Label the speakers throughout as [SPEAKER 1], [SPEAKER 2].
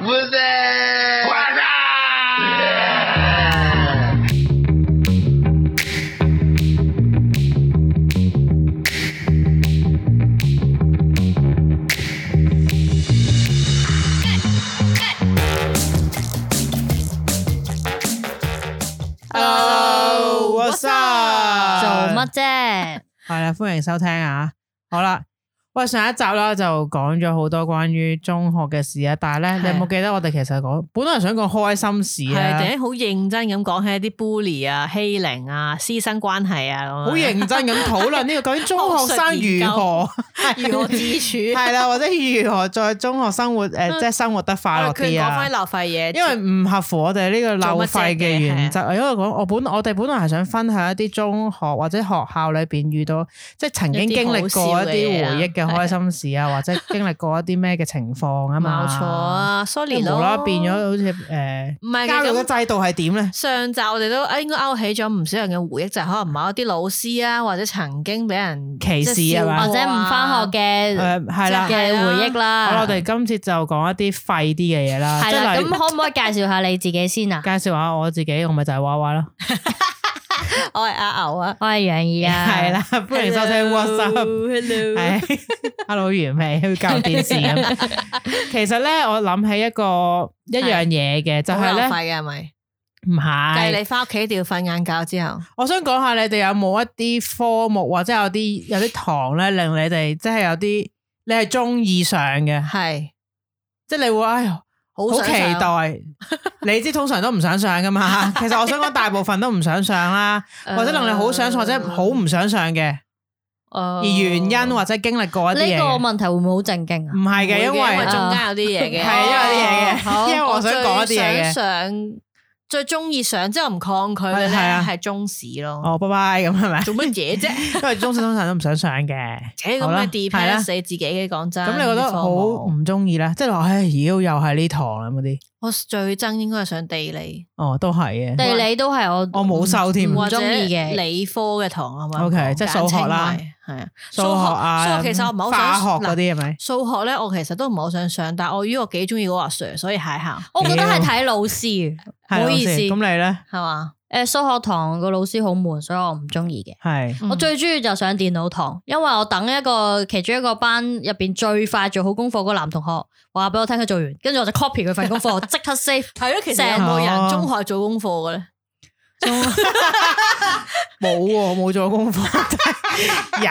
[SPEAKER 1] Vous
[SPEAKER 2] Hello，what's up？
[SPEAKER 3] 做乜啫？
[SPEAKER 2] 系啦，歡迎收聽啊！好啦，喂，上一集啦就講咗好多關於中學嘅事啊，但係咧，
[SPEAKER 3] 係啊
[SPEAKER 2] 你有冇記得我哋其實講，本來想講開心事
[SPEAKER 3] 係突然
[SPEAKER 2] 啊，
[SPEAKER 3] 間好認真咁講起一啲 bully 啊、欺凌啊、師生關係啊咁樣。
[SPEAKER 2] 好認 真咁討論呢個究竟中學生如何
[SPEAKER 3] 如何自處？
[SPEAKER 2] 係啦，或者如何在中學生活诶，即係生活得快樂
[SPEAKER 3] 嗯我哋決
[SPEAKER 2] 啲
[SPEAKER 3] 講
[SPEAKER 2] 啊
[SPEAKER 3] 翻。浪費嘢，
[SPEAKER 2] 因為唔合乎我哋呢個
[SPEAKER 3] 做
[SPEAKER 2] 漏
[SPEAKER 3] 乜
[SPEAKER 2] 費
[SPEAKER 3] 啫
[SPEAKER 2] 嘅原則啊！因為講我本我哋本來係想分享一啲中學或者學校裏邊遇到即係曾經
[SPEAKER 3] 一啲
[SPEAKER 2] 經歷過
[SPEAKER 3] 好
[SPEAKER 2] 一
[SPEAKER 3] 笑嘅
[SPEAKER 2] 啲
[SPEAKER 3] 嘢啊
[SPEAKER 2] 回憶嘅開心事啊，或者經歷過一啲咩嘅情況啊嘛。
[SPEAKER 3] 冇錯啊，sorry
[SPEAKER 2] 即係
[SPEAKER 3] 咯，
[SPEAKER 2] 無啦啦變咗好似誒
[SPEAKER 3] 唔係嘅
[SPEAKER 2] 教育
[SPEAKER 3] 咁
[SPEAKER 2] 嘅制度係點 咧？
[SPEAKER 3] 上集我哋都應該勾起咗唔少人嘅回憶，就係可能某一啲老師啊，或者曾經俾人
[SPEAKER 2] 歧視啊
[SPEAKER 3] 即係笑過
[SPEAKER 2] 或
[SPEAKER 3] 啊
[SPEAKER 4] 或者哦唔 翻學嘅
[SPEAKER 2] 誒係啦
[SPEAKER 4] 嘅，回憶
[SPEAKER 2] 好啦
[SPEAKER 4] 啦。
[SPEAKER 2] 我哋今次就講一啲廢啲嘅嘢啦，
[SPEAKER 4] 係
[SPEAKER 2] 即
[SPEAKER 4] 啦，
[SPEAKER 2] 係例如
[SPEAKER 4] 咁可唔可以介紹下你自己先 啊？
[SPEAKER 2] 介紹下我自己，我咪就係娃娃咯，
[SPEAKER 3] 我係阿牛啊，
[SPEAKER 4] 我係楊怡啊，
[SPEAKER 2] 係啦，歡迎收聽 WhatsApp。
[SPEAKER 3] WhatsApp，
[SPEAKER 2] 系，hello 完未？去教電視咁。其實咧，我諗起一個一樣嘢嘅，就
[SPEAKER 3] 就係
[SPEAKER 2] 係
[SPEAKER 3] 咧，
[SPEAKER 2] 咧，
[SPEAKER 3] 嘅係咪？
[SPEAKER 2] 唔
[SPEAKER 3] 計
[SPEAKER 2] 係。
[SPEAKER 3] 你翻屋企一定要瞓晏覺之後，
[SPEAKER 2] 我想講下你哋有冇一啲科目或者有啲有啲堂咧，令你哋即係有啲你係中意上嘅，
[SPEAKER 3] 係
[SPEAKER 2] 即係你會哎呀
[SPEAKER 3] 好
[SPEAKER 2] 好
[SPEAKER 3] 想
[SPEAKER 2] 期
[SPEAKER 3] 上
[SPEAKER 2] 待。 你知通常都唔想上噶嘛？其實我想講大部分都唔想上啦，或者令你好想上或者好唔想上嘅，
[SPEAKER 3] 而
[SPEAKER 4] 哦
[SPEAKER 2] 而原因或者經歷過一啲
[SPEAKER 4] 呢
[SPEAKER 2] 嘢
[SPEAKER 4] 個
[SPEAKER 2] 嘅。
[SPEAKER 4] 問題會唔會好正經啊
[SPEAKER 2] 唔？係
[SPEAKER 3] 係
[SPEAKER 2] 嘅，因為
[SPEAKER 3] 中間有啲嘢嘅，
[SPEAKER 2] 係因為有啲嘢嘅
[SPEAKER 3] 哦
[SPEAKER 2] 因為我想講一啲嘢嘅
[SPEAKER 3] 我最想上最中意上，即係我唔抗拒嘅咧，
[SPEAKER 2] 係係啊
[SPEAKER 3] 係中史咯。
[SPEAKER 2] 哦，拜拜咁係咪？
[SPEAKER 3] 做乜 嘢啫？
[SPEAKER 2] 因為中四通常都唔想上嘅。
[SPEAKER 3] 且
[SPEAKER 2] 好啦
[SPEAKER 3] 咁嘅
[SPEAKER 2] 係啦
[SPEAKER 3] depends 你自己嘅，講真。
[SPEAKER 2] 咁你覺得
[SPEAKER 3] 呢科
[SPEAKER 2] 好
[SPEAKER 3] 目
[SPEAKER 2] 唔中意咧？即係話，唉，妖又係呢堂啦嗰啲。
[SPEAKER 3] 我最憎應該係上地理
[SPEAKER 2] 哦，都係嘅。
[SPEAKER 4] 地理都係我
[SPEAKER 2] 我冇收添
[SPEAKER 4] 唔
[SPEAKER 3] 或者
[SPEAKER 4] 中意嘅。
[SPEAKER 3] 理科嘅堂啊嘛。
[SPEAKER 2] OK，即係數學啦
[SPEAKER 3] 係啊，
[SPEAKER 2] 數學啊，
[SPEAKER 3] 數學其實我唔係好
[SPEAKER 2] 化
[SPEAKER 3] 想
[SPEAKER 2] 學嗰啲係咪？
[SPEAKER 3] 數學咧，我其實都唔係好想上，但係我於我幾中意嗰個阿 Sir，所以係下
[SPEAKER 2] 哦
[SPEAKER 4] 我覺得係睇老師，
[SPEAKER 2] 係
[SPEAKER 4] 唔好
[SPEAKER 2] 老
[SPEAKER 4] 意
[SPEAKER 2] 師
[SPEAKER 4] 思。
[SPEAKER 2] 咁你咧
[SPEAKER 3] 係嘛？
[SPEAKER 4] 誒數學堂個老師好悶，所以我唔中意嘅。
[SPEAKER 2] 係
[SPEAKER 4] 我最中意就上電腦堂，因為我等一個其中一個班入邊最快做好功課嗰個男同學話俾我聽佢做完，跟住我就 copy 佢份功課，我即刻 save。
[SPEAKER 3] 係咯，其實有
[SPEAKER 4] 成
[SPEAKER 3] 冇
[SPEAKER 2] 哦
[SPEAKER 3] 人中學做功課嘅咧？
[SPEAKER 2] 冇喎，冇做功課。 有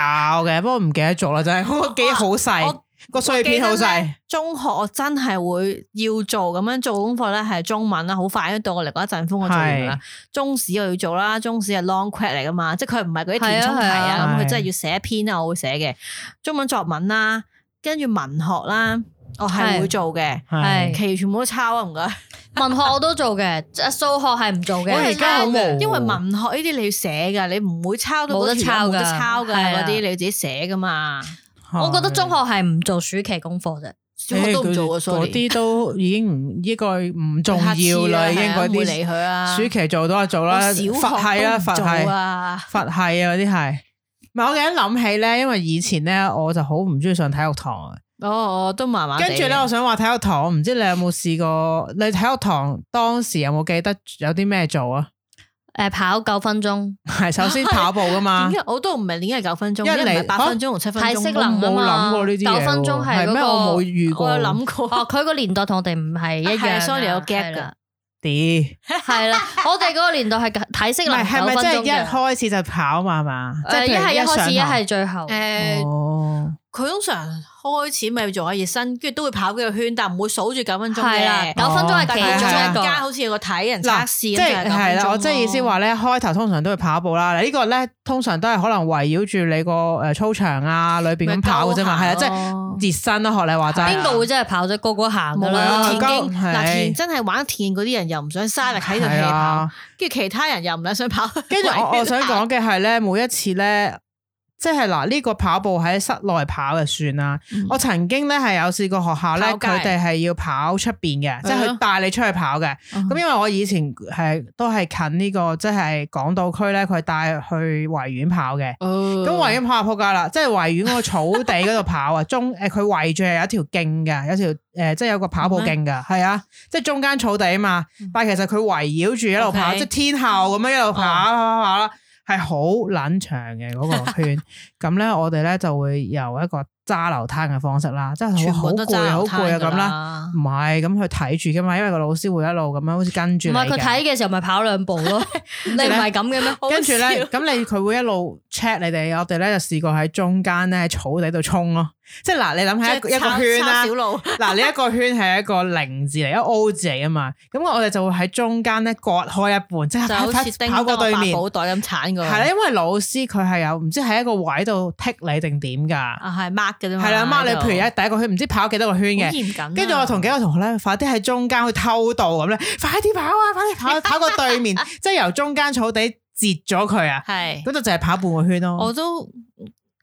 [SPEAKER 2] 嘅，不過唔記得咗啦，真係我記憶好細
[SPEAKER 3] 我，
[SPEAKER 2] 個碎片好
[SPEAKER 3] 記得
[SPEAKER 2] 細
[SPEAKER 3] 咧。中學我真係會要做咁樣做功課咧，係中文啦，好快都到我嚟嗰一陣風我做完啦。中史我要做啦，中史係 long q u e t 嚟噶嘛，即係佢唔係嗰啲填充題
[SPEAKER 4] 係啊係
[SPEAKER 3] 啊，
[SPEAKER 2] 啊
[SPEAKER 3] 咁佢真係要寫一篇啊，我會寫嘅。中文作文啦，跟住文學啦，我係
[SPEAKER 4] 係
[SPEAKER 3] 會做嘅，
[SPEAKER 2] 係
[SPEAKER 4] 係
[SPEAKER 3] 其餘全部都抄啊，唔該。
[SPEAKER 4] 文學我都做嘅，即係數學係唔做嘅。
[SPEAKER 2] 我而家好
[SPEAKER 3] 啊
[SPEAKER 2] 冇，
[SPEAKER 3] 因為文學呢啲你要寫噶，你唔會抄到
[SPEAKER 4] 冇得
[SPEAKER 3] 嗰條
[SPEAKER 4] 抄
[SPEAKER 3] 冇得
[SPEAKER 4] 㗎
[SPEAKER 3] 抄噶
[SPEAKER 4] 係啊
[SPEAKER 3] 嗰啲，你要自己寫噶嘛。
[SPEAKER 4] 我覺得中學係唔做暑期功課啫，
[SPEAKER 3] 小學都唔做
[SPEAKER 2] 唉
[SPEAKER 3] 啊
[SPEAKER 2] 佢
[SPEAKER 3] ，sorry。
[SPEAKER 2] 嗰啲都已經唔呢個唔重
[SPEAKER 3] 下次
[SPEAKER 2] 要啦，已經
[SPEAKER 3] 係
[SPEAKER 2] 嗰
[SPEAKER 3] 啊唔會
[SPEAKER 2] 啲
[SPEAKER 3] 理佢啊。
[SPEAKER 2] 暑期做到就做啦，
[SPEAKER 3] 我小學
[SPEAKER 2] 佛系啦，
[SPEAKER 3] 都唔
[SPEAKER 2] 佛系
[SPEAKER 3] 做啊
[SPEAKER 2] 佛系啊嗰啲係。唔係我突然間諗起咧，因為以前咧我就好唔中意上體育堂啊。
[SPEAKER 3] 哦，我都麻麻地嘅。
[SPEAKER 2] 跟住咧，我想話體育堂，我唔知你有冇試過？你體育堂當時有冇記得有啲咩做啊？
[SPEAKER 4] 誒跑九分鐘，
[SPEAKER 2] 係首先跑步噶嘛
[SPEAKER 3] 點，解我都唔明點解係九分鐘，
[SPEAKER 2] 啊因為
[SPEAKER 3] 因為
[SPEAKER 2] 你
[SPEAKER 3] 八分鐘同七分
[SPEAKER 4] 體
[SPEAKER 3] 鐘
[SPEAKER 4] 適
[SPEAKER 3] 咯。
[SPEAKER 4] 能啊
[SPEAKER 2] 我冇
[SPEAKER 4] 嘛。
[SPEAKER 2] 諗過呢啲嘢喎
[SPEAKER 4] 九分鐘係
[SPEAKER 2] 係
[SPEAKER 4] 嗰
[SPEAKER 2] 咩
[SPEAKER 4] 個
[SPEAKER 2] 我冇遇過
[SPEAKER 3] 我有諗過，
[SPEAKER 4] 哦，佢個年代同我哋唔係一
[SPEAKER 3] 係
[SPEAKER 4] 樣
[SPEAKER 3] 啊
[SPEAKER 4] 啊。
[SPEAKER 3] sorry，有 gap
[SPEAKER 4] 係啦，
[SPEAKER 2] 啲
[SPEAKER 4] 係啦，我哋嗰個年代係體適
[SPEAKER 2] 唔係
[SPEAKER 4] 能
[SPEAKER 2] 係咪即
[SPEAKER 4] 九分
[SPEAKER 2] 係
[SPEAKER 4] 鐘
[SPEAKER 2] 一
[SPEAKER 4] 嘅。
[SPEAKER 2] 開始就跑嘛係嘛？即
[SPEAKER 4] 誒一
[SPEAKER 2] 譬如
[SPEAKER 4] 係一開
[SPEAKER 2] 上
[SPEAKER 4] 始，一呃
[SPEAKER 2] 堂
[SPEAKER 4] 係最後。
[SPEAKER 3] 誒，
[SPEAKER 2] 哦，
[SPEAKER 3] 佢通常開始咪做下熱身，跟住都會跑幾個圈，但唔會數住九分鐘
[SPEAKER 4] 係啦，
[SPEAKER 3] 嘅。
[SPEAKER 4] 九分鐘係
[SPEAKER 3] 但
[SPEAKER 4] 其
[SPEAKER 3] 係啊
[SPEAKER 4] 中
[SPEAKER 3] 中
[SPEAKER 4] 一個。
[SPEAKER 3] 間好似有個體人測
[SPEAKER 2] 啊嗱，
[SPEAKER 3] 試
[SPEAKER 2] 即
[SPEAKER 3] 咁
[SPEAKER 2] 係
[SPEAKER 3] 就係九分
[SPEAKER 2] 係
[SPEAKER 3] 鐘
[SPEAKER 2] 啦，
[SPEAKER 3] 咯
[SPEAKER 2] 我即係意思話咧，開頭通常都會跑步啦。嗱，呢個咧通常都係可能圍繞住你個誒操場啊裏邊咁跑嘅啫嘛，係
[SPEAKER 3] 咪
[SPEAKER 2] 啊，
[SPEAKER 3] 鳩
[SPEAKER 2] 即
[SPEAKER 3] 下
[SPEAKER 2] 係
[SPEAKER 3] 咯
[SPEAKER 2] 熱身啦，學你話齋。
[SPEAKER 4] 邊個會真係跑咗個個行
[SPEAKER 3] 冇
[SPEAKER 4] 㗎
[SPEAKER 2] 係啊
[SPEAKER 3] 啦，
[SPEAKER 4] 啦
[SPEAKER 3] 田？徑
[SPEAKER 2] 鳩係
[SPEAKER 3] 嗱田真係玩田嗰啲人又唔想嘥力喺度
[SPEAKER 2] 係
[SPEAKER 3] 起
[SPEAKER 2] 啊
[SPEAKER 3] 跑，跟住其他人又唔想跑。
[SPEAKER 2] 跟住我我想講嘅係咧，每一次咧即係嗱，呢個跑步喺室內跑就算啦。我曾經咧係有試過學校咧，
[SPEAKER 3] 嗯跑
[SPEAKER 2] 佢
[SPEAKER 3] 街
[SPEAKER 2] 哋係要跑出邊嘅，即係
[SPEAKER 3] 係啊
[SPEAKER 2] 佢帶你出去跑嘅。
[SPEAKER 3] 嗯
[SPEAKER 2] 咁因為我以前係都係近呢個即係港島區咧，佢帶去維園跑嘅。
[SPEAKER 3] 哦
[SPEAKER 2] 咁維園跑就仆街啦，即係維園嗰個草地嗰度跑啊，中 誒佢圍住係有一條徑嘅，有條誒、呃即係有個跑步徑嘅，係啊，即係中間草地啊嘛。但係其實佢圍繞住一路跑
[SPEAKER 3] 嗯 OK
[SPEAKER 2] 即
[SPEAKER 3] 哦
[SPEAKER 2] 係天后咁樣一路跑跑跑跑啦，係好撚長嘅嗰、個 圈。咁咧我哋咧就會由一個揸流灘嘅方式啦，即係
[SPEAKER 3] 全
[SPEAKER 2] 好好
[SPEAKER 3] 部都
[SPEAKER 2] 攰
[SPEAKER 3] 揸
[SPEAKER 2] 好
[SPEAKER 3] 流
[SPEAKER 2] 攰啊
[SPEAKER 3] 攤㗎
[SPEAKER 2] 咁啦。
[SPEAKER 3] 啦。
[SPEAKER 2] 唔係咁佢睇住噶嘛，因為個老師會一路咁樣好似跟住
[SPEAKER 5] 唔
[SPEAKER 2] 你
[SPEAKER 5] 係佢
[SPEAKER 2] 嘅。
[SPEAKER 5] 睇嘅時候咪跑兩步咯，你唔係咁嘅咩？
[SPEAKER 2] 跟住咧，
[SPEAKER 5] 好笑，
[SPEAKER 2] 咁你佢會一路 check 你哋，我哋咧就試過喺中間咧喺草地度衝咯，即係嗱，你諗下一個一個圈啦
[SPEAKER 3] 小， 路
[SPEAKER 2] 嗱，你一個圈係一個零字嚟，一個 O 字嚟啊嘛，咁我哋就會喺中間咧割開一半，即
[SPEAKER 3] 就好似
[SPEAKER 2] 係
[SPEAKER 3] 叮
[SPEAKER 2] 跑
[SPEAKER 3] 當
[SPEAKER 2] 過對
[SPEAKER 3] 百
[SPEAKER 2] 面，
[SPEAKER 3] 寶袋咁鏟過去。
[SPEAKER 2] 係啦，因為老師佢係有唔知喺一個位度剔你定點㗎，
[SPEAKER 3] 啊係 mark 嘅啫嘛。
[SPEAKER 2] 係啦，mark 你
[SPEAKER 3] 喺
[SPEAKER 2] 譬
[SPEAKER 3] 度
[SPEAKER 2] 如喺第一個圈唔知跑幾多個圈
[SPEAKER 3] 好
[SPEAKER 2] 嘅。
[SPEAKER 3] 嚴謹啊。
[SPEAKER 2] 跟住我同幾個同學咧，快啲喺中間去偷渡咁咧，快啲跑啊！快啲跑，跑過對 面，即係由中間草地截咗佢啊！
[SPEAKER 3] 係
[SPEAKER 2] 咁就就係跑半個圈咯。
[SPEAKER 3] 我都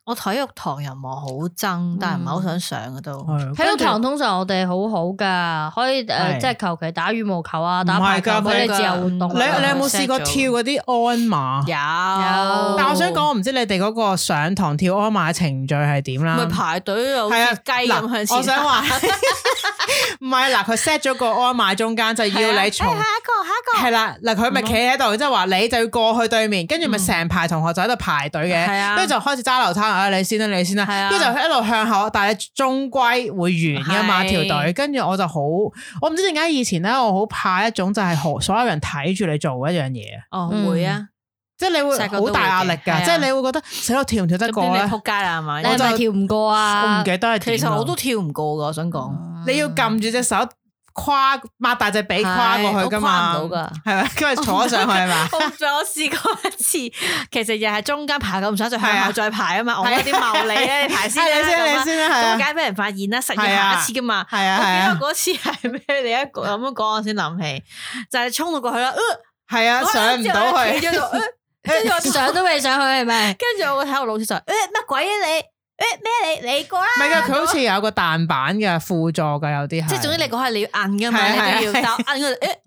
[SPEAKER 3] 我體育堂又唔係好憎，但係
[SPEAKER 2] 嗯
[SPEAKER 3] 唔係好想上嘅都。
[SPEAKER 2] 係
[SPEAKER 5] 體育堂通常我哋好好噶，可以
[SPEAKER 2] 係
[SPEAKER 5] 誒，即係求其打羽毛球啊，
[SPEAKER 2] 唔
[SPEAKER 5] 打排
[SPEAKER 2] 係㗎
[SPEAKER 5] 球俾你
[SPEAKER 2] 佢
[SPEAKER 5] 自由活動
[SPEAKER 2] 你
[SPEAKER 5] 啊。
[SPEAKER 2] 你有冇
[SPEAKER 3] set
[SPEAKER 2] 試過
[SPEAKER 3] 咗
[SPEAKER 2] 跳嗰啲鞍馬？啊
[SPEAKER 3] 有，
[SPEAKER 2] 但我想講，我唔知你哋嗰個上堂跳鞍馬嘅程序係點啦
[SPEAKER 3] 咪？排隊又好
[SPEAKER 2] 係啊，
[SPEAKER 3] 似雞咁向
[SPEAKER 2] 嗱
[SPEAKER 3] 前。
[SPEAKER 2] 我想話，唔係嗱，佢 set 咗個鞍馬中間，就
[SPEAKER 3] 係啊
[SPEAKER 2] 要你
[SPEAKER 3] 哎
[SPEAKER 2] 從
[SPEAKER 3] 下一個，下一個。
[SPEAKER 2] 係啦，嗱佢咪企喺度，即係話你就要過去對面，跟住咪
[SPEAKER 3] 嗯
[SPEAKER 2] 成排同學就喺度排隊
[SPEAKER 3] 係
[SPEAKER 2] 嘅，
[SPEAKER 3] 啊
[SPEAKER 2] 跟住就開始揸流攤啊，你先啦，你先啦
[SPEAKER 3] 係，啊
[SPEAKER 2] 跟住就一路向後，但係終歸會完噶嘛條
[SPEAKER 3] 係
[SPEAKER 2] 隊，跟住我就好，我唔知點解以前咧，我好怕一種就係何所有人睇住你做一樣嘢，
[SPEAKER 3] 哦，
[SPEAKER 5] 嗯
[SPEAKER 3] 會啊，
[SPEAKER 2] 即係你
[SPEAKER 3] 細
[SPEAKER 2] 會
[SPEAKER 3] 個都
[SPEAKER 2] 好
[SPEAKER 3] 會
[SPEAKER 2] 大壓
[SPEAKER 3] 嘅
[SPEAKER 2] 力
[SPEAKER 3] 係
[SPEAKER 2] 㗎，
[SPEAKER 3] 啊
[SPEAKER 2] 即係你會覺得死我跳唔跳得
[SPEAKER 3] 咁
[SPEAKER 2] 過
[SPEAKER 3] 點
[SPEAKER 2] 咧
[SPEAKER 3] 你？撲街啦係咪？
[SPEAKER 5] 你係咪跳唔過
[SPEAKER 2] 我
[SPEAKER 5] 啊？
[SPEAKER 2] 唔記哦得係
[SPEAKER 3] 其
[SPEAKER 2] 點
[SPEAKER 3] 實
[SPEAKER 2] 啦
[SPEAKER 3] 我都跳唔過噶，我想講。
[SPEAKER 2] 你要撳住隻手跨擘大隻髀跨過去㗎嘛，
[SPEAKER 3] 係我跨唔到㗎
[SPEAKER 2] 係咪？跟住坐上去係 嘛？
[SPEAKER 3] 我我試過一次， 其實又係中間排咁唔想就
[SPEAKER 2] 係
[SPEAKER 3] 向
[SPEAKER 2] 啊
[SPEAKER 3] 後再排啊嘛，我嗰啲茂利咧，你排先
[SPEAKER 2] 係
[SPEAKER 3] 啦
[SPEAKER 2] 你先，
[SPEAKER 3] 咁
[SPEAKER 2] 你
[SPEAKER 3] 啊
[SPEAKER 2] 先啦，係
[SPEAKER 3] 咁
[SPEAKER 2] 啊，
[SPEAKER 3] 梗係俾人發現啦，實驗
[SPEAKER 2] 係啊
[SPEAKER 3] 下一次噶嘛。
[SPEAKER 2] 係啊，係
[SPEAKER 3] 我記
[SPEAKER 2] 啊
[SPEAKER 3] 得。嗰次係咩？你一個咁樣講，我先諗起，就係衝到過去啦，呃
[SPEAKER 2] 係啊，上唔到去，
[SPEAKER 3] 之後我企咗度呃跟住我
[SPEAKER 5] 上都未上去係咪？
[SPEAKER 3] 跟住我個體育老師就話誒乜鬼啊你？誒咩你你過啦，
[SPEAKER 2] 唔係噶，佢好似有個彈板嘅輔助噶，有啲係
[SPEAKER 3] 即係總之你嗰下你要摁噶
[SPEAKER 2] 係
[SPEAKER 3] 嘛，
[SPEAKER 2] 啊
[SPEAKER 3] 你
[SPEAKER 2] 係啊
[SPEAKER 3] 都要但我摁嗰度，誒呃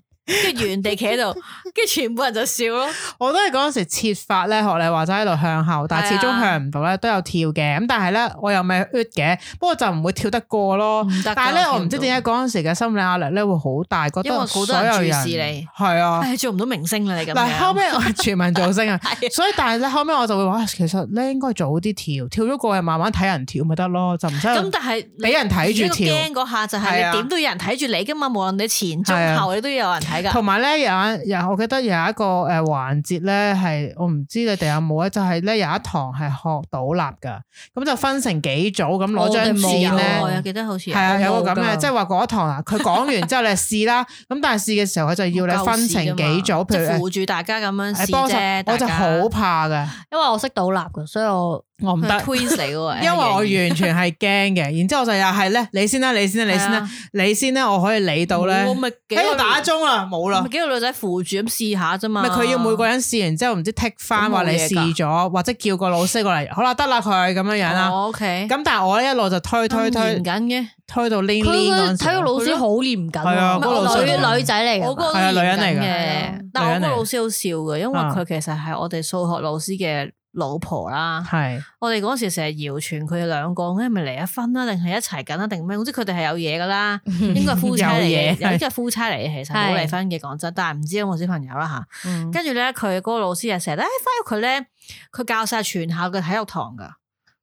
[SPEAKER 3] 跟住原地企喺度，跟住全部人就笑咯。
[SPEAKER 2] 我都係嗰陣時設法咧，學你話齋喺度向後，但係始終
[SPEAKER 3] 係啊
[SPEAKER 2] 向唔到咧，都有跳嘅。咁但係咧，我又咪 u 嘅，不過就唔會跳得過咯。
[SPEAKER 3] 唔得㗎
[SPEAKER 2] 但係咧，
[SPEAKER 3] 跳
[SPEAKER 2] 我
[SPEAKER 3] 唔
[SPEAKER 2] 唔知點解嗰陣時嘅心理壓力咧會好大，覺
[SPEAKER 3] 因為
[SPEAKER 2] 得
[SPEAKER 3] 好
[SPEAKER 2] 所
[SPEAKER 3] 多人
[SPEAKER 2] 有人
[SPEAKER 3] 注視你
[SPEAKER 2] 係 啊。
[SPEAKER 3] 唉，做唔到明星啦，你咁
[SPEAKER 2] 嗱，後
[SPEAKER 3] 樣。
[SPEAKER 2] 尾我係全民造星啊，
[SPEAKER 3] 係
[SPEAKER 2] 所以但係咧後尾我就會話，啊其實咧應該早啲跳，跳咗過去慢慢睇人跳咪得咯，就唔使
[SPEAKER 3] 咁但係
[SPEAKER 2] 啊俾人睇住跳
[SPEAKER 3] 驚嗰下就
[SPEAKER 2] 係啊
[SPEAKER 3] 係你點都有人睇住你噶嘛，無論你前
[SPEAKER 2] 係
[SPEAKER 3] 中
[SPEAKER 2] 啊
[SPEAKER 3] 後你都要有人睇噶。
[SPEAKER 2] 同埋咧有一有，我記得有一個誒環節咧係我唔知你哋有冇咧，啊就係咧有一堂係學倒立噶，咁就分成幾組咁攞張
[SPEAKER 5] 我哋
[SPEAKER 2] 紙
[SPEAKER 5] 冇
[SPEAKER 3] 有
[SPEAKER 5] 啊
[SPEAKER 3] 哦我有
[SPEAKER 2] 咧。
[SPEAKER 3] 記得好似
[SPEAKER 2] 係啊，有個咁
[SPEAKER 5] 我冇
[SPEAKER 2] 嘅，
[SPEAKER 5] 㗎
[SPEAKER 2] 即係話嗰一堂啊，佢講完之後你試啦，咁但係試嘅時候佢就要你分成幾組，
[SPEAKER 3] 即
[SPEAKER 2] 譬如
[SPEAKER 3] 係
[SPEAKER 2] 誒
[SPEAKER 3] 扶住大家咁樣試
[SPEAKER 2] 誒幫手
[SPEAKER 3] 啫。，
[SPEAKER 2] 我就好怕嘅，
[SPEAKER 5] 因為我識倒立嘅，所以我
[SPEAKER 2] 我唔
[SPEAKER 3] 唔
[SPEAKER 2] 得，
[SPEAKER 3] twins 嚟 嘅喎，
[SPEAKER 2] 因為我完全係驚嘅。然之後我就又係咧，你先啦，你先啦，你先啦，你先啦，我可以理到咧，
[SPEAKER 3] 我咪幾
[SPEAKER 2] 喺
[SPEAKER 3] 個
[SPEAKER 2] 度打鐘啦，冇啦
[SPEAKER 3] 咪。幾個女仔扶住咁試下啫嘛。
[SPEAKER 2] 咪佢要每個人試完之後唔知剔翻
[SPEAKER 3] 咁冇
[SPEAKER 2] 話你
[SPEAKER 3] 嘢㗎
[SPEAKER 2] 試咗，或者叫個老師過嚟，好啦得啦佢咁樣樣啦。
[SPEAKER 3] 哦，OK，
[SPEAKER 2] 啊咁但係我呢一路就推推推
[SPEAKER 3] 咁嚴謹嘅。
[SPEAKER 2] 推到黏
[SPEAKER 5] 佢
[SPEAKER 2] 黏
[SPEAKER 5] 個
[SPEAKER 2] 嗰陣
[SPEAKER 5] 體育老
[SPEAKER 2] 時啊
[SPEAKER 5] 師好嚴謹喎，
[SPEAKER 2] 係啊
[SPEAKER 5] 唔
[SPEAKER 3] 嗰個老師
[SPEAKER 5] 係
[SPEAKER 3] 好
[SPEAKER 5] 女
[SPEAKER 3] 嚴謹
[SPEAKER 5] 女仔嚟
[SPEAKER 3] 我
[SPEAKER 5] 嘅
[SPEAKER 3] 嗰
[SPEAKER 5] 嘛，
[SPEAKER 3] 個
[SPEAKER 2] 係啊女人
[SPEAKER 5] 嚟㗎
[SPEAKER 3] 嚟嘅，但我
[SPEAKER 2] 女人嚟
[SPEAKER 3] 嗰個老師好笑嘅，因為
[SPEAKER 2] 啊
[SPEAKER 3] 佢其實係我哋數學老師嘅老婆啦。
[SPEAKER 2] 係
[SPEAKER 3] 我哋嗰時成日謠傳佢哋兩個咧，咪離咗婚啦，定係一齊緊啦，啊定咩？總之佢哋係有嘢噶啦，
[SPEAKER 4] 嗯
[SPEAKER 3] 應該係夫妻嚟
[SPEAKER 2] 有
[SPEAKER 3] 嘅，
[SPEAKER 2] 嘢
[SPEAKER 3] 有啲係夫妻嚟嘅，其實冇離婚嘅，講真，但係唔知有冇小朋友啦吓。
[SPEAKER 2] 嗯
[SPEAKER 3] 跟住咧，佢嗰個老師又成日咧，哎翻佢咧，佢教晒全校嘅體育堂噶，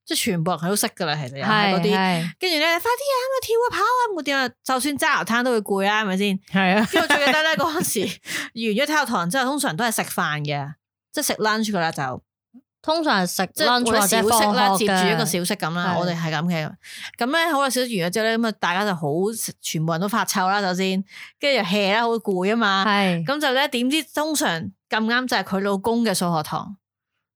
[SPEAKER 3] 即係全部人佢都識噶啦，其實又係嗰
[SPEAKER 5] 係
[SPEAKER 3] 啲。
[SPEAKER 5] 係
[SPEAKER 3] 跟住咧，快啲啊，咁啊跳啊跑啊，咁嗰啲啊，就算揸流灘都會攰啦，係咪先？
[SPEAKER 2] 係啊，
[SPEAKER 3] 跟住我最記得咧嗰陣時完咗體育堂之後，通常都係食飯嘅，即係食 lunch 噶啦就。
[SPEAKER 5] 通常係食
[SPEAKER 3] 即係
[SPEAKER 5] lunch 或者
[SPEAKER 3] 小息啦，
[SPEAKER 5] 放學
[SPEAKER 3] 接住一個小
[SPEAKER 5] 嘅
[SPEAKER 3] 息咁啦，
[SPEAKER 5] 係
[SPEAKER 3] 我哋係咁嘅。咁咧好啦，小息完咗之後咧，咁啊大家就好，全部人都發臭啦，首先，跟住又 hea 啦，好攰啊嘛。
[SPEAKER 5] 係
[SPEAKER 3] 咁就咧，點知通常咁啱就係佢老公嘅哦數學堂，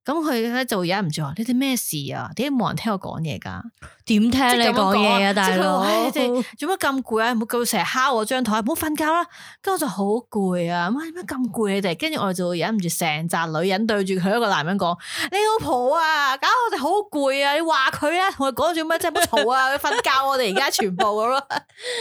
[SPEAKER 3] 咁佢咧就會忍唔住話：你哋咩事啊？點解冇人聽我講嘢㗎？
[SPEAKER 5] 點聽你
[SPEAKER 3] 即係咁樣
[SPEAKER 5] 講嘢啊，
[SPEAKER 3] 講
[SPEAKER 5] 大
[SPEAKER 3] 即係佢
[SPEAKER 5] 佬
[SPEAKER 3] 話唉即？係做乜咁攰啊？唔好咁成日敲我張台，唔好瞓覺啦。跟住我就好攰啊，媽點解咁攰你哋？跟住我哋就會忍唔住成扎女人對住佢一個男人講：你老婆啊，搞我哋好攰啊！你話佢啊，同佢講做乜啫？唔好嘈啊！佢瞓覺我哋而家全部咁咯。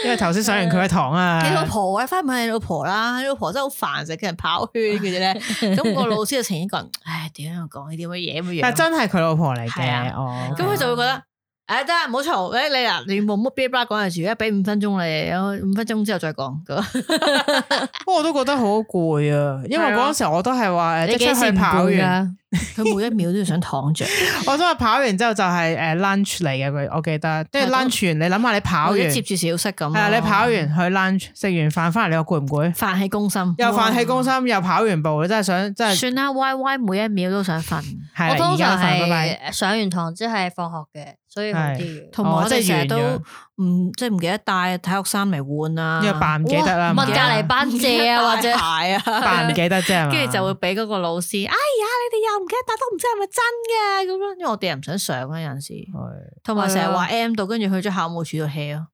[SPEAKER 2] 因為頭先上完佢嘅堂啊，
[SPEAKER 3] 你老婆啊，翻去問你老婆啦，你老婆真係好煩，成日叫人跑圈嘅啫咧。咁個老師就成日講：唉，點解我講呢啲咁嘅嘢咁嘅
[SPEAKER 2] 但
[SPEAKER 3] 樣？
[SPEAKER 2] 真係佢老婆嚟
[SPEAKER 3] 係
[SPEAKER 2] 嘅
[SPEAKER 3] 啊，
[SPEAKER 2] 哦，
[SPEAKER 3] 咁佢就會覺得，誒得啦，唔好嘈，誒你嗱，你冇乜 b 啦講住，而家俾五分鐘你，五分鐘之後再講。咁
[SPEAKER 2] 不過我都覺得好攰啊，因為
[SPEAKER 3] 係
[SPEAKER 2] 嗰
[SPEAKER 3] 啊
[SPEAKER 2] 陣時我都係話誒，即係
[SPEAKER 5] 你幾
[SPEAKER 2] 出去
[SPEAKER 5] 時
[SPEAKER 2] 跑
[SPEAKER 5] 跑
[SPEAKER 2] 完，
[SPEAKER 5] 噶？
[SPEAKER 3] 佢每一秒都要想躺 着，
[SPEAKER 2] 我都係跑完之後就係誒 lunch 嚟嘅佢，我記得，即係
[SPEAKER 3] 係咁
[SPEAKER 2] lunch 完你諗下你跑
[SPEAKER 3] 或
[SPEAKER 2] 完
[SPEAKER 3] 者接，住小息咁。
[SPEAKER 2] 係啊你跑完，去 lunch 食完飯翻嚟你話攰唔攰？
[SPEAKER 3] 飯氣攻心，
[SPEAKER 2] 又飯氣攻心，又跑完步，你真係想真係
[SPEAKER 3] 算啦，Y Y 每一秒都想瞓，
[SPEAKER 2] 係
[SPEAKER 5] 我
[SPEAKER 2] 啦，
[SPEAKER 5] 通
[SPEAKER 2] 而家
[SPEAKER 5] 常
[SPEAKER 2] 都瞓拜拜。
[SPEAKER 5] 係上完堂即係放學嘅，所以好啲嘅。
[SPEAKER 3] 同埋我哋成日都
[SPEAKER 2] 哦
[SPEAKER 3] 唔即係唔記得帶體育衫嚟換啊，
[SPEAKER 2] 因為扮唔記得啦，
[SPEAKER 5] 哇
[SPEAKER 2] 唔
[SPEAKER 5] 問
[SPEAKER 2] 記
[SPEAKER 5] 隔
[SPEAKER 2] 得啦
[SPEAKER 5] 離班 借啊，或者
[SPEAKER 3] 帶鞋啊，
[SPEAKER 2] 扮唔記得啫係嘛，
[SPEAKER 3] 跟住就會俾嗰個老師，哎呀，你哋又唔記得，但都唔知係咪真嘅咁樣，因為我哋又唔想上啊啦，有陣時，
[SPEAKER 2] 係。
[SPEAKER 3] 同埋成日話
[SPEAKER 5] 係
[SPEAKER 3] M 到，跟住去咗校務處度 hea 咯，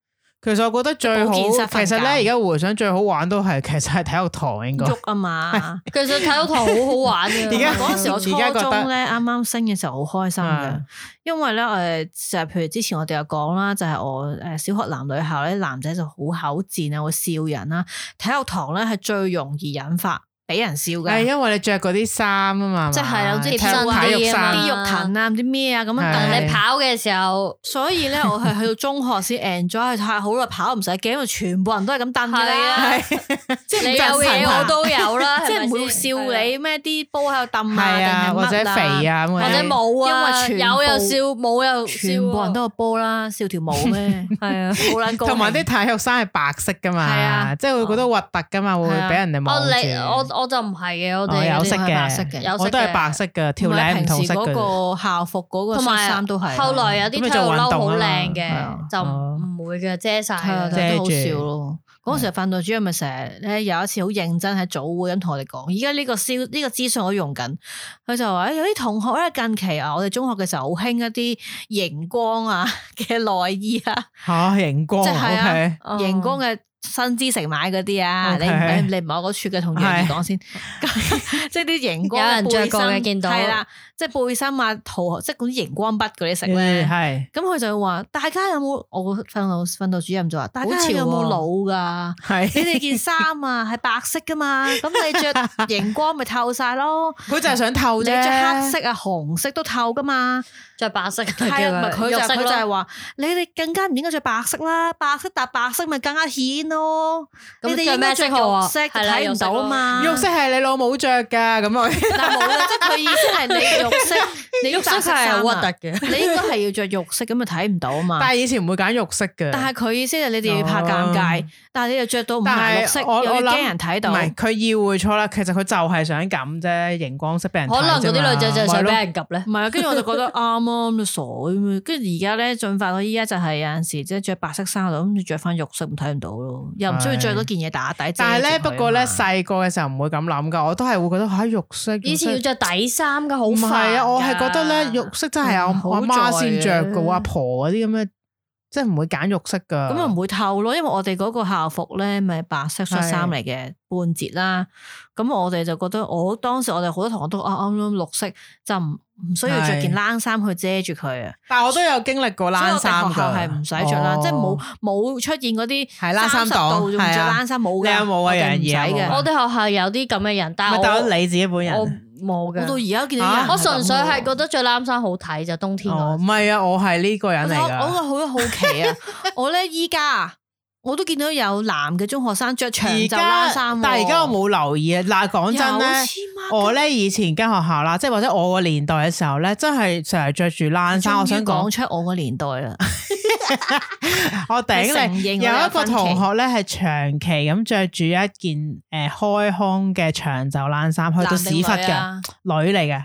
[SPEAKER 2] 其實我覺得最好，
[SPEAKER 3] 保健室
[SPEAKER 2] 其
[SPEAKER 3] 瞓覺
[SPEAKER 2] 實咧而家回想最好玩都係其實係體育堂應該。
[SPEAKER 3] 喐啊嘛。
[SPEAKER 5] 其實體育堂好好 玩嘅。
[SPEAKER 2] 而家
[SPEAKER 3] 嗰陣時我初
[SPEAKER 2] 而家覺得
[SPEAKER 3] 中咧，啱啱升嘅時候好開心
[SPEAKER 2] 啊
[SPEAKER 3] 嘅，因為咧誒，就係譬如之前我哋有講啦，就係我呃誒小學男女校咧，男仔就好口賤啊，會笑人啦。體育堂咧係最容易引發俾人笑
[SPEAKER 2] 係啊
[SPEAKER 3] 嘅，
[SPEAKER 2] 因為你着嗰啲衫啊嘛，
[SPEAKER 5] 即係係啦
[SPEAKER 2] 體
[SPEAKER 5] 即係貼身嗰啲啊
[SPEAKER 2] 體
[SPEAKER 5] 嘛
[SPEAKER 2] 育
[SPEAKER 5] 啊
[SPEAKER 2] 衫
[SPEAKER 3] 啲肉藤啊，唔知咩啊咁樣
[SPEAKER 2] 係
[SPEAKER 3] 但
[SPEAKER 5] 但
[SPEAKER 3] 係
[SPEAKER 5] 你跑嘅時候，
[SPEAKER 3] 所以咧，我係去到中學先 enjoy，太好啦，跑唔使驚，因為全部人都係咁蹬嘅
[SPEAKER 5] 係啊
[SPEAKER 3] 啦，即係
[SPEAKER 5] 你
[SPEAKER 3] 唔振
[SPEAKER 5] 有
[SPEAKER 3] 奮啊
[SPEAKER 5] 嘢我都有啦，
[SPEAKER 3] 即係唔
[SPEAKER 5] 係
[SPEAKER 3] 會
[SPEAKER 5] 咪先
[SPEAKER 3] 笑。你咩啲煲喺度
[SPEAKER 2] 係
[SPEAKER 3] 揼啊，
[SPEAKER 2] 啊，
[SPEAKER 3] 定係
[SPEAKER 2] 或者肥
[SPEAKER 3] 啊，
[SPEAKER 2] 啊，
[SPEAKER 5] 或
[SPEAKER 2] 或
[SPEAKER 5] 者冇啊，
[SPEAKER 3] 因為全部
[SPEAKER 5] 有又笑，冇又笑喎，
[SPEAKER 3] 全部人都有煲啦，笑條毛咩？
[SPEAKER 5] 係啊。
[SPEAKER 3] 好撚高興，
[SPEAKER 2] 同埋啲體育衫係白色噶
[SPEAKER 3] 係
[SPEAKER 2] 嘛，
[SPEAKER 3] 啊
[SPEAKER 2] 即係會覺得核突噶嘛，會
[SPEAKER 3] 係啊
[SPEAKER 2] 俾人哋望
[SPEAKER 5] 我
[SPEAKER 2] 住。
[SPEAKER 5] 哦你我我就唔係嘅，我
[SPEAKER 2] 哦
[SPEAKER 5] 哋
[SPEAKER 2] 有
[SPEAKER 5] 嗰啲
[SPEAKER 2] 色
[SPEAKER 3] 係白色
[SPEAKER 2] 嘅，
[SPEAKER 3] 嘅
[SPEAKER 5] 有色
[SPEAKER 2] 我都係
[SPEAKER 5] 嘅
[SPEAKER 2] 白色嘅，條領唔
[SPEAKER 3] 平
[SPEAKER 2] 同
[SPEAKER 3] 時
[SPEAKER 2] 色
[SPEAKER 3] 嗰
[SPEAKER 2] 嘅。
[SPEAKER 3] 個校服嗰個
[SPEAKER 5] 同
[SPEAKER 3] 恤
[SPEAKER 5] 埋
[SPEAKER 3] 衫都係。
[SPEAKER 5] 後來有
[SPEAKER 2] 咁
[SPEAKER 5] 啲
[SPEAKER 2] 你
[SPEAKER 5] 體
[SPEAKER 2] 做運
[SPEAKER 5] 育褸
[SPEAKER 2] 動
[SPEAKER 5] 好
[SPEAKER 2] 啊嘛
[SPEAKER 5] 靚
[SPEAKER 2] 係啊
[SPEAKER 5] 嘅，就
[SPEAKER 2] 哦
[SPEAKER 5] 唔會嘅遮晒
[SPEAKER 3] 係啊，
[SPEAKER 5] 啦。
[SPEAKER 3] 但係都好
[SPEAKER 2] 遮住
[SPEAKER 3] 少咯。嗰時訓導主任咪成日咧有一次好認真喺早會咁同我哋講，而家呢個消呢個資訊我都用緊。佢就話：誒有啲同學咧近期啊，我哋中學嘅時候好興一啲熒光啊嘅內衣啊，
[SPEAKER 2] 吓熒光
[SPEAKER 3] 即係
[SPEAKER 2] 哦，OK，哦
[SPEAKER 3] 啊熒光嘅新之成買嗰啲啊，你
[SPEAKER 2] OK
[SPEAKER 3] 唔你唔係我嗰處嘅，同楊怡 講先， 咁即係啲熒光
[SPEAKER 5] 有人着
[SPEAKER 3] 背
[SPEAKER 5] 過嘅
[SPEAKER 3] 心
[SPEAKER 5] 見到
[SPEAKER 3] 係啦，即係背心啊，圖即係嗰啲熒光筆嗰啲色咧。
[SPEAKER 2] 係
[SPEAKER 3] 咁佢就會話：大家有冇我個訓導訓導主任就話：
[SPEAKER 2] 啊
[SPEAKER 3] 大家
[SPEAKER 5] 好潮
[SPEAKER 3] 有冇
[SPEAKER 5] 喎
[SPEAKER 3] 腦㗎？你
[SPEAKER 2] 係，
[SPEAKER 3] 哋件衫啊係白色㗎嘛，咁你 着熒光咪透晒咯。
[SPEAKER 2] 佢就係想透
[SPEAKER 3] 你
[SPEAKER 2] 啫。
[SPEAKER 3] 着黑色啊紅色都透㗎嘛。
[SPEAKER 5] 着白色嘅，
[SPEAKER 3] 係啊，唔係佢就
[SPEAKER 5] 肉
[SPEAKER 3] 佢
[SPEAKER 5] 色
[SPEAKER 3] 就係
[SPEAKER 5] 咯。
[SPEAKER 3] 話你哋更加唔應該着白色啦，白色搭白色咪更加顯咯。
[SPEAKER 5] 咁
[SPEAKER 3] 你哋
[SPEAKER 5] 着
[SPEAKER 3] 應
[SPEAKER 5] 咩
[SPEAKER 3] 該
[SPEAKER 5] 色
[SPEAKER 3] 着
[SPEAKER 5] 號
[SPEAKER 3] 肉
[SPEAKER 5] 啊
[SPEAKER 3] 色就
[SPEAKER 5] 係啦
[SPEAKER 3] 睇唔到嘛。
[SPEAKER 2] 肉色係你老母着噶，咁我
[SPEAKER 3] 但冇 啦，即係佢意思係你肉 色，你
[SPEAKER 5] 肉
[SPEAKER 3] 肉
[SPEAKER 5] 色
[SPEAKER 3] 色
[SPEAKER 5] 係
[SPEAKER 3] 衫
[SPEAKER 5] 好核突
[SPEAKER 3] 啊，
[SPEAKER 5] 嘅。
[SPEAKER 3] 你應該係要着肉色咁咪睇唔到啊嘛。
[SPEAKER 2] 但係以前唔會揀肉色嘅。
[SPEAKER 3] 但係佢意思係你哋要怕尷尬，但係你又着到唔
[SPEAKER 2] 但
[SPEAKER 3] 哦係
[SPEAKER 2] 係
[SPEAKER 3] 綠色，
[SPEAKER 2] 我
[SPEAKER 3] 又要
[SPEAKER 2] 我諗
[SPEAKER 3] 驚人睇到
[SPEAKER 2] 唔。係佢要會錯啦，其實佢就係想咁啫，熒光色俾人睇
[SPEAKER 5] 可
[SPEAKER 2] 啫嘛
[SPEAKER 5] 能嗰啲女仔就係想
[SPEAKER 2] 咪
[SPEAKER 5] 俾
[SPEAKER 2] 咯
[SPEAKER 5] 人及咧
[SPEAKER 3] 唔。係啊，跟住我就覺得啱啊，咁就傻咁啊跟住而家咧進化到依家就係有陣時即係着白色衫就咁着翻肉色，咁睇唔到咯，又唔需要着多件嘢打底。
[SPEAKER 2] 但係咧，
[SPEAKER 3] 遮住佢
[SPEAKER 2] 不
[SPEAKER 3] 啊
[SPEAKER 2] 過咧
[SPEAKER 3] 嘛
[SPEAKER 2] 細個嘅時候唔會咁諗噶，我都係會覺得嚇肉色。
[SPEAKER 5] 以前要
[SPEAKER 2] 肉色
[SPEAKER 5] 着底衫噶，好
[SPEAKER 2] 唔係
[SPEAKER 5] 煩
[SPEAKER 2] 啊，
[SPEAKER 5] 㗎
[SPEAKER 2] 我係覺得咧肉色真係
[SPEAKER 3] 嗯
[SPEAKER 2] 我
[SPEAKER 3] 好
[SPEAKER 2] 我阿媽先着
[SPEAKER 3] 在
[SPEAKER 2] 噶，
[SPEAKER 3] 嘅
[SPEAKER 2] 我阿婆嗰啲咁嘅，即係唔會揀肉色噶。
[SPEAKER 3] 咁又唔會透咯，因為我哋嗰個校服咧，咪白色恤衫嚟嘅半截啦。咁我哋就覺得，哦我當時我哋好多同學都啊啱啱綠色，就唔唔需要着件冷衫去遮住佢啊。
[SPEAKER 2] 但係我都有經歷過
[SPEAKER 3] 所以
[SPEAKER 2] 冷
[SPEAKER 3] 我
[SPEAKER 2] 衫
[SPEAKER 3] 哋
[SPEAKER 2] 㗎
[SPEAKER 3] 學校係唔使着啦，
[SPEAKER 2] 哦
[SPEAKER 3] 即係冇冇出現嗰啲
[SPEAKER 2] 係冷衫
[SPEAKER 3] 30
[SPEAKER 2] 黨
[SPEAKER 3] 度仲
[SPEAKER 2] 係
[SPEAKER 3] 着
[SPEAKER 2] 啊
[SPEAKER 3] 冷衫冇
[SPEAKER 2] 你
[SPEAKER 3] 嘅，
[SPEAKER 2] 有冇啊
[SPEAKER 3] 我哋
[SPEAKER 2] 楊
[SPEAKER 3] 唔
[SPEAKER 2] 怡
[SPEAKER 3] 使
[SPEAKER 2] 有冇啊
[SPEAKER 3] 嘅
[SPEAKER 5] 我。哋學校有啲咁嘅人，但
[SPEAKER 2] 咪但係
[SPEAKER 5] 係
[SPEAKER 2] 你自己本
[SPEAKER 5] 我我
[SPEAKER 2] 人。
[SPEAKER 5] 冇
[SPEAKER 3] 啊我到
[SPEAKER 5] 嘅。
[SPEAKER 3] 而家見到有
[SPEAKER 2] 啊
[SPEAKER 3] 人係咁喎，
[SPEAKER 5] 我純粹係覺得着冷衫好睇就冬天嗰陣
[SPEAKER 2] 哦，唔係啊，我係呢個人嚟
[SPEAKER 3] 我我
[SPEAKER 2] 㗎。
[SPEAKER 3] 我好好 奇啊！我咧依家啊我都見到有男嘅中學生着長
[SPEAKER 2] 而
[SPEAKER 3] 袖
[SPEAKER 2] 家
[SPEAKER 3] 冷衫喎，啊
[SPEAKER 2] 但係而家我冇留意啊。嗱，講真咧。
[SPEAKER 3] 咧
[SPEAKER 2] 我咧以前間學校啦，即係或者我個年代嘅時候咧，真係成日着住冷衫。我想
[SPEAKER 3] 講
[SPEAKER 2] 講，
[SPEAKER 3] 出我個年代啦，
[SPEAKER 2] 我頂
[SPEAKER 3] 你
[SPEAKER 2] 你
[SPEAKER 3] 承認
[SPEAKER 2] 有
[SPEAKER 3] 我
[SPEAKER 2] 一
[SPEAKER 3] 有
[SPEAKER 2] 個
[SPEAKER 3] 分歧
[SPEAKER 2] 同學咧係長期咁着住一件誒、呃、開胸嘅長袖冷衫，去到屎忽
[SPEAKER 3] 男定女
[SPEAKER 2] 嘅
[SPEAKER 3] 啊，
[SPEAKER 2] 女嚟嘅。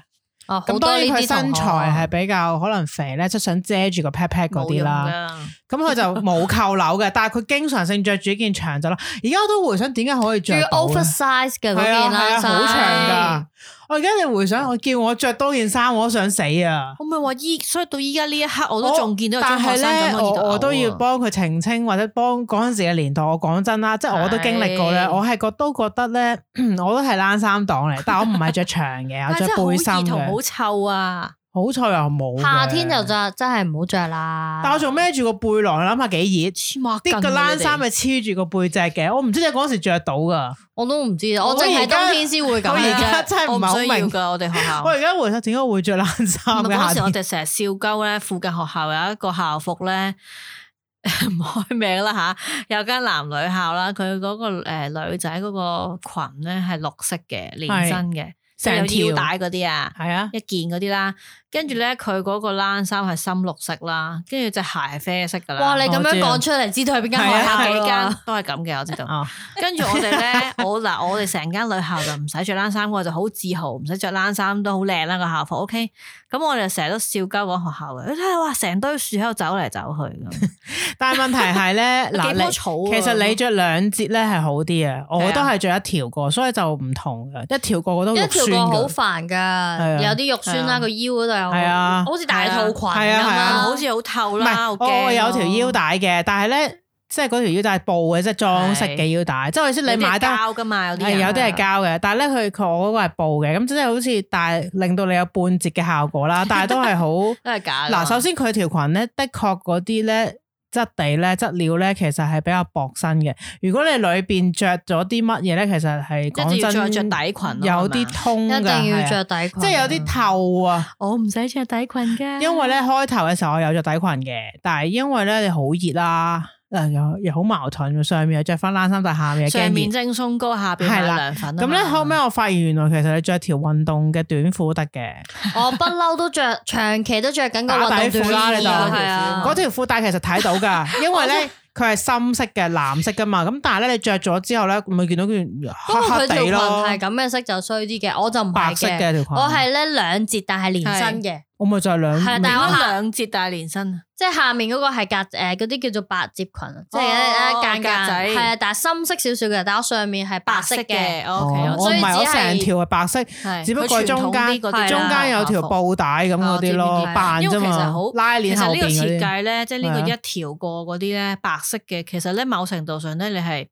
[SPEAKER 5] 哦，好
[SPEAKER 2] 咁
[SPEAKER 5] 多
[SPEAKER 2] 當
[SPEAKER 5] 呢
[SPEAKER 2] 然佢
[SPEAKER 5] 啲
[SPEAKER 2] 身
[SPEAKER 5] 同學
[SPEAKER 2] 材係比較可能肥咧，即係想遮住個 pat pat 嗰啲啦。咁佢就冇扣紐嘅，但係佢經常性着住一件長袖啦。而家我都回想點解可以
[SPEAKER 5] 仲
[SPEAKER 2] 着
[SPEAKER 5] 要
[SPEAKER 2] 到呢
[SPEAKER 5] oversize 嘅嗰
[SPEAKER 2] 係啊
[SPEAKER 5] 件
[SPEAKER 2] 係啊，
[SPEAKER 5] 冷衫，
[SPEAKER 2] 好長㗎。我而家你回想，我叫我着多件衫，我都想死啊！
[SPEAKER 3] 我咪話依，所以到依家呢一刻我都仲見到有
[SPEAKER 2] 哦但
[SPEAKER 3] 中學
[SPEAKER 2] 係
[SPEAKER 3] 生咁
[SPEAKER 2] 咧，
[SPEAKER 3] 樣見到
[SPEAKER 2] 我我都要
[SPEAKER 3] 嘔啊
[SPEAKER 2] 幫佢澄清，或者幫嗰陣時嘅年代。我講真啦，即係我都經歷過咧，
[SPEAKER 5] 係
[SPEAKER 2] 我係覺都覺得咧， 我都係冷衫黨 嚟，但我唔係着長嘅，我
[SPEAKER 3] 但係
[SPEAKER 2] 着
[SPEAKER 3] 真係
[SPEAKER 2] 背
[SPEAKER 3] 好熱
[SPEAKER 2] 心
[SPEAKER 3] 同
[SPEAKER 2] 嘅
[SPEAKER 3] 好。臭啊！
[SPEAKER 2] 好彩又冇嘅
[SPEAKER 5] 夏天就，就真係唔好着啦。
[SPEAKER 2] 但我仲孭住個背囊，諗下幾熱。
[SPEAKER 3] 黐孖筋
[SPEAKER 2] 啲
[SPEAKER 3] 啊
[SPEAKER 2] 個冷衫
[SPEAKER 3] 你哋
[SPEAKER 2] 咪黐住個背脊嘅，我唔知你嗰陣時着到噶。
[SPEAKER 5] 我都唔知啊，
[SPEAKER 2] 我
[SPEAKER 5] 我淨
[SPEAKER 2] 而
[SPEAKER 5] 係
[SPEAKER 2] 家
[SPEAKER 5] 冬天先會咁
[SPEAKER 2] 我而家
[SPEAKER 5] 嘅。
[SPEAKER 2] 真係唔
[SPEAKER 3] 我唔
[SPEAKER 2] 係好
[SPEAKER 3] 需要
[SPEAKER 2] 明。
[SPEAKER 3] 噶，我哋學校
[SPEAKER 2] 我。而家回想點解會着冷衫
[SPEAKER 3] 唔係
[SPEAKER 2] 嘅
[SPEAKER 3] 嗰
[SPEAKER 2] 夏
[SPEAKER 3] 陣時，我
[SPEAKER 2] 天？
[SPEAKER 3] 哋成日笑鳩咧，附近學校有一個校服咧， 唔開名啦吓，有間男女校啦，佢嗰、個誒、呃女仔嗰個裙咧係綠色嘅連身嘅，即係
[SPEAKER 2] 成條
[SPEAKER 3] 有腰帶嗰啲啊。
[SPEAKER 2] 係啊，
[SPEAKER 3] 一件嗰啲啦，跟住
[SPEAKER 2] 嗯
[SPEAKER 3] 咧佢嗰個冷衫係深綠色啦，跟住隻鞋係啡色噶啦。
[SPEAKER 5] 哇！你咁
[SPEAKER 2] 我
[SPEAKER 5] 樣
[SPEAKER 2] 知啊
[SPEAKER 5] 講出嚟，知道係邊間
[SPEAKER 2] 係
[SPEAKER 5] 學
[SPEAKER 2] 啊
[SPEAKER 5] 校
[SPEAKER 3] 有幾間
[SPEAKER 5] 啦。
[SPEAKER 3] 都係咁嘅，我知道。
[SPEAKER 2] 啊，
[SPEAKER 3] 跟住我哋咧，我嗱我哋成間女校就唔使着冷衫，我就好自豪，唔使着冷衫都好靚啦個校服。OK，咁我哋就成日都笑鳩講學校嘅，你睇下哇，成堆樹喺度走嚟走去咁，
[SPEAKER 2] 但係問題係 咧，
[SPEAKER 3] 有
[SPEAKER 2] 嗱
[SPEAKER 3] 幾棵
[SPEAKER 2] 你。
[SPEAKER 3] 草啊。
[SPEAKER 2] 其實你着兩截咧係好啲嘅，我都係着一條過，所以就唔同嘅，一條過個都
[SPEAKER 3] 啊
[SPEAKER 5] 一
[SPEAKER 2] 肉
[SPEAKER 5] 條
[SPEAKER 2] 酸
[SPEAKER 5] 個好
[SPEAKER 2] 嘅。
[SPEAKER 5] 煩
[SPEAKER 2] 啊
[SPEAKER 5] 噶，有啲肉酸
[SPEAKER 3] 係啊
[SPEAKER 5] 啦，個腰嗰度有，
[SPEAKER 2] 係啊
[SPEAKER 5] 好似大套裙
[SPEAKER 2] 係啊
[SPEAKER 5] 咁
[SPEAKER 2] 係啊
[SPEAKER 5] 啦，
[SPEAKER 3] 好似好透
[SPEAKER 2] 唔
[SPEAKER 3] 啦，好
[SPEAKER 2] 係，
[SPEAKER 3] 驚啊
[SPEAKER 2] 我有條腰帶嘅，但係咧，即係嗰條腰帶係布嘅，即係裝飾嘅腰帶。即係我意思，
[SPEAKER 3] 有啲係
[SPEAKER 2] 你買得
[SPEAKER 3] 膠噶嘛，有啲
[SPEAKER 2] 係
[SPEAKER 3] 人啊
[SPEAKER 2] 有啲係膠嘅，但係咧佢佢我嗰個係布嘅，咁即係好似但係令到你有半截嘅效果 啦，但係都係好。
[SPEAKER 3] 都係啊假㗎嘛。
[SPEAKER 2] 嗱，首先佢條裙咧，的確嗰啲咧質地咧質料咧，其實係比較薄身嘅。如果你裏邊着咗啲乜嘢咧，其實係
[SPEAKER 3] 即係
[SPEAKER 2] 講
[SPEAKER 3] 要再
[SPEAKER 2] 真
[SPEAKER 3] 着底裙咯啊
[SPEAKER 2] 有
[SPEAKER 3] 係
[SPEAKER 2] 啲
[SPEAKER 3] 嘛
[SPEAKER 2] 通
[SPEAKER 5] 一
[SPEAKER 2] 㗎
[SPEAKER 5] 定
[SPEAKER 2] 係
[SPEAKER 5] 要
[SPEAKER 2] 啊
[SPEAKER 5] 着 底裙，
[SPEAKER 2] 即係有啲透啊。
[SPEAKER 3] 我唔使着底裙㗎，
[SPEAKER 2] 因為咧開頭嘅時候我有着底裙嘅，但係因為咧你好熱啦，嗱又又好矛盾喎，上面又着翻冷衫，但係下面又
[SPEAKER 3] 上面
[SPEAKER 2] 驚熱。
[SPEAKER 3] 蒸鬆糕，下邊係
[SPEAKER 2] 係啦
[SPEAKER 3] 涼粉啊
[SPEAKER 2] 咁
[SPEAKER 3] 嘛。
[SPEAKER 2] 咧後尾我發現原來其實你着條運動嘅短褲得嘅，
[SPEAKER 5] 我不嬲都着，長期都着緊個運
[SPEAKER 2] 打底
[SPEAKER 5] 動
[SPEAKER 2] 褲啦
[SPEAKER 5] 短
[SPEAKER 2] 你就
[SPEAKER 5] 係啊，
[SPEAKER 2] 嗰條褲帶其實睇到㗎，因為咧佢係深色嘅藍色㗎嘛，咁但係咧你着咗之後咧咪見到件
[SPEAKER 5] 不過
[SPEAKER 2] 黑
[SPEAKER 5] 佢
[SPEAKER 2] 黑
[SPEAKER 5] 條裙
[SPEAKER 2] 地咯，
[SPEAKER 5] 係咁嘅色就衰啲嘅，我就唔
[SPEAKER 2] 白
[SPEAKER 5] 係
[SPEAKER 2] 色嘅
[SPEAKER 5] 嘅，
[SPEAKER 2] 條裙，
[SPEAKER 5] 我係咧兩截但係連身嘅，
[SPEAKER 2] 我咪就係兩
[SPEAKER 5] 係啊但係我
[SPEAKER 3] 咁兩截大連身，啊
[SPEAKER 5] 即係下面嗰個係格誒嗰啲叫做白接裙，啊即係
[SPEAKER 3] 哦
[SPEAKER 5] 一間間
[SPEAKER 3] 格仔
[SPEAKER 5] 係啊，但係深色少少嘅，但係我上面係白色嘅，
[SPEAKER 2] 哦
[SPEAKER 3] ，OK，
[SPEAKER 2] 我唔
[SPEAKER 5] 所以
[SPEAKER 2] 係
[SPEAKER 5] 只
[SPEAKER 2] 我
[SPEAKER 5] 係
[SPEAKER 2] 成條係白色，
[SPEAKER 3] 係
[SPEAKER 2] 只不過
[SPEAKER 3] 佢傳
[SPEAKER 2] 中間
[SPEAKER 3] 統啲嗰啲
[SPEAKER 4] 啊
[SPEAKER 5] 係啦
[SPEAKER 2] 中間有條
[SPEAKER 3] 校服
[SPEAKER 2] 布帶咁嗰啲
[SPEAKER 3] 哦
[SPEAKER 2] 咯
[SPEAKER 3] 知邊啲，
[SPEAKER 2] 扮啫
[SPEAKER 3] 因為其實
[SPEAKER 2] 嘛
[SPEAKER 3] 好，
[SPEAKER 2] 拉
[SPEAKER 3] 其
[SPEAKER 2] 鏈
[SPEAKER 3] 實
[SPEAKER 2] 後
[SPEAKER 3] 呢個
[SPEAKER 2] 邊嗰
[SPEAKER 3] 設
[SPEAKER 2] 啲。
[SPEAKER 3] 計咧，即係呢
[SPEAKER 2] 係啊
[SPEAKER 3] 個一條過嗰啲咧，白色嘅，其實咧某程度上咧，你係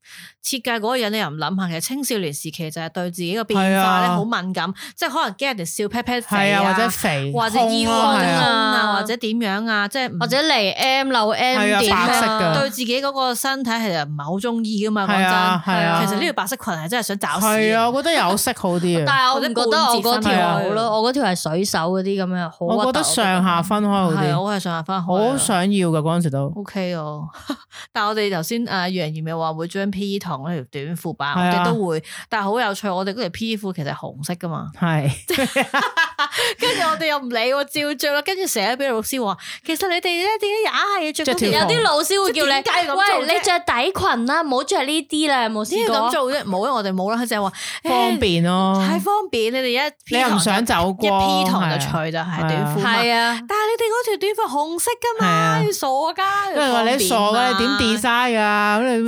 [SPEAKER 3] 設計嗰個人，你又唔諗下，其實青少年時期就係對自己嘅變
[SPEAKER 2] 係
[SPEAKER 3] 化
[SPEAKER 2] 啊
[SPEAKER 3] 咧好敏感，即係可能驚人哋笑 pat
[SPEAKER 2] 係
[SPEAKER 3] pat 肥
[SPEAKER 2] 啊，
[SPEAKER 3] 啊，
[SPEAKER 2] 或者肥，
[SPEAKER 3] 或者
[SPEAKER 2] 胸
[SPEAKER 3] 腰
[SPEAKER 2] 啊係啊，
[SPEAKER 3] 啊，
[SPEAKER 5] 啊
[SPEAKER 3] 或者點樣啊，即係呃
[SPEAKER 5] 或者嚟 M 漏 M
[SPEAKER 2] 嗯係啊
[SPEAKER 5] 點
[SPEAKER 2] 白色
[SPEAKER 5] 啊
[SPEAKER 2] 㗎
[SPEAKER 3] 對自己嗰個身體係唔係好中意噶嘛？講
[SPEAKER 2] 係啊，
[SPEAKER 3] 真，
[SPEAKER 2] 係啊，
[SPEAKER 3] 其實呢條白色裙係真係想找屎
[SPEAKER 2] 係啊，我覺得有色好 啲啊。
[SPEAKER 5] 但係我唔覺得我
[SPEAKER 2] 或者半截分
[SPEAKER 5] 嗰條好
[SPEAKER 2] 開啊
[SPEAKER 5] 咯，我嗰條係水手嗰啲咁樣，好
[SPEAKER 2] 我覺得上下分開好
[SPEAKER 3] 係啊，
[SPEAKER 2] 啲，
[SPEAKER 3] 我係上下翻
[SPEAKER 2] 我好想要嘅嗰陣時都
[SPEAKER 3] O K 哦， 但係我哋頭先阿楊怡咪話會將 P E 堂嗰條短褲擺，我
[SPEAKER 2] 係啊
[SPEAKER 3] 哋都會，但係好有趣，我哋嗰條 P E 褲其實係紅色 噶嘛，
[SPEAKER 2] 係
[SPEAKER 3] 跟住我哋又唔理喎，照着啦，跟住成日俾老師話，其實你哋咧點解硬係要着
[SPEAKER 2] 着
[SPEAKER 3] 嗰
[SPEAKER 2] 條
[SPEAKER 5] 有
[SPEAKER 3] 條
[SPEAKER 2] 褲
[SPEAKER 5] 啲老師會叫你，
[SPEAKER 3] 即係點解要咁做啫
[SPEAKER 5] 喂，你着底裙啦，唔好着呢啲啦，有冇
[SPEAKER 3] 點
[SPEAKER 5] 試
[SPEAKER 3] 解要咁
[SPEAKER 5] 過？
[SPEAKER 3] 做啫？冇啊，我哋冇啦，佢就係話
[SPEAKER 2] 方，便咯。
[SPEAKER 3] 誒太方便，你哋一 P
[SPEAKER 2] 你又唔
[SPEAKER 3] 堂
[SPEAKER 2] 想
[SPEAKER 3] 就
[SPEAKER 2] 走
[SPEAKER 3] 一
[SPEAKER 2] 光
[SPEAKER 3] P E 堂就除
[SPEAKER 2] 係啊
[SPEAKER 3] 就
[SPEAKER 2] 係
[SPEAKER 3] 係
[SPEAKER 2] 啊
[SPEAKER 3] 短褲嘛，
[SPEAKER 5] 係啊，
[SPEAKER 3] 但係你哋嗰條短褲紅色噶
[SPEAKER 2] 係
[SPEAKER 3] 嘛，
[SPEAKER 2] 啊
[SPEAKER 3] 你傻噶，
[SPEAKER 2] 因為話你傻嘅，你點
[SPEAKER 3] 方便 嘛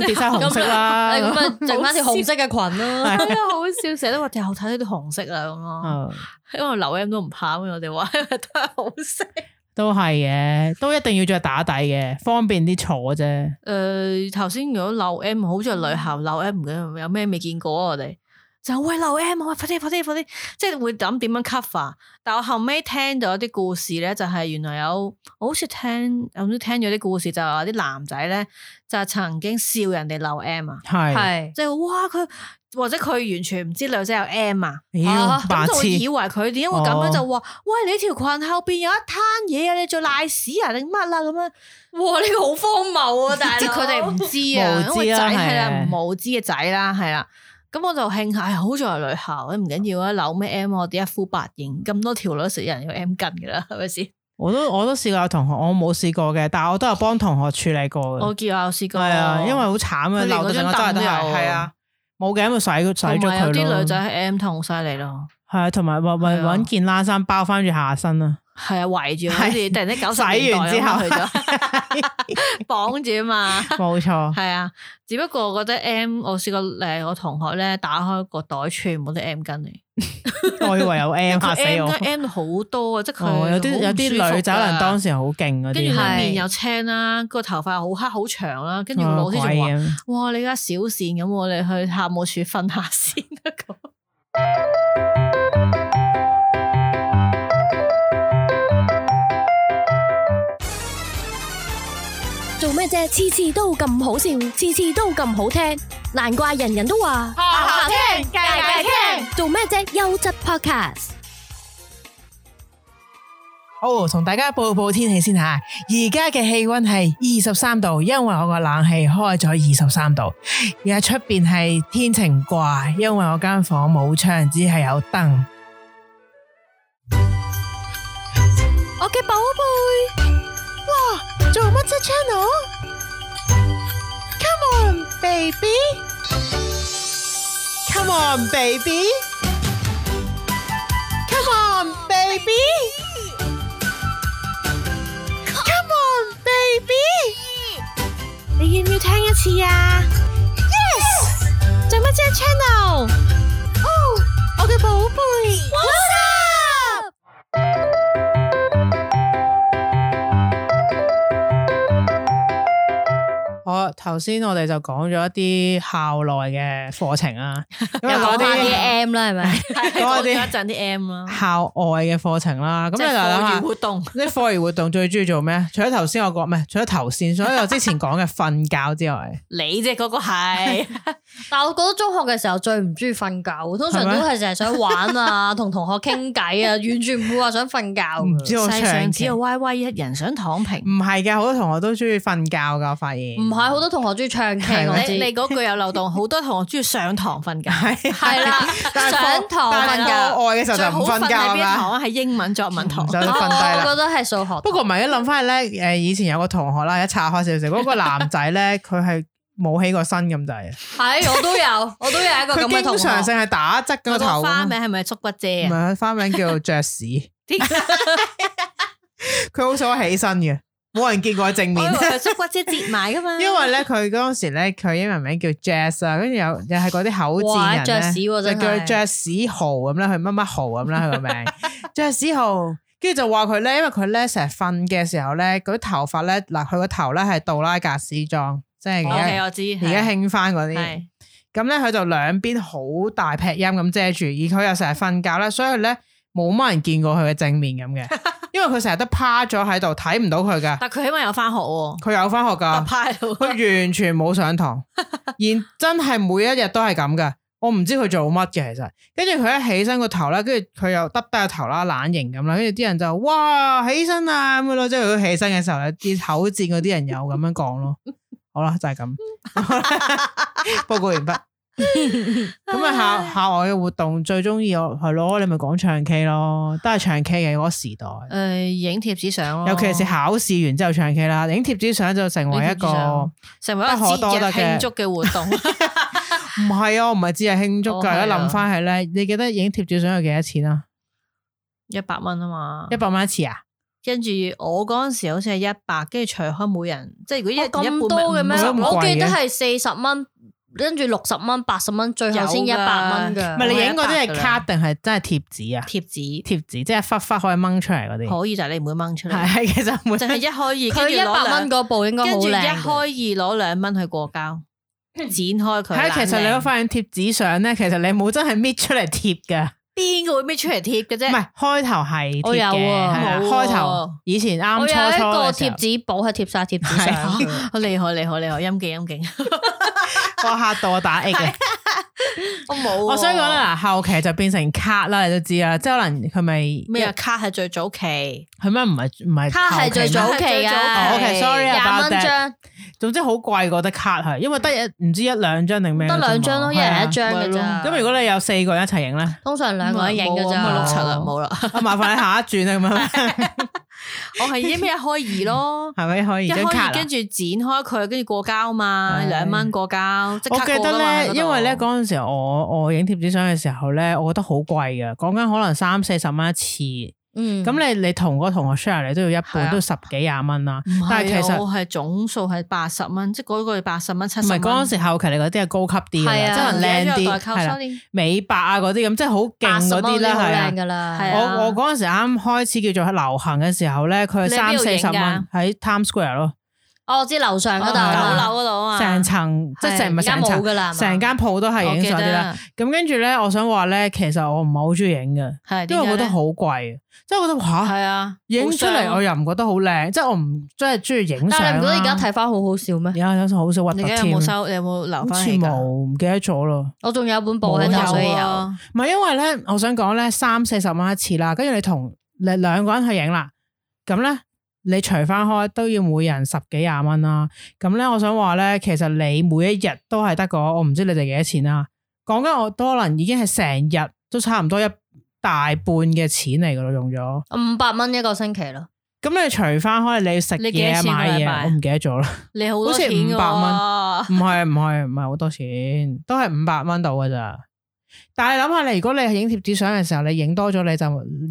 [SPEAKER 2] design 噶？咁你 design 紅色啦。
[SPEAKER 5] 咁 咪整翻條紅色嘅裙咯。
[SPEAKER 3] 啊係啊，好笑，成日都話條後睇到啲紅色啊啦咁咯。
[SPEAKER 2] 嗯
[SPEAKER 3] 因為留 M 都唔怕，因為我哋話 因為都係好色。
[SPEAKER 2] 都係嘅，都一定要着打底嘅，方便啲坐啫。
[SPEAKER 3] 誒頭先如果留 M，好似係女校留 M 嘅，有咩未見過啊？我哋就喂留 M，喂快啲快啲快啲，即係會諗點樣 cover。但我後尾聽到一啲故事咧，就係原來有我好似聽，我唔知聽咗啲故事，就話啲男仔咧就係曾經笑人哋留 M 啊，
[SPEAKER 2] 係，
[SPEAKER 5] 係
[SPEAKER 3] 即係哇佢或者佢完全唔知女仔有 M 啊。
[SPEAKER 2] 妖
[SPEAKER 5] 啊
[SPEAKER 2] 白
[SPEAKER 3] 咁就會以
[SPEAKER 2] 痴，
[SPEAKER 3] 為佢點解會咁樣
[SPEAKER 2] 哦
[SPEAKER 3] 就話，喂你條裙後邊有一攤嘢啊，你做賴屎啊定乜啦咁樣，
[SPEAKER 5] 哇，呢個好荒謬啊！但
[SPEAKER 3] 即
[SPEAKER 5] 係
[SPEAKER 3] 係佢哋唔知啊，因
[SPEAKER 2] 無知
[SPEAKER 3] 為
[SPEAKER 2] 啦
[SPEAKER 3] 仔係啦
[SPEAKER 2] 係，
[SPEAKER 3] 無知嘅仔啦，係啦。咁我就慶幸，唉好在係女校，唔緊要啊，扭咩 M 我哋一呼百應，咁多條女食人有 M 巾噶啦，係咪先？
[SPEAKER 2] 我都我都試過有同學，我冇試過嘅，但係我都有幫同學處理過嘅。
[SPEAKER 3] 我見我有試過，
[SPEAKER 2] 係啊，因為好慘啊，
[SPEAKER 3] 佢連
[SPEAKER 2] 漏
[SPEAKER 3] 嗰
[SPEAKER 2] 到
[SPEAKER 3] 張
[SPEAKER 2] 成個周圍都
[SPEAKER 3] 凳都有
[SPEAKER 2] 係，係啊，冇嘅，咪洗洗咗
[SPEAKER 3] 同埋有
[SPEAKER 2] 佢
[SPEAKER 3] 啲
[SPEAKER 2] 咯。
[SPEAKER 3] 女仔係 M 痛好犀利咯，
[SPEAKER 2] 係啊，同埋揾
[SPEAKER 3] 係啊
[SPEAKER 2] 揾件冷衫包翻住下身啦。
[SPEAKER 3] 係啊圍住，好似突然間九
[SPEAKER 2] 洗
[SPEAKER 3] 十年代
[SPEAKER 2] 完之
[SPEAKER 3] 咁
[SPEAKER 2] 後
[SPEAKER 3] 樣去咗。綁住啊嘛。
[SPEAKER 2] 冇 錯，
[SPEAKER 3] 係啊，只不過我覺得 M，我試過誒，我同學咧打開個袋，全部都 M 巾嚟，
[SPEAKER 2] 我以為有 M 嚇死
[SPEAKER 3] 佢 M
[SPEAKER 2] 我
[SPEAKER 3] 巾。M 到好多啊，即係
[SPEAKER 2] 哦，
[SPEAKER 3] 佢
[SPEAKER 2] 有啲有啲女仔可能當
[SPEAKER 3] 時，
[SPEAKER 2] 時好勁嗰
[SPEAKER 3] 啊跟住
[SPEAKER 2] 啲，
[SPEAKER 5] 係
[SPEAKER 3] 面又青啦，個頭髮好黑好長啦，跟住
[SPEAKER 2] 哦
[SPEAKER 3] 我老師仲話。
[SPEAKER 2] 話
[SPEAKER 3] 哇！你而家小善咁，我哋去校務處瞓下先啦。咁
[SPEAKER 4] 做咩啫？次次都咁好笑，次次都咁好聽，難怪人人都話
[SPEAKER 3] 下聽，界界聽。
[SPEAKER 4] 做咩啫？優質 podcast。
[SPEAKER 2] 好，同大家報報天氣先吓。而家嘅氣温係二十三度，因為我個冷氣開咗二十三度。而家出邊係天晴掛，因為我間房冇窗，只係有燈。
[SPEAKER 4] 我嘅寶貝，
[SPEAKER 2] 做乜啫，channel？Come on baby，Come on baby，Come on baby，Come on baby。
[SPEAKER 4] 你要唔要聽一次啊？Yes，做乜啫？Channel，哦，Oh. 我嘅寶貝，What's up？
[SPEAKER 2] 我頭先我哋就講咗一啲校內嘅課程 啊，咁
[SPEAKER 5] 又
[SPEAKER 2] 啊
[SPEAKER 5] 講
[SPEAKER 2] 講
[SPEAKER 5] 下啲
[SPEAKER 2] 啲
[SPEAKER 5] M 啦，係咪？
[SPEAKER 2] 講
[SPEAKER 3] 講
[SPEAKER 2] 啲
[SPEAKER 3] 咗一陣啲 M 啦，
[SPEAKER 2] 校外嘅課程啦。咁
[SPEAKER 3] 哦即
[SPEAKER 2] 你就
[SPEAKER 3] 係
[SPEAKER 2] 諗
[SPEAKER 3] 課
[SPEAKER 2] 下
[SPEAKER 3] 餘，活動。
[SPEAKER 2] 啲課餘活動最中意做咩？除咗頭先我講，唔係除咗頭先，所以我之前講嘅瞓覺之 外，
[SPEAKER 3] 你啫，嗰 個係
[SPEAKER 5] 但我覺得中學嘅時候最唔中意瞓覺，通常
[SPEAKER 2] 係咩
[SPEAKER 5] 都係成日想玩
[SPEAKER 4] à,
[SPEAKER 5] 啊，同同學傾偈啊，完全唔會話想瞓覺㗎。
[SPEAKER 2] 唔知我
[SPEAKER 3] 世上
[SPEAKER 2] 長
[SPEAKER 3] 只
[SPEAKER 2] 期
[SPEAKER 3] 有 Y Y 一人想躺平
[SPEAKER 2] 唔。係嘅，好多同學都中意瞓覺㗎，我發現。
[SPEAKER 5] 唔係好多同學中意唱 K，
[SPEAKER 2] 係
[SPEAKER 5] 我
[SPEAKER 2] 咪
[SPEAKER 5] 知
[SPEAKER 3] 你你嗰句有漏洞，好多同學中意上堂瞓覺，
[SPEAKER 5] 係啦，
[SPEAKER 2] 啊但係課
[SPEAKER 5] 上堂
[SPEAKER 2] 但係
[SPEAKER 5] 瞓覺。
[SPEAKER 2] 課外嘅時候
[SPEAKER 3] 最
[SPEAKER 2] 就
[SPEAKER 3] 好
[SPEAKER 2] 唔瞓
[SPEAKER 3] 瞓
[SPEAKER 2] 覺
[SPEAKER 3] 喺邊
[SPEAKER 2] 啦
[SPEAKER 3] 堂。啊？係英文作文堂
[SPEAKER 2] 唔。想
[SPEAKER 5] 我
[SPEAKER 2] 瞓低啦
[SPEAKER 5] 啊我覺得係數學。
[SPEAKER 2] 不過唔係一諗翻咧，誒以前有個同學啦，一拆開少少，嗰個男仔咧，佢係冇起過身咁滯，
[SPEAKER 5] 係我都有，我都有一個咁
[SPEAKER 2] 佢
[SPEAKER 5] 嘅
[SPEAKER 2] 經
[SPEAKER 5] 同學。
[SPEAKER 2] 常性係打側個
[SPEAKER 3] 佢個
[SPEAKER 2] 頭
[SPEAKER 3] 花
[SPEAKER 2] 咁。
[SPEAKER 3] 名係咪縮骨
[SPEAKER 2] 唔
[SPEAKER 3] 姐啊？
[SPEAKER 2] 係，花名叫爵 士。佢好想起身嘅，冇人見過佢正
[SPEAKER 3] 我以
[SPEAKER 2] 面
[SPEAKER 3] 為。佢縮骨姐折埋噶嘛。
[SPEAKER 2] 因為咧，佢嗰陣時咧，佢英文名叫 Jazz 啊，跟住有又係嗰啲口
[SPEAKER 5] 哇
[SPEAKER 2] 賤人
[SPEAKER 5] 爵士
[SPEAKER 2] 咧，
[SPEAKER 5] 喎
[SPEAKER 2] 就
[SPEAKER 5] 真
[SPEAKER 2] 叫佢
[SPEAKER 5] 係
[SPEAKER 2] Jazz 豪咁啦，佢乜乜豪咁啦，佢個名 Jazz 豪。跟住就話佢咧，因為佢咧成日瞓嘅時候咧，嗰啲頭髮咧，嗱佢個頭咧係杜拉格斯裝，即係而
[SPEAKER 3] OK，
[SPEAKER 2] 家
[SPEAKER 3] 我知。
[SPEAKER 2] 而家
[SPEAKER 3] 哦啊係
[SPEAKER 2] 興翻嗰啲。
[SPEAKER 3] 係
[SPEAKER 2] 咁咧佢就兩邊好大劈音咁遮住，而佢又成日瞓覺咧，所以咧冇乜人見過佢嘅正面咁嘅，因為佢成日都趴咗喺度，睇唔到佢噶。
[SPEAKER 3] 但佢起碼有翻學喎，
[SPEAKER 2] 佢有翻學
[SPEAKER 3] 特
[SPEAKER 2] 噶，
[SPEAKER 3] 派喎
[SPEAKER 2] 佢 完全冇上堂，而真係每一日都係咁噶。我唔知佢做乜嘅其實，跟住佢一起身個頭啦，跟住佢又耷低個頭啦，懶型咁啦，跟住啲人就哇起身啊咁樣咯，即係佢起身嘅時候咧，啲口賤嗰啲人有咁樣講 咯。好啦，就係咁，報告完畢。咁啊，校校外嘅活動最中意我係咯，你咪講唱 K 咯，都係唱 K 嘅嗰個時代，
[SPEAKER 3] 誒影貼紙相咯，
[SPEAKER 2] 尤其是考試完之後唱 K 啦，影貼紙相就成為一
[SPEAKER 3] 影貼紙
[SPEAKER 2] 個
[SPEAKER 3] 相。成為一個
[SPEAKER 2] 不可多
[SPEAKER 3] 節日
[SPEAKER 2] 得嘅
[SPEAKER 3] 慶祝嘅活動，
[SPEAKER 2] 唔係啊，我唔係只係慶祝
[SPEAKER 3] 哦
[SPEAKER 2] 噶。而
[SPEAKER 3] 係
[SPEAKER 2] 家
[SPEAKER 3] 啊
[SPEAKER 2] 諗翻起咧，你記得影貼紙相要幾多錢啊？
[SPEAKER 3] 一百蚊啊嘛
[SPEAKER 2] 一。百蚊一次啊？
[SPEAKER 3] 跟住我嗰陣時好似係一百，跟住除開每人，即係如果一
[SPEAKER 5] 我
[SPEAKER 3] 一
[SPEAKER 5] 哦咁多嘅咩？
[SPEAKER 2] 唔係咁貴嘅
[SPEAKER 5] 我記得係四十蚊，跟住六十蚊、八十蚊，最後先一
[SPEAKER 3] 有㗎
[SPEAKER 5] 百蚊
[SPEAKER 2] 唔
[SPEAKER 5] 㗎。
[SPEAKER 2] 係你
[SPEAKER 3] 我
[SPEAKER 2] 影嗰啲
[SPEAKER 3] 哦一百㗎
[SPEAKER 2] 係
[SPEAKER 3] 啦
[SPEAKER 2] 卡定係真係貼紙啊？
[SPEAKER 3] 貼紙
[SPEAKER 2] 貼紙即係忽忽可以掹出嚟嗰啲。
[SPEAKER 3] 可以，但係你唔會掹出嚟，
[SPEAKER 2] 係其實每
[SPEAKER 3] 哦就係一開二，
[SPEAKER 5] 佢
[SPEAKER 3] 跟
[SPEAKER 5] 一
[SPEAKER 3] 住攞
[SPEAKER 5] 百
[SPEAKER 3] 兩
[SPEAKER 5] 蚊嗰部應該好
[SPEAKER 3] 跟住一
[SPEAKER 5] 靚
[SPEAKER 3] 開
[SPEAKER 5] 嘅。嗯
[SPEAKER 3] 二攞兩蚊去過膠，剪開
[SPEAKER 5] 啊
[SPEAKER 3] 佢。
[SPEAKER 2] 係其實你
[SPEAKER 3] 懶
[SPEAKER 2] 會
[SPEAKER 3] 靚
[SPEAKER 2] 發現貼紙相咧，其實你冇真係搣出嚟貼㗎。
[SPEAKER 3] 邊個會搣出嚟貼嘅啫？
[SPEAKER 2] 唔係開頭係貼嘅
[SPEAKER 5] 我有喎
[SPEAKER 2] 係啦
[SPEAKER 3] 啊冇喎
[SPEAKER 2] 開頭以前啱
[SPEAKER 5] 我有
[SPEAKER 2] 初初
[SPEAKER 5] 一個
[SPEAKER 2] 嘅時
[SPEAKER 5] 貼
[SPEAKER 2] 候
[SPEAKER 5] 紙簿係貼晒貼紙
[SPEAKER 2] 係
[SPEAKER 5] 上
[SPEAKER 2] 啊。
[SPEAKER 3] 好厲害厲害厲害，陰勁陰勁，
[SPEAKER 2] 我嚇到我打 A 嘅。
[SPEAKER 3] 我冇喎。
[SPEAKER 2] 我想講咧，嗱後期就變成卡啦，你都知啦，即係可能佢咪
[SPEAKER 3] 咩啊？卡係最早期，
[SPEAKER 2] 佢咩唔係唔係
[SPEAKER 5] 卡係最
[SPEAKER 2] 後期咩
[SPEAKER 3] 最
[SPEAKER 5] 早期
[SPEAKER 3] 早
[SPEAKER 5] 㗎
[SPEAKER 3] 期哦，OK，sorry
[SPEAKER 5] 廿
[SPEAKER 2] about
[SPEAKER 5] 蚊
[SPEAKER 2] that
[SPEAKER 5] 張，
[SPEAKER 2] 總之好貴嗰啲卡係，因為得一唔知一兩張定咩，
[SPEAKER 5] 得兩張咯，一人一
[SPEAKER 2] 係
[SPEAKER 5] 張㗎
[SPEAKER 2] 啊。
[SPEAKER 5] 咋。
[SPEAKER 2] 咁如果你有四個人一齊影咧，
[SPEAKER 5] 通常兩個人影㗎
[SPEAKER 3] 冇啊冇啊
[SPEAKER 5] 咋，
[SPEAKER 3] 六七啦，冇啦。
[SPEAKER 2] 啊麻煩你下一轉啦咁樣，。
[SPEAKER 3] 我係一咩一開二咯
[SPEAKER 2] 係咪可以
[SPEAKER 3] 一
[SPEAKER 2] 張
[SPEAKER 3] 開
[SPEAKER 2] 卡
[SPEAKER 3] 二
[SPEAKER 2] 啊？
[SPEAKER 3] 跟住剪開佢，跟住過膠嘛，
[SPEAKER 2] 係
[SPEAKER 3] 兩蚊過膠，即刻
[SPEAKER 2] 我記
[SPEAKER 3] 過
[SPEAKER 2] 得
[SPEAKER 3] 㗎嘛
[SPEAKER 2] 咧，因為咧
[SPEAKER 3] 嗰度
[SPEAKER 2] 嗰陣時我我影貼紙相嘅時候咧，我覺得好貴嘅，講緊可能三四十蚊一次，
[SPEAKER 5] 嗯，
[SPEAKER 2] 咁你你同個同學 share 你都要一
[SPEAKER 3] 係
[SPEAKER 2] 半
[SPEAKER 3] 啊
[SPEAKER 2] 都十幾廿蚊啦。
[SPEAKER 3] 唔
[SPEAKER 2] 但
[SPEAKER 3] 係
[SPEAKER 2] 係其實
[SPEAKER 3] 啊我係總數係八十蚊，即係嗰個八十蚊七
[SPEAKER 2] 唔
[SPEAKER 3] 十
[SPEAKER 2] 係
[SPEAKER 3] 蚊。
[SPEAKER 2] 嗰陣時後期你嗰啲係高級啲嘅，即係可能靚啲，係啦，美白啊嗰啲咁，即係好勁嗰啲啦，
[SPEAKER 5] 好
[SPEAKER 2] 係啊
[SPEAKER 5] 靚。噶啦，
[SPEAKER 3] 係啊
[SPEAKER 2] 我我嗰陣時啱開始叫做喺流行嘅時候咧，佢係
[SPEAKER 5] 你喺邊
[SPEAKER 2] 三
[SPEAKER 5] 度
[SPEAKER 2] 四十
[SPEAKER 5] 影
[SPEAKER 2] 蚊
[SPEAKER 5] 㗎
[SPEAKER 2] 喺 Times Square 咯，
[SPEAKER 5] 哦我知樓上嗰度
[SPEAKER 2] 啊
[SPEAKER 3] 九
[SPEAKER 5] 啊
[SPEAKER 3] 樓嗰度啊嘛，
[SPEAKER 2] 成層即係成唔
[SPEAKER 5] 而
[SPEAKER 2] 係
[SPEAKER 5] 家
[SPEAKER 2] 成
[SPEAKER 5] 冇
[SPEAKER 2] 層，
[SPEAKER 5] 噶啦，係嘛
[SPEAKER 2] 成間鋪都係影相啲啦。咁跟住咧，我想話咧，其實我唔係好中意影嘅，
[SPEAKER 3] 係
[SPEAKER 2] 因為我覺
[SPEAKER 3] 覺
[SPEAKER 2] 得好貴，即係我覺得吓
[SPEAKER 3] 係啊，
[SPEAKER 2] 影出嚟我
[SPEAKER 3] 又
[SPEAKER 2] 又唔覺得好靚，即係我唔真係中意影相啦。
[SPEAKER 5] 但係你唔覺得而家睇翻好好笑咩
[SPEAKER 2] 而？家有好少核突
[SPEAKER 3] 你而家有
[SPEAKER 2] 添
[SPEAKER 3] 冇，收？你有冇留
[SPEAKER 2] 好
[SPEAKER 3] 翻
[SPEAKER 2] 似冇，唔記得咗咯。
[SPEAKER 5] 我仲有本簿喺度，
[SPEAKER 2] 冇
[SPEAKER 5] 所以
[SPEAKER 3] 有
[SPEAKER 5] 有。
[SPEAKER 3] 啊，
[SPEAKER 2] 唔係因為咧，我想講咧，三四十蚊一次啦，跟住你同你兩個人去影啦，咁咧你除翻開都要每人十幾廿蚊啦。咁咧，我想話咧，其實你每一日都係得個，我唔知你哋幾多錢啦。講緊我多能已經係成日都差唔多一大半嘅錢嚟噶咯，用咗。
[SPEAKER 5] 五百蚊一個星期咯，
[SPEAKER 2] 咁你除翻開，你要食
[SPEAKER 3] 你幾
[SPEAKER 2] 嘢
[SPEAKER 3] 多
[SPEAKER 2] 啊
[SPEAKER 3] 錢個
[SPEAKER 2] 買
[SPEAKER 3] 禮
[SPEAKER 2] 嘢
[SPEAKER 3] 拜
[SPEAKER 2] 啊，我唔記得咗啦。
[SPEAKER 3] 你好多
[SPEAKER 2] 好似
[SPEAKER 3] 錢㗎
[SPEAKER 2] 五百蚊
[SPEAKER 3] 喎
[SPEAKER 2] 唔係唔係唔係好多錢，都係五百蚊到㗎咋。但係諗下你，如果你係影貼紙相嘅時候，你影多咗你就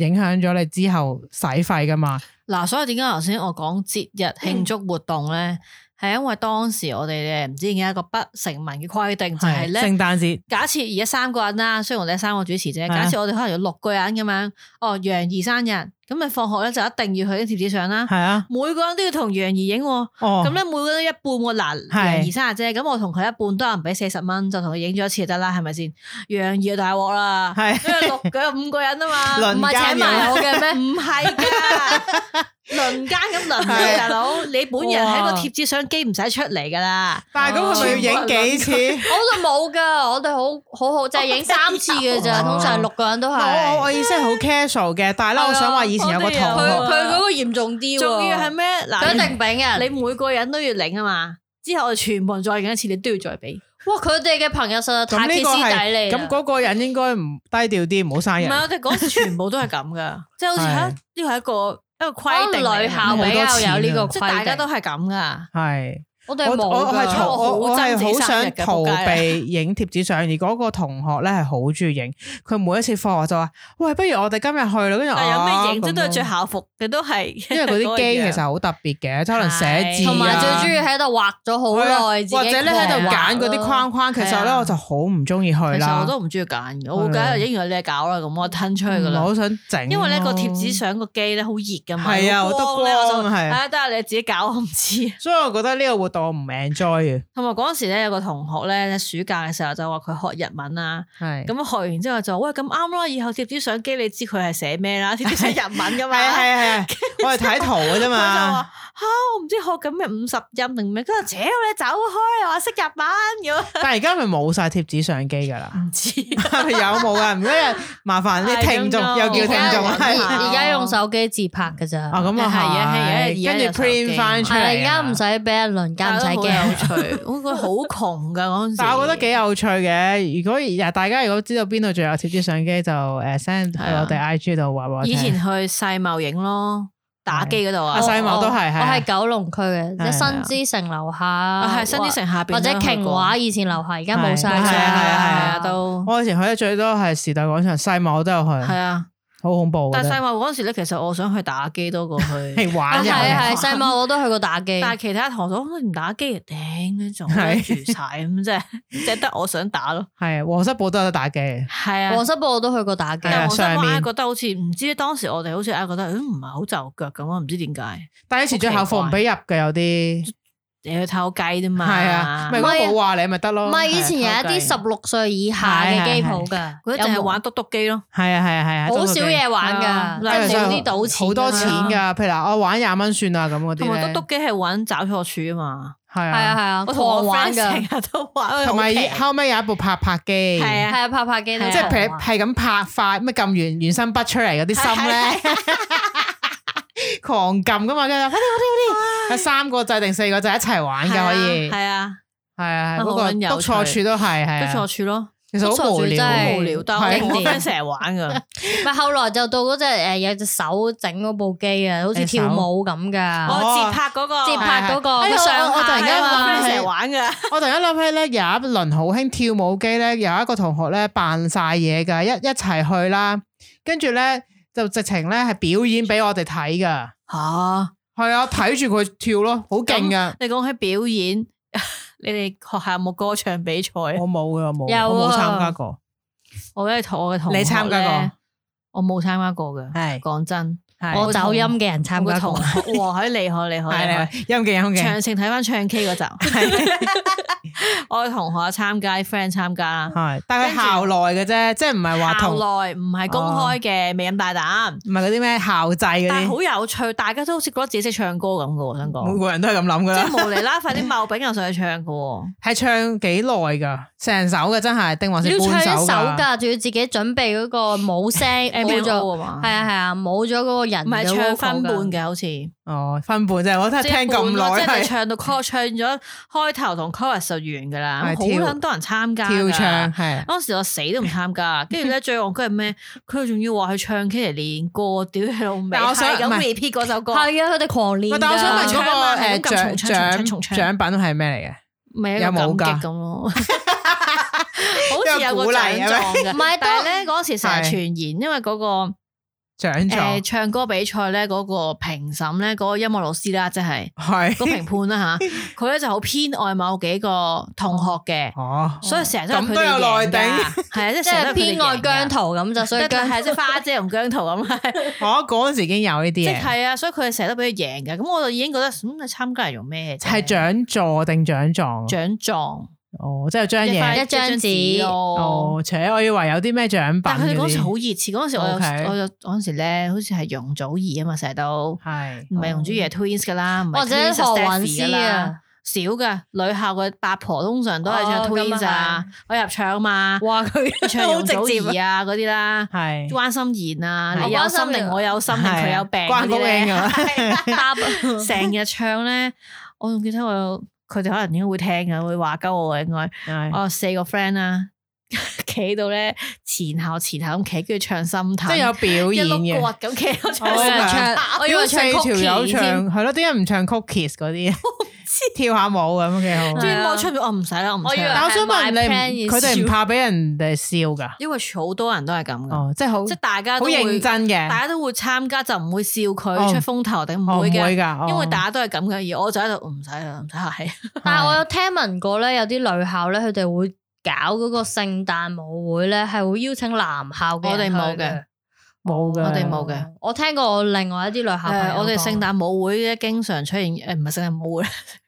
[SPEAKER 2] 影響咗你之後使費噶嘛。
[SPEAKER 3] 嗱，所以點解頭先我講節
[SPEAKER 2] 嗯
[SPEAKER 3] 日慶祝活動咧，係因為當時我哋咧唔知點解一個不成文嘅規定就係咧。
[SPEAKER 2] 聖誕 節，
[SPEAKER 3] 假設而家三個人啦，雖然我哋係三個主持啫，
[SPEAKER 2] 啊
[SPEAKER 3] 假設我哋可能有六個人咁樣，哦，楊怡生日，咁咪放學咧就一定要去啲貼紙相啦，
[SPEAKER 2] 係啊，
[SPEAKER 3] 每個人都要同楊怡影喎，
[SPEAKER 2] 哦，
[SPEAKER 3] 咁咧每個人一半喎，嗱，
[SPEAKER 2] 係
[SPEAKER 3] 楊怡生日啫，咁我同佢一半，都有人俾四十蚊，就同佢影咗一次就得啦，係咪先？楊怡就大鑊啦，
[SPEAKER 2] 係
[SPEAKER 3] 因為六個五個人啊嘛，
[SPEAKER 2] 輪
[SPEAKER 5] 唔係請埋我嘅咩？
[SPEAKER 3] 唔係噶，輪奸咁輪嘅大佬，你本人喺個
[SPEAKER 2] 哇
[SPEAKER 3] 貼紙相機唔使出嚟噶啦，
[SPEAKER 2] 但係咁佢咪要影幾次？
[SPEAKER 5] 我度 冇噶，我哋好好好，就係影三次嘅咋，
[SPEAKER 2] 哦
[SPEAKER 5] 通常六個人都
[SPEAKER 2] 我哦我我
[SPEAKER 5] 係。
[SPEAKER 2] 意 思係好 casual 嘅，但係咧，
[SPEAKER 3] 係啊
[SPEAKER 2] 我想話以前有個
[SPEAKER 3] 我
[SPEAKER 2] 同
[SPEAKER 3] 都有
[SPEAKER 5] 佢佢
[SPEAKER 2] 學，
[SPEAKER 5] 嗰個嚴重啲喎，
[SPEAKER 3] 仲要係咩？
[SPEAKER 5] 佢
[SPEAKER 3] 嗱，
[SPEAKER 5] 一 定俾人。
[SPEAKER 3] 你每個人都要領啊嘛，之後我哋全部人再影一次，你都要再俾。
[SPEAKER 5] 哇！佢哋嘅朋友實在
[SPEAKER 2] 咁
[SPEAKER 5] 太
[SPEAKER 2] 呢
[SPEAKER 5] 歇
[SPEAKER 2] 個
[SPEAKER 5] 斯底
[SPEAKER 2] 係
[SPEAKER 5] 里
[SPEAKER 2] 咁
[SPEAKER 5] 啦。
[SPEAKER 2] 嗰個人應該唔低調啲，唔好生
[SPEAKER 3] 唔
[SPEAKER 2] 日。
[SPEAKER 3] 係，我哋嗰時全部都係咁噶，即係好似
[SPEAKER 2] 係
[SPEAKER 3] 吓呢個係一個一個規
[SPEAKER 5] 可
[SPEAKER 3] 定
[SPEAKER 5] 能
[SPEAKER 3] 嚟
[SPEAKER 5] 女
[SPEAKER 3] 㗎，
[SPEAKER 5] 校比較有呢個規定，
[SPEAKER 3] 即係大家都係咁噶。
[SPEAKER 2] 啊係
[SPEAKER 5] 我哋
[SPEAKER 2] 我
[SPEAKER 5] 冇
[SPEAKER 2] 我係
[SPEAKER 5] 㗎
[SPEAKER 2] 逃我
[SPEAKER 3] 因為我好
[SPEAKER 2] 我係
[SPEAKER 3] 憎自己
[SPEAKER 2] 好
[SPEAKER 3] 生日
[SPEAKER 2] 想
[SPEAKER 3] 嘅
[SPEAKER 2] 逃
[SPEAKER 3] 仆街啊
[SPEAKER 2] 避影貼紙相，而嗰個同學咧係好中意影，佢每一次放學就話：喂，不如我哋今日去啦。跟住
[SPEAKER 3] 但
[SPEAKER 2] 我
[SPEAKER 3] 係啊有咩影即都係
[SPEAKER 2] 咁
[SPEAKER 3] 着
[SPEAKER 2] 樣
[SPEAKER 3] 校服嘅，都係
[SPEAKER 2] 因為 嗰啲機其實
[SPEAKER 3] 實
[SPEAKER 2] 好特別嘅，即係可能寫字啊啊
[SPEAKER 5] 同埋最中意喺度畫咗好耐，自己
[SPEAKER 2] 或者咧喺度
[SPEAKER 5] 狂畫
[SPEAKER 2] 揀嗰啲
[SPEAKER 5] 咯
[SPEAKER 2] 框框，其實咧
[SPEAKER 3] 係啊
[SPEAKER 2] 我就好唔中意去
[SPEAKER 3] 其實
[SPEAKER 2] 啦
[SPEAKER 3] 我，都唔中意揀嘅，我會揀影完你搞啦，咁我吞出去
[SPEAKER 2] 唔
[SPEAKER 3] 噶
[SPEAKER 2] 係
[SPEAKER 3] 啦。
[SPEAKER 2] 好想整，
[SPEAKER 3] 因為咧個貼紙。相個機咧好熱噶嘛，
[SPEAKER 2] 啊係啊
[SPEAKER 3] 有光咧
[SPEAKER 2] 好多
[SPEAKER 3] 我
[SPEAKER 2] 光
[SPEAKER 3] 就
[SPEAKER 2] 係
[SPEAKER 3] 啊，得啦你自己搞，我唔知。
[SPEAKER 2] 所以我覺得呢個活動我唔 enjoy 啊嘅，
[SPEAKER 3] 同埋嗰陣時咧，有個同學咧，暑假嘅時候就話佢學日文啦，
[SPEAKER 2] 係
[SPEAKER 3] 咁學完之後就喂咁啱啦，以後貼紙相機你知佢係寫 咩啦，貼紙寫日文
[SPEAKER 2] 係
[SPEAKER 3] 噶
[SPEAKER 2] 啊
[SPEAKER 3] 嘛。
[SPEAKER 2] 係啊係啊，我係睇圖嘅啫
[SPEAKER 3] 佢就話
[SPEAKER 2] 嘛。
[SPEAKER 3] 吓，我唔知學緊咩五十音定咩，跟住屌你走開，我識日文咁。
[SPEAKER 2] 但係而家咪冇晒貼紙相機㗎啦，
[SPEAKER 3] 唔知
[SPEAKER 2] 係 咪有冇啊？唔該，麻煩啲
[SPEAKER 3] I don't
[SPEAKER 2] 聽眾
[SPEAKER 3] know
[SPEAKER 2] 又叫聽
[SPEAKER 5] 而
[SPEAKER 2] 眾
[SPEAKER 5] 家
[SPEAKER 2] 係
[SPEAKER 3] 啊
[SPEAKER 5] 而家用手機自拍㗎咋，
[SPEAKER 2] 啊咁
[SPEAKER 3] 係啊
[SPEAKER 2] 啊
[SPEAKER 3] 係啊
[SPEAKER 2] 係，跟
[SPEAKER 3] 而家有
[SPEAKER 2] 住
[SPEAKER 3] 手機
[SPEAKER 2] print 翻出
[SPEAKER 5] 係啦
[SPEAKER 2] 嚟，啊
[SPEAKER 5] 而家唔使俾人輪奸，唔使驚。
[SPEAKER 3] 有 趣，我覺得好窮噶嗰陣時。
[SPEAKER 2] 但我覺得幾有趣嘅。如果嗱，大家如果知道邊度仲有貼紙相機，就誒 send 去
[SPEAKER 3] 係啊
[SPEAKER 2] 我哋 I G 度話俾我聽
[SPEAKER 3] 以前去世茂影咯，打機嗰度啊
[SPEAKER 2] 阿，世茂都係
[SPEAKER 5] 我係
[SPEAKER 2] 係
[SPEAKER 5] 九龍區嘅，
[SPEAKER 2] 係啊
[SPEAKER 5] 即新之城樓
[SPEAKER 3] 啊
[SPEAKER 5] 下，
[SPEAKER 3] 係新之城下邊
[SPEAKER 5] 或者
[SPEAKER 3] 都去
[SPEAKER 5] 瓊
[SPEAKER 3] 過
[SPEAKER 5] 華以前樓下，而家冇晒
[SPEAKER 2] 係
[SPEAKER 3] 係啊
[SPEAKER 2] 啊
[SPEAKER 3] 係啊係啊
[SPEAKER 5] 都
[SPEAKER 3] 都
[SPEAKER 2] 我以前去得最多係時代廣場世茂，我都有去，
[SPEAKER 3] 係啊。
[SPEAKER 2] 好恐怖
[SPEAKER 3] 但
[SPEAKER 2] 嘅
[SPEAKER 3] 係
[SPEAKER 2] 真
[SPEAKER 3] 世
[SPEAKER 2] 係。
[SPEAKER 3] 茂嗰陣時咧，其實我想去打機多過去，
[SPEAKER 2] 係玩
[SPEAKER 5] 係
[SPEAKER 2] 人
[SPEAKER 5] 啊
[SPEAKER 2] 嘅，
[SPEAKER 5] 係細茂我都去過打機，
[SPEAKER 3] 但係其他堂所都嗯唔打機，頂呢種
[SPEAKER 2] 係
[SPEAKER 3] 住晒咁啫，即係 得我想打咯。
[SPEAKER 2] 係皇室堡都有得打機嘅，
[SPEAKER 3] 係
[SPEAKER 5] 皇室堡我都去過打機
[SPEAKER 2] 係。啊
[SPEAKER 3] 但係我
[SPEAKER 2] 啊上面
[SPEAKER 3] 想哎覺得好似唔知當時我哋好似啊覺得，嗯唔係好就腳咁啊，唔知點解
[SPEAKER 2] 但係以前着校服唔俾入嘅有啲，
[SPEAKER 3] 你去偷雞啫嘛。
[SPEAKER 2] 係啊，咪如果冇話你咪得咯。
[SPEAKER 5] 唔係以前有
[SPEAKER 2] 偷雞
[SPEAKER 5] 一啲十六歲以下嘅機鋪㗎，
[SPEAKER 3] 嗰啲
[SPEAKER 5] 有
[SPEAKER 3] 淨係
[SPEAKER 5] 冇
[SPEAKER 3] 玩篤篤機咯，
[SPEAKER 2] 係啊係啊係啊，
[SPEAKER 5] 好
[SPEAKER 2] 多數
[SPEAKER 5] 少
[SPEAKER 2] 都
[SPEAKER 5] 嘢玩
[SPEAKER 3] 係啊
[SPEAKER 5] 㗎，但係
[SPEAKER 2] 真係
[SPEAKER 5] 冇啲賭錢㗎嘛，啊
[SPEAKER 2] 好多錢㗎。譬如嗱，我玩廿蚊算啦咁嗰
[SPEAKER 3] 同
[SPEAKER 2] 啲
[SPEAKER 3] 埋
[SPEAKER 2] 咧
[SPEAKER 3] 篤，篤機係玩找錯處啊嘛。
[SPEAKER 2] 係
[SPEAKER 5] 係啊係
[SPEAKER 2] 啊，
[SPEAKER 5] 啊，
[SPEAKER 3] 我同我 friend
[SPEAKER 5] 狂玩㗎，
[SPEAKER 3] 成
[SPEAKER 5] 係
[SPEAKER 3] 日都玩，
[SPEAKER 2] 同埋
[SPEAKER 3] 係
[SPEAKER 2] 後尾有一部拍拍機，
[SPEAKER 3] 啊。
[SPEAKER 5] 啊拍拍機都
[SPEAKER 3] 係啊
[SPEAKER 2] 即係
[SPEAKER 5] 狂玩
[SPEAKER 2] 譬如係咁拍塊咩撳完原生筆出嚟嗰啲心咧， 狂撳噶嘛，跟住快啲快啲快啲，有三個掣定四個掣一齊玩嘅可以，
[SPEAKER 3] 系
[SPEAKER 2] 係
[SPEAKER 3] 啊，
[SPEAKER 2] 啊係
[SPEAKER 3] 好
[SPEAKER 2] 嗰個
[SPEAKER 3] 撚有
[SPEAKER 2] 督錯
[SPEAKER 3] 趣
[SPEAKER 2] 處都係
[SPEAKER 3] 都
[SPEAKER 2] 係啊，
[SPEAKER 3] 錯處咯，
[SPEAKER 2] 其實好無
[SPEAKER 5] 篤錯處
[SPEAKER 2] 聊，
[SPEAKER 5] 真係
[SPEAKER 2] 好
[SPEAKER 3] 無聊，但
[SPEAKER 2] 係啊
[SPEAKER 3] 係我同我
[SPEAKER 5] 經典
[SPEAKER 3] friend 成日玩噶，
[SPEAKER 5] 咪後來就到嗰隻誒有隻手整嗰部機啊，好似跳舞咁噶，
[SPEAKER 3] 我自哦拍嗰個啊
[SPEAKER 5] 自拍嗰個
[SPEAKER 2] 哎呀
[SPEAKER 5] 佢
[SPEAKER 2] 我
[SPEAKER 5] 上
[SPEAKER 2] 我突
[SPEAKER 5] 下
[SPEAKER 2] 然
[SPEAKER 5] 噶
[SPEAKER 2] 間
[SPEAKER 3] 我
[SPEAKER 5] 嘛
[SPEAKER 2] 諗
[SPEAKER 3] friend
[SPEAKER 2] 起，
[SPEAKER 3] 成日玩噶，
[SPEAKER 2] 我突然間諗起咧，有一輪好興跳舞機咧，有一個同學咧扮晒嘢㗎，一一齊去啦，跟住咧就就直情咧係表演俾我哋睇噶。
[SPEAKER 3] 吓，
[SPEAKER 2] 係啊，睇住佢跳咯，好勁噶。
[SPEAKER 3] 你講起表演， 你哋學校有冇歌唱比賽？
[SPEAKER 2] 我冇噶，我冇，
[SPEAKER 5] 有
[SPEAKER 2] 我冇
[SPEAKER 5] 啊
[SPEAKER 2] 參加過。
[SPEAKER 3] 我咧同我嘅同學
[SPEAKER 2] 你參加過
[SPEAKER 3] 咧？我冇參加過嘅，
[SPEAKER 2] 係
[SPEAKER 3] 講真，
[SPEAKER 2] 係
[SPEAKER 5] 我走音嘅人
[SPEAKER 3] 我
[SPEAKER 5] 參
[SPEAKER 3] 個
[SPEAKER 5] 加
[SPEAKER 3] 同
[SPEAKER 5] 過，
[SPEAKER 3] 學 哇，喺厲害厲害厲害！
[SPEAKER 2] 係音嘅音嘅
[SPEAKER 3] 長城睇翻唱 K 嗰 集，我嘅同學有參加，friend 參加啦。
[SPEAKER 2] 係，但係佢
[SPEAKER 3] 跟住
[SPEAKER 2] 校內嘅啫，即係唔係話
[SPEAKER 3] 校
[SPEAKER 2] 同
[SPEAKER 3] 內唔係公開嘅，未咁大膽，
[SPEAKER 2] 唔係嗰啲咩校制嗰
[SPEAKER 3] 但係
[SPEAKER 2] 啲，
[SPEAKER 3] 好有趣，大家都好似覺得自己識唱歌咁嘅，我想
[SPEAKER 2] 每
[SPEAKER 3] 講，
[SPEAKER 2] 個人都係咁諗噶
[SPEAKER 3] 即
[SPEAKER 2] 啦。
[SPEAKER 3] 係無厘啦，快啲茂炳又上去唱嘅喎，
[SPEAKER 2] 係唱幾耐噶？成首嘅真係定還
[SPEAKER 5] 你
[SPEAKER 2] 是
[SPEAKER 5] 要唱
[SPEAKER 2] 半
[SPEAKER 5] 一
[SPEAKER 2] 首
[SPEAKER 5] 首
[SPEAKER 2] 㗎？
[SPEAKER 5] 噶，仲要自己準備嗰個冇聲，冇
[SPEAKER 3] 冇
[SPEAKER 5] 咗，
[SPEAKER 3] 啊嘛
[SPEAKER 5] 係，啊係啊，冇咗嗰個人
[SPEAKER 3] 唔係唱分半
[SPEAKER 5] 嘅 vocal 㗎，
[SPEAKER 3] 嘅，好似即
[SPEAKER 2] 哦，分半啫，我都係
[SPEAKER 3] 係
[SPEAKER 2] 聽咁
[SPEAKER 3] 半咯
[SPEAKER 2] 耐
[SPEAKER 3] 即係你
[SPEAKER 2] 係
[SPEAKER 3] 唱到 call 唱咗開頭同 chorus 就完㗎啦，
[SPEAKER 2] 係
[SPEAKER 3] 好
[SPEAKER 2] 跳
[SPEAKER 3] 撚多人參加㗎
[SPEAKER 2] 跳唱。係。
[SPEAKER 3] 當時我死都唔 參加，跟住咧最戇居係咩？佢仲要話佢唱 K 嚟練歌，屌你老味，
[SPEAKER 2] 但我想
[SPEAKER 3] 係
[SPEAKER 2] 唔
[SPEAKER 3] 咁
[SPEAKER 2] 係
[SPEAKER 3] repeat 嗰首歌，
[SPEAKER 5] 係啊，佢哋狂
[SPEAKER 2] 喂
[SPEAKER 5] 練㗎。
[SPEAKER 2] 但我想問
[SPEAKER 3] 唱
[SPEAKER 2] 嗰
[SPEAKER 3] 啊
[SPEAKER 2] 個
[SPEAKER 3] 係
[SPEAKER 2] 誒
[SPEAKER 3] 咁
[SPEAKER 2] 獎
[SPEAKER 3] 撳重唱重
[SPEAKER 2] 獎
[SPEAKER 3] 唱
[SPEAKER 2] 獎品係咩嚟嘅？
[SPEAKER 3] 咪有
[SPEAKER 2] 有冇
[SPEAKER 3] 冇
[SPEAKER 2] 㗎
[SPEAKER 3] 感激咁咯？ 好似有個
[SPEAKER 2] 因為鼓勵
[SPEAKER 3] 獎狀嘅，
[SPEAKER 5] 唔係
[SPEAKER 3] 但係
[SPEAKER 5] 當
[SPEAKER 3] 咧嗰時成日傳言，因為嗰個
[SPEAKER 2] 獎
[SPEAKER 3] 誒
[SPEAKER 2] 狀
[SPEAKER 3] 唱歌比賽咧，嗰個評審咧，嗰個音樂老師啦，即係
[SPEAKER 2] 係
[SPEAKER 3] 個評判啦 吓，佢咧就好偏愛某幾個同學嘅，
[SPEAKER 2] 哦，
[SPEAKER 3] 所以成日都係佢
[SPEAKER 2] 咁都有
[SPEAKER 3] 哋
[SPEAKER 2] 內
[SPEAKER 3] 贏
[SPEAKER 2] 定
[SPEAKER 3] 㗎，係啊，即係
[SPEAKER 5] 即
[SPEAKER 3] 成日
[SPEAKER 5] 係
[SPEAKER 3] 都係佢哋
[SPEAKER 5] 偏愛
[SPEAKER 3] 贏㗎
[SPEAKER 5] 姜，圖咁就，所以
[SPEAKER 3] 即
[SPEAKER 5] 姜
[SPEAKER 3] 係係即係花姐同姜圖咁 啦。
[SPEAKER 2] 我嗰陣時已經有呢
[SPEAKER 3] 即
[SPEAKER 2] 啲嘢，
[SPEAKER 3] 係啊，所以佢哋成日都俾佢贏嘅。咁我就已經覺得，咁你參加嚟用咩啫？
[SPEAKER 2] 係獎座定獎狀？
[SPEAKER 3] 獎狀，
[SPEAKER 2] 哦，即係張嘢。
[SPEAKER 5] 塊一張紙
[SPEAKER 3] 咯。
[SPEAKER 2] 哦，且我以為有啲咩獎品
[SPEAKER 3] 但係佢哋
[SPEAKER 2] 嗰
[SPEAKER 3] 嗰時
[SPEAKER 2] 啲
[SPEAKER 3] 好，熱切，嗰時我有
[SPEAKER 2] OK
[SPEAKER 3] 我有嗰陣時咧，好似係容祖兒啊嘛，成日都
[SPEAKER 2] 係
[SPEAKER 3] 唔係容祖兒係 Twins 噶啦，唔係
[SPEAKER 5] 哦或者
[SPEAKER 3] Twins 就
[SPEAKER 5] 何
[SPEAKER 3] Stephy
[SPEAKER 5] 韻
[SPEAKER 3] 㗎
[SPEAKER 5] 詩
[SPEAKER 3] 啦，
[SPEAKER 5] 啊，
[SPEAKER 3] 少嘅女校嘅八婆通常都係唱
[SPEAKER 5] 哦咁啊
[SPEAKER 3] Twins 啊，我入場嘛，
[SPEAKER 5] 哇佢
[SPEAKER 3] 唱容祖
[SPEAKER 5] 啊
[SPEAKER 3] 兒啊嗰啲啦。
[SPEAKER 2] 係
[SPEAKER 3] 關心妍啊，
[SPEAKER 2] 係
[SPEAKER 3] 你有
[SPEAKER 5] 關
[SPEAKER 3] 心
[SPEAKER 5] 心
[SPEAKER 3] 定
[SPEAKER 5] 妍
[SPEAKER 3] 我有心定
[SPEAKER 2] 係
[SPEAKER 3] 佢
[SPEAKER 2] 啊
[SPEAKER 3] 有病嗰
[SPEAKER 2] 關
[SPEAKER 3] 啲
[SPEAKER 2] 公
[SPEAKER 3] 咧
[SPEAKER 2] 英㗎
[SPEAKER 5] 答
[SPEAKER 3] 成日唱咧，我仲記得我有佢哋可能應該會聽嘅，會話鳩我嘅應該。
[SPEAKER 2] 係
[SPEAKER 3] 我有四個 friend 啦， 企到咧前後前後咁企，跟住唱心
[SPEAKER 2] 即係
[SPEAKER 3] 態，
[SPEAKER 2] 有表
[SPEAKER 3] 一
[SPEAKER 2] 演
[SPEAKER 3] 碌
[SPEAKER 2] 嘅。
[SPEAKER 3] 割咁企喺度唱
[SPEAKER 2] 哦
[SPEAKER 3] 心
[SPEAKER 2] 明白
[SPEAKER 3] 態。
[SPEAKER 5] 唱，我以為
[SPEAKER 2] 四
[SPEAKER 5] 唱
[SPEAKER 2] 條
[SPEAKER 5] Cookie
[SPEAKER 2] 友
[SPEAKER 5] 添。
[SPEAKER 2] 唱係咯，點解唔唱 cookies 嗰 啲？跳下舞咁幾好。
[SPEAKER 3] 跟住我出咗，我唔使啦，我唔
[SPEAKER 5] 我以為
[SPEAKER 2] 但
[SPEAKER 3] 唱。
[SPEAKER 2] 我想問
[SPEAKER 5] My
[SPEAKER 2] 你
[SPEAKER 5] plan
[SPEAKER 2] 唔，
[SPEAKER 5] is
[SPEAKER 2] 佢哋唔怕俾人哋笑噶？
[SPEAKER 3] 因為好多人都係咁嘅，
[SPEAKER 2] 哦，即係好
[SPEAKER 3] 即係大家
[SPEAKER 2] 好
[SPEAKER 3] 都會
[SPEAKER 2] 認，真
[SPEAKER 3] 大
[SPEAKER 2] 嘅，
[SPEAKER 3] 家都會參加，就唔會笑佢
[SPEAKER 2] 哦
[SPEAKER 3] 出風頭定
[SPEAKER 2] 哦
[SPEAKER 3] 唔
[SPEAKER 2] 唔
[SPEAKER 3] 會
[SPEAKER 2] 會
[SPEAKER 3] 嘅。
[SPEAKER 2] 㗎，
[SPEAKER 3] 因為
[SPEAKER 2] 哦
[SPEAKER 3] 大家都係咁嘅，而我就喺度唔使啦，唔使 客 氣。
[SPEAKER 5] 但係我有聽聞過咧，有啲女校咧，佢哋會搞嗰個聖誕舞會咧，係會邀請男校嘅。
[SPEAKER 3] 我哋冇嘅，
[SPEAKER 2] 冇嘅，
[SPEAKER 3] 我哋冇嘅。
[SPEAKER 5] 我聽過我另外一啲女校朋友
[SPEAKER 3] 誒，我哋
[SPEAKER 5] 講
[SPEAKER 3] 聖誕舞會咧，經常出現誒，唔係聖誕舞會，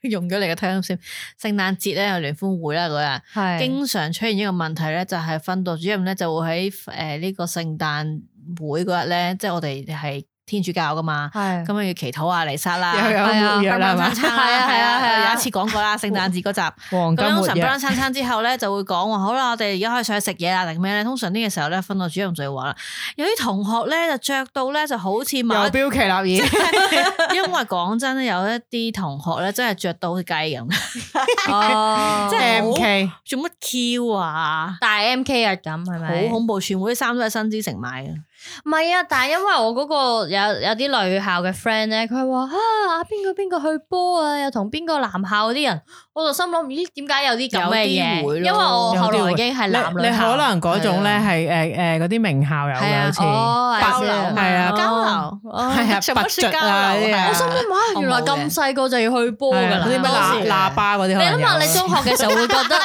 [SPEAKER 3] 用咗你嘅 term 先。聖誕節咧有聯歡會啦嗰日，
[SPEAKER 5] 係
[SPEAKER 3] 經常出現一個問題咧，就係訓導主任咧就會喺誒呢個聖誕會嗰日咧，即係我哋係天主教噶嘛，
[SPEAKER 5] 係
[SPEAKER 3] 咁啊要祈禱啊、彌撒啦，
[SPEAKER 2] 又有
[SPEAKER 5] 係啊
[SPEAKER 2] 活躍啦，係嘛
[SPEAKER 3] 餐？餐啦
[SPEAKER 5] 係啊係啊係啊
[SPEAKER 3] 有一次講過啦，聖誕節嗰集。
[SPEAKER 2] 黃
[SPEAKER 3] 咁
[SPEAKER 2] 金
[SPEAKER 3] 通
[SPEAKER 2] 活
[SPEAKER 3] 常 b r
[SPEAKER 2] 躍，
[SPEAKER 3] 餐餐之後咧，就會講話好啦，我哋而家可以上去食嘢啦，定咩咧？通常呢個時候咧，訓導主任就會話啦，有啲同學咧就着到咧就好似某一
[SPEAKER 2] 有標旗立演，
[SPEAKER 3] 因為講真咧，有一啲同學咧真係着到好似雞咁，
[SPEAKER 5] 哦，
[SPEAKER 3] 即
[SPEAKER 5] 即
[SPEAKER 3] 係
[SPEAKER 5] 係
[SPEAKER 2] ，M K
[SPEAKER 3] 做乜 Q 啊？
[SPEAKER 5] 大 M K 日咁係咪？
[SPEAKER 3] 好恐怖，全部啲衫都係新之城買嘅。
[SPEAKER 5] 唔係啊，但係因為我嗰個有有啲女校嘅 friend 咧，佢話啊邊個邊個去波啊，又同邊個男校嗰啲人，我就心諗咦點解有啲咁嘅嘢？
[SPEAKER 3] 有啲會咯
[SPEAKER 5] 因為我後來已經係
[SPEAKER 2] 你
[SPEAKER 5] 男女
[SPEAKER 2] 你
[SPEAKER 5] 校
[SPEAKER 2] 可能嗰種咧係誒誒嗰啲名校有
[SPEAKER 3] 係啊
[SPEAKER 2] 嘅，好似
[SPEAKER 5] 哦
[SPEAKER 2] 白
[SPEAKER 3] 交流啊嘛
[SPEAKER 2] 係啊
[SPEAKER 3] 交流
[SPEAKER 5] 哦
[SPEAKER 2] 係啊
[SPEAKER 3] 做乜
[SPEAKER 2] 拔
[SPEAKER 3] 雪
[SPEAKER 2] 卒啊
[SPEAKER 3] 交流
[SPEAKER 2] 嗰啲啊
[SPEAKER 5] 我心諗哇，原來咁細個就要去波㗎
[SPEAKER 2] 係
[SPEAKER 5] 啦
[SPEAKER 2] 啊嗰啲咩
[SPEAKER 3] 當時
[SPEAKER 2] 喇喇叭嗰啲
[SPEAKER 5] 你
[SPEAKER 2] 可能有，
[SPEAKER 5] 諗下，你中學嘅時候會覺得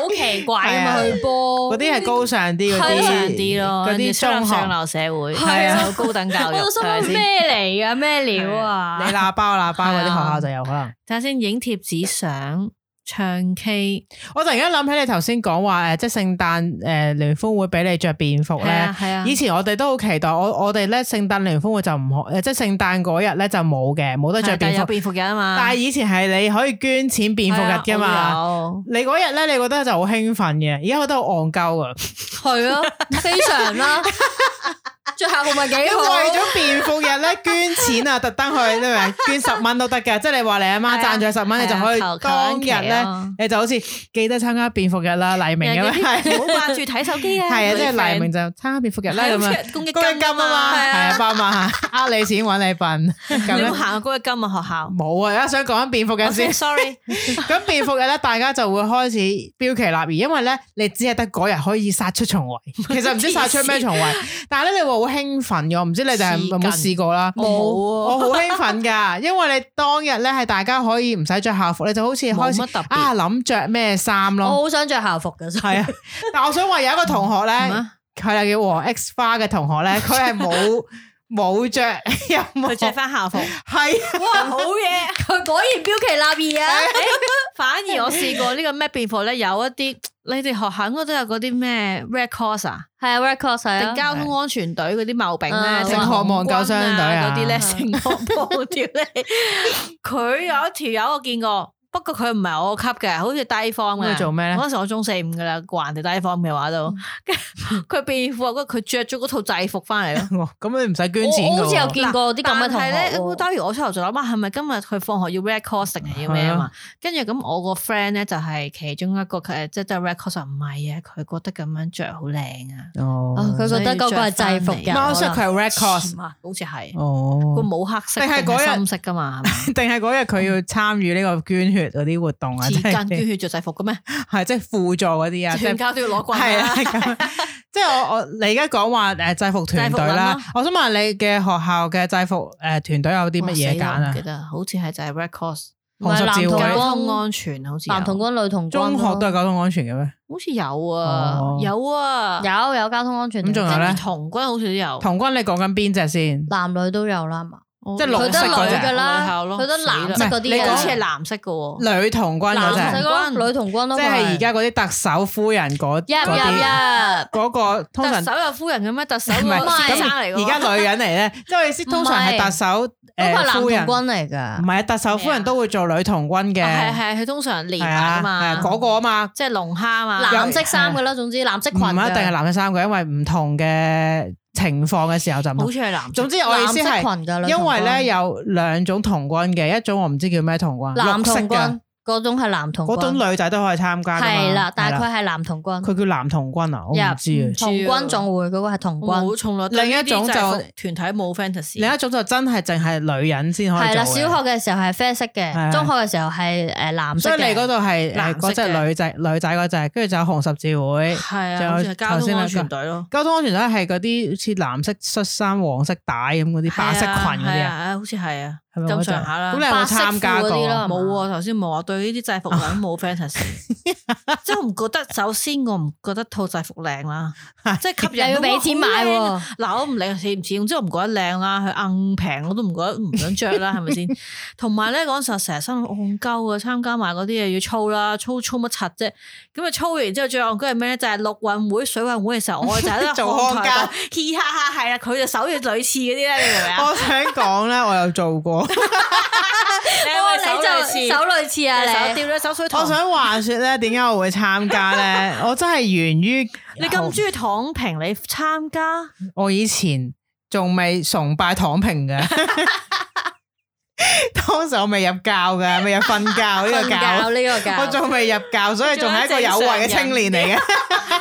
[SPEAKER 5] 好奇怪㗎
[SPEAKER 2] 係
[SPEAKER 5] 嘛
[SPEAKER 2] 啊
[SPEAKER 5] 去波
[SPEAKER 2] 嗰啲係高尚啲嗰
[SPEAKER 5] 係
[SPEAKER 2] 啲，
[SPEAKER 5] 啊
[SPEAKER 3] 上啲咯，
[SPEAKER 2] 嗰
[SPEAKER 3] 人哋
[SPEAKER 2] 啲
[SPEAKER 3] 上
[SPEAKER 2] 中學
[SPEAKER 3] 上流社會，
[SPEAKER 5] 係啊
[SPEAKER 3] 受高 等教育，
[SPEAKER 5] 我就心
[SPEAKER 3] 係咪
[SPEAKER 5] 諗
[SPEAKER 3] 先
[SPEAKER 5] 咩嚟㗎？咩料啊？
[SPEAKER 2] 你喇叭喇叭嗰啲
[SPEAKER 3] 係啊
[SPEAKER 2] 學校就有可能。
[SPEAKER 3] 睇下先，影貼紙相、唱 K，
[SPEAKER 2] 我突然間諗起你頭先講話誒，即係聖誕誒聯歡會俾你着便服
[SPEAKER 3] 係
[SPEAKER 2] 咧
[SPEAKER 3] 啊。係啊，
[SPEAKER 2] 以前我哋都好期待，我我哋咧聖誕聯歡會就唔可誒，呃即係聖誕嗰日咧就冇嘅，冇得
[SPEAKER 3] 係
[SPEAKER 2] 着
[SPEAKER 3] 但
[SPEAKER 2] 便
[SPEAKER 3] 係有
[SPEAKER 2] 服。
[SPEAKER 3] 便服日啊嘛，
[SPEAKER 2] 但係以前係你可以捐錢便服日噶
[SPEAKER 3] 係
[SPEAKER 2] 嘛。
[SPEAKER 3] 啊我
[SPEAKER 2] 你嗰日咧，你覺得就好興奮嘅，而家覺得好戇鳩啊！
[SPEAKER 5] 係啊，非常 啦，着校服咪幾
[SPEAKER 2] 因為
[SPEAKER 5] 好。
[SPEAKER 2] 為咗便服日咧捐 錢啊，特登去，你明唔明？捐十蚊都得嘅，即係你話你阿媽
[SPEAKER 3] 係啊
[SPEAKER 2] 贊助十蚊，你就可以
[SPEAKER 3] 係啊求求
[SPEAKER 2] 當
[SPEAKER 3] 其
[SPEAKER 2] 日
[SPEAKER 3] 啊
[SPEAKER 2] 咧咧，你就好似記得參加便服日啦，黎明咁樣，係
[SPEAKER 3] 唔好掛住睇手機啊！
[SPEAKER 2] 係啊，即係黎
[SPEAKER 3] 黎
[SPEAKER 2] 明就參加便服日啦咁樣。
[SPEAKER 3] 公 益
[SPEAKER 2] 公益金啊嘛，
[SPEAKER 3] 係
[SPEAKER 2] 係
[SPEAKER 3] 啊
[SPEAKER 2] 啊，百萬啊，呃你錢揾你 笨咁
[SPEAKER 3] 你有
[SPEAKER 2] 咧
[SPEAKER 3] 冇，行過公益金啊？學校
[SPEAKER 2] 冇啊！而家想講緊便服日先
[SPEAKER 3] Okay，，sorry，
[SPEAKER 2] 咁便服日咧，大家就會開始標奇立異，因為咧你只係得嗰日可以殺出重圍， 其實唔知殺出咩重圍，但係咧你會好興奮嘅，我唔知你哋係有冇
[SPEAKER 3] 黐
[SPEAKER 2] 試過啦。
[SPEAKER 3] 我冇
[SPEAKER 2] 我
[SPEAKER 3] 啊，
[SPEAKER 2] 好興奮㗎， 因為你當日咧係大家可以唔使着校服，你就好似
[SPEAKER 3] 冇
[SPEAKER 2] 開始
[SPEAKER 3] 乜特別哦
[SPEAKER 2] 啊諗着咩衫
[SPEAKER 5] 我
[SPEAKER 2] 咯。
[SPEAKER 5] 好想着校服嘅，
[SPEAKER 2] 係 啊，但我想話有一個同學
[SPEAKER 3] 係
[SPEAKER 2] 咧，
[SPEAKER 3] 嘛
[SPEAKER 2] 佢係叫黃 X 花嘅同學咧， 佢係冇冇着任何
[SPEAKER 3] 佢着翻校服，
[SPEAKER 2] 係啊
[SPEAKER 3] 哇，好嘢！
[SPEAKER 5] 佢果然標旗立異啊！
[SPEAKER 3] 反而我試過呢個咩變課咧，有一啲你哋學校應該都有嗰啲咩 red cross 啊，
[SPEAKER 5] 係啊 r e c o r d 係
[SPEAKER 3] 定
[SPEAKER 5] 啊，
[SPEAKER 3] 交通安全隊嗰啲茂炳咧，
[SPEAKER 5] 嗯
[SPEAKER 3] 定
[SPEAKER 5] 聖
[SPEAKER 2] 何啊望救傷隊啊
[SPEAKER 3] 嗰啲咧，
[SPEAKER 5] 嗯
[SPEAKER 3] 成個布條咧，佢有一條友我見過。不過佢唔係我級嘅，好似低 form
[SPEAKER 2] 咁
[SPEAKER 3] 嘅。
[SPEAKER 2] 佢做咩咧嗯
[SPEAKER 3] 嗰陣時我中四五噶啦，話人哋低 form 嘅話都，跟住佢變褲啊，佢着咗嗰套制服翻嚟咯。
[SPEAKER 2] 哇啊咁你唔使捐錢
[SPEAKER 5] 我我好似有
[SPEAKER 2] 㗎喎。
[SPEAKER 5] 見過啲咁嘅
[SPEAKER 3] 但
[SPEAKER 5] 同
[SPEAKER 3] 係
[SPEAKER 5] 學
[SPEAKER 3] 咧，
[SPEAKER 5] 喎。
[SPEAKER 3] 當然我出頭就諗啊，係咪今日佢放學要 red cross 定係要咩啊嘛？跟住咁我個 friend 咧就係其中一個誒，即係都係 red cross 唔係啊，佢覺得咁樣着好靚啊，
[SPEAKER 2] 哦
[SPEAKER 5] 哦佢啊覺得嗰個係制服
[SPEAKER 3] 所以
[SPEAKER 5] 嘅，
[SPEAKER 3] 着返嚟
[SPEAKER 2] 我想佢係 red cross
[SPEAKER 3] 啊，好似係個
[SPEAKER 2] 哦，
[SPEAKER 3] 冇黑色
[SPEAKER 2] 定係
[SPEAKER 3] 定
[SPEAKER 2] 嗰日
[SPEAKER 3] 係深色 噶嘛，係
[SPEAKER 2] 定係嗰日佢要參與呢個捐血嗰啲活動
[SPEAKER 3] 嘛
[SPEAKER 2] 啊，即
[SPEAKER 3] 紙巾捐
[SPEAKER 2] 係
[SPEAKER 3] 血着制服嘅咩？
[SPEAKER 2] 係即係輔助嗰啲啊，即係
[SPEAKER 3] 全家都要攞棍
[SPEAKER 2] 係
[SPEAKER 3] 啊
[SPEAKER 2] 啦，！咁即係我我你而家講話誒制服團隊
[SPEAKER 3] 制服
[SPEAKER 2] 啦
[SPEAKER 3] 啦，
[SPEAKER 2] 我想問你嘅學校嘅制服誒團隊有啲乜嘢揀
[SPEAKER 3] 哇死啦唔
[SPEAKER 2] 啊
[SPEAKER 3] 記？得，好似係就係 red cross
[SPEAKER 5] 唔係
[SPEAKER 2] 紅十
[SPEAKER 5] 男
[SPEAKER 2] 字
[SPEAKER 5] 童
[SPEAKER 2] 會
[SPEAKER 3] 交
[SPEAKER 5] 軍
[SPEAKER 3] 通安全啊好似有
[SPEAKER 5] 男童軍、女童軍咯，
[SPEAKER 2] 中學都係交通安全嘅咩？
[SPEAKER 3] 好似有啊
[SPEAKER 2] 哦，
[SPEAKER 3] 有啊，
[SPEAKER 5] 有有交通安全
[SPEAKER 2] 咁仲有
[SPEAKER 5] 定
[SPEAKER 2] 咧
[SPEAKER 3] 跟住童軍好似都有，哦
[SPEAKER 2] 童軍你講緊邊只先？
[SPEAKER 5] 男女都有啦嘛，
[SPEAKER 2] 即係綠
[SPEAKER 5] 佢
[SPEAKER 2] 色嗰
[SPEAKER 5] 得
[SPEAKER 2] 隻
[SPEAKER 5] 女
[SPEAKER 2] 㗎
[SPEAKER 5] 噶
[SPEAKER 3] 女
[SPEAKER 5] 啦，
[SPEAKER 3] 校咯
[SPEAKER 5] 佢得藍色嗰
[SPEAKER 2] 唔係你
[SPEAKER 5] 啲
[SPEAKER 2] 講
[SPEAKER 3] 好
[SPEAKER 5] 啊
[SPEAKER 3] 似係藍色嘅喎。
[SPEAKER 2] 女童軍嗰
[SPEAKER 5] 藍
[SPEAKER 2] 只
[SPEAKER 5] 色，咯，女童軍啊咯，
[SPEAKER 2] 即係而家嗰啲特首夫人嗰
[SPEAKER 5] 入入
[SPEAKER 2] 嗰啲
[SPEAKER 5] 入，
[SPEAKER 2] 嗰個通
[SPEAKER 3] 特
[SPEAKER 2] 常
[SPEAKER 3] 首有夫人嘅咩？特
[SPEAKER 5] 哦
[SPEAKER 3] 首
[SPEAKER 2] 唔係
[SPEAKER 3] 個先
[SPEAKER 2] 咁
[SPEAKER 3] 生嚟嘅
[SPEAKER 2] 而
[SPEAKER 3] 喎。
[SPEAKER 2] 家女人嚟咧，即係我意思通常係特首
[SPEAKER 5] 嗰個
[SPEAKER 2] 誒夫
[SPEAKER 5] 係啊男
[SPEAKER 2] 人，
[SPEAKER 5] 童軍
[SPEAKER 2] 唔
[SPEAKER 5] 嚟㗎，
[SPEAKER 2] 係啊特首夫人都會做女童軍嘅，
[SPEAKER 3] 係係，佢通常連
[SPEAKER 2] 係
[SPEAKER 3] 埋
[SPEAKER 2] 啊
[SPEAKER 3] 噶
[SPEAKER 2] 係
[SPEAKER 3] 嘛
[SPEAKER 2] 啊，嗰個啊嘛。
[SPEAKER 3] 即係龍蝦嘛。
[SPEAKER 5] 藍色衫㗎啦，總之藍色
[SPEAKER 2] 唔
[SPEAKER 5] 裙
[SPEAKER 2] 一定係
[SPEAKER 5] 㗎，
[SPEAKER 2] 男嘅三個，因為唔同嘅情況嘅時候就唔同
[SPEAKER 3] 好。似係藍色。
[SPEAKER 2] 總之我意
[SPEAKER 5] 藍
[SPEAKER 2] 思
[SPEAKER 5] 色
[SPEAKER 2] 係，
[SPEAKER 5] 裙㗎，女
[SPEAKER 2] 因
[SPEAKER 5] 童
[SPEAKER 2] 為
[SPEAKER 5] 軍
[SPEAKER 2] 咧有兩種童軍嘅，一種我唔知叫咩童軍，
[SPEAKER 5] 男
[SPEAKER 2] 綠色
[SPEAKER 5] 童
[SPEAKER 2] 嘅
[SPEAKER 5] 軍嗰種係男童
[SPEAKER 2] 嗰種
[SPEAKER 5] 軍，
[SPEAKER 2] 女仔都可以參加㗎嘛
[SPEAKER 5] 係啦，但係
[SPEAKER 2] 係
[SPEAKER 5] 佢係男童軍，
[SPEAKER 2] 佢叫男童軍啊，我唔知啊
[SPEAKER 3] 入。
[SPEAKER 5] 童軍仲會嗰個係童
[SPEAKER 3] 我冇
[SPEAKER 5] 軍，
[SPEAKER 3] 從來對
[SPEAKER 2] 另一種就
[SPEAKER 3] 呢啲制服團體冇 fantasy。
[SPEAKER 2] 另一種就真係淨係女人先可以
[SPEAKER 5] 係
[SPEAKER 2] 做
[SPEAKER 5] 啦，
[SPEAKER 2] 嘅
[SPEAKER 5] 小學嘅時候係啡色
[SPEAKER 2] 係啊
[SPEAKER 5] 嘅，中學嘅時候係誒
[SPEAKER 2] 所
[SPEAKER 5] 藍色
[SPEAKER 2] 以你嗰
[SPEAKER 5] 嘅，
[SPEAKER 2] 度係誒
[SPEAKER 3] 藍色
[SPEAKER 2] 嗰隻
[SPEAKER 3] 嘅
[SPEAKER 2] 女仔女仔嗰隻，跟住就有紅十字會。
[SPEAKER 3] 係
[SPEAKER 2] 仲有
[SPEAKER 3] 啊，好似係交
[SPEAKER 2] 頭先嗰
[SPEAKER 3] 通
[SPEAKER 2] 個
[SPEAKER 3] 安全隊咯。
[SPEAKER 2] 交通安全隊係嗰啲似藍色恤衫、黃色帶咁嗰啲白色裙嗰
[SPEAKER 3] 係
[SPEAKER 2] 啲啊，，
[SPEAKER 3] 啊係啊好似係啊，
[SPEAKER 2] 係咪嗰
[SPEAKER 3] 咁
[SPEAKER 2] 隻
[SPEAKER 3] 上下啦
[SPEAKER 2] 咁你有冇
[SPEAKER 5] 白色
[SPEAKER 2] 參加
[SPEAKER 5] 褲嗰啲
[SPEAKER 2] 過啊
[SPEAKER 5] 咯？
[SPEAKER 3] 冇啊！頭先冇啊，對呢啲制服我都冇 fantasy，即係我唔覺得。首先我唔覺得套制服靚啦，即係吸引。
[SPEAKER 5] 又要俾錢買
[SPEAKER 3] 哇好靚啊
[SPEAKER 5] 喎。
[SPEAKER 3] 嗱，我唔理佢似唔似，總之我唔覺得靚啦，佢硬平我都唔覺得唔想着啦，係咪先？同埋咧嗰陣時候成日心諗戇鳩啊，參加埋嗰啲嘢要操啦，操操乜柒啫？咁啊操完之後最戇鳩係咩咧？就係陸運會、水運會嘅時候，我就喺度
[SPEAKER 2] 做
[SPEAKER 3] 看台
[SPEAKER 2] 看
[SPEAKER 3] 度，嘻哈哈係啦，佢就手要類似嗰啲咧，你明唔明啊？
[SPEAKER 2] 我想講咧，我有做 過。
[SPEAKER 5] 哦
[SPEAKER 3] 你手類似，
[SPEAKER 5] 你就手類似啊
[SPEAKER 3] 手
[SPEAKER 5] 你，
[SPEAKER 3] 掉咗手水
[SPEAKER 2] 我
[SPEAKER 3] 桶。
[SPEAKER 2] 想話說咧，點解我會參加咧？ 我真係源於
[SPEAKER 3] 你咁中意躺平，你參加？
[SPEAKER 2] 我以前仲未崇拜躺平嘅， 當時我未入教嘅，未入瞓覺呢個
[SPEAKER 5] 教
[SPEAKER 2] 教，
[SPEAKER 5] 呢個
[SPEAKER 2] 我
[SPEAKER 5] 教，
[SPEAKER 2] 仲未入教，所以仲係一個有為嘅青年嚟嘅。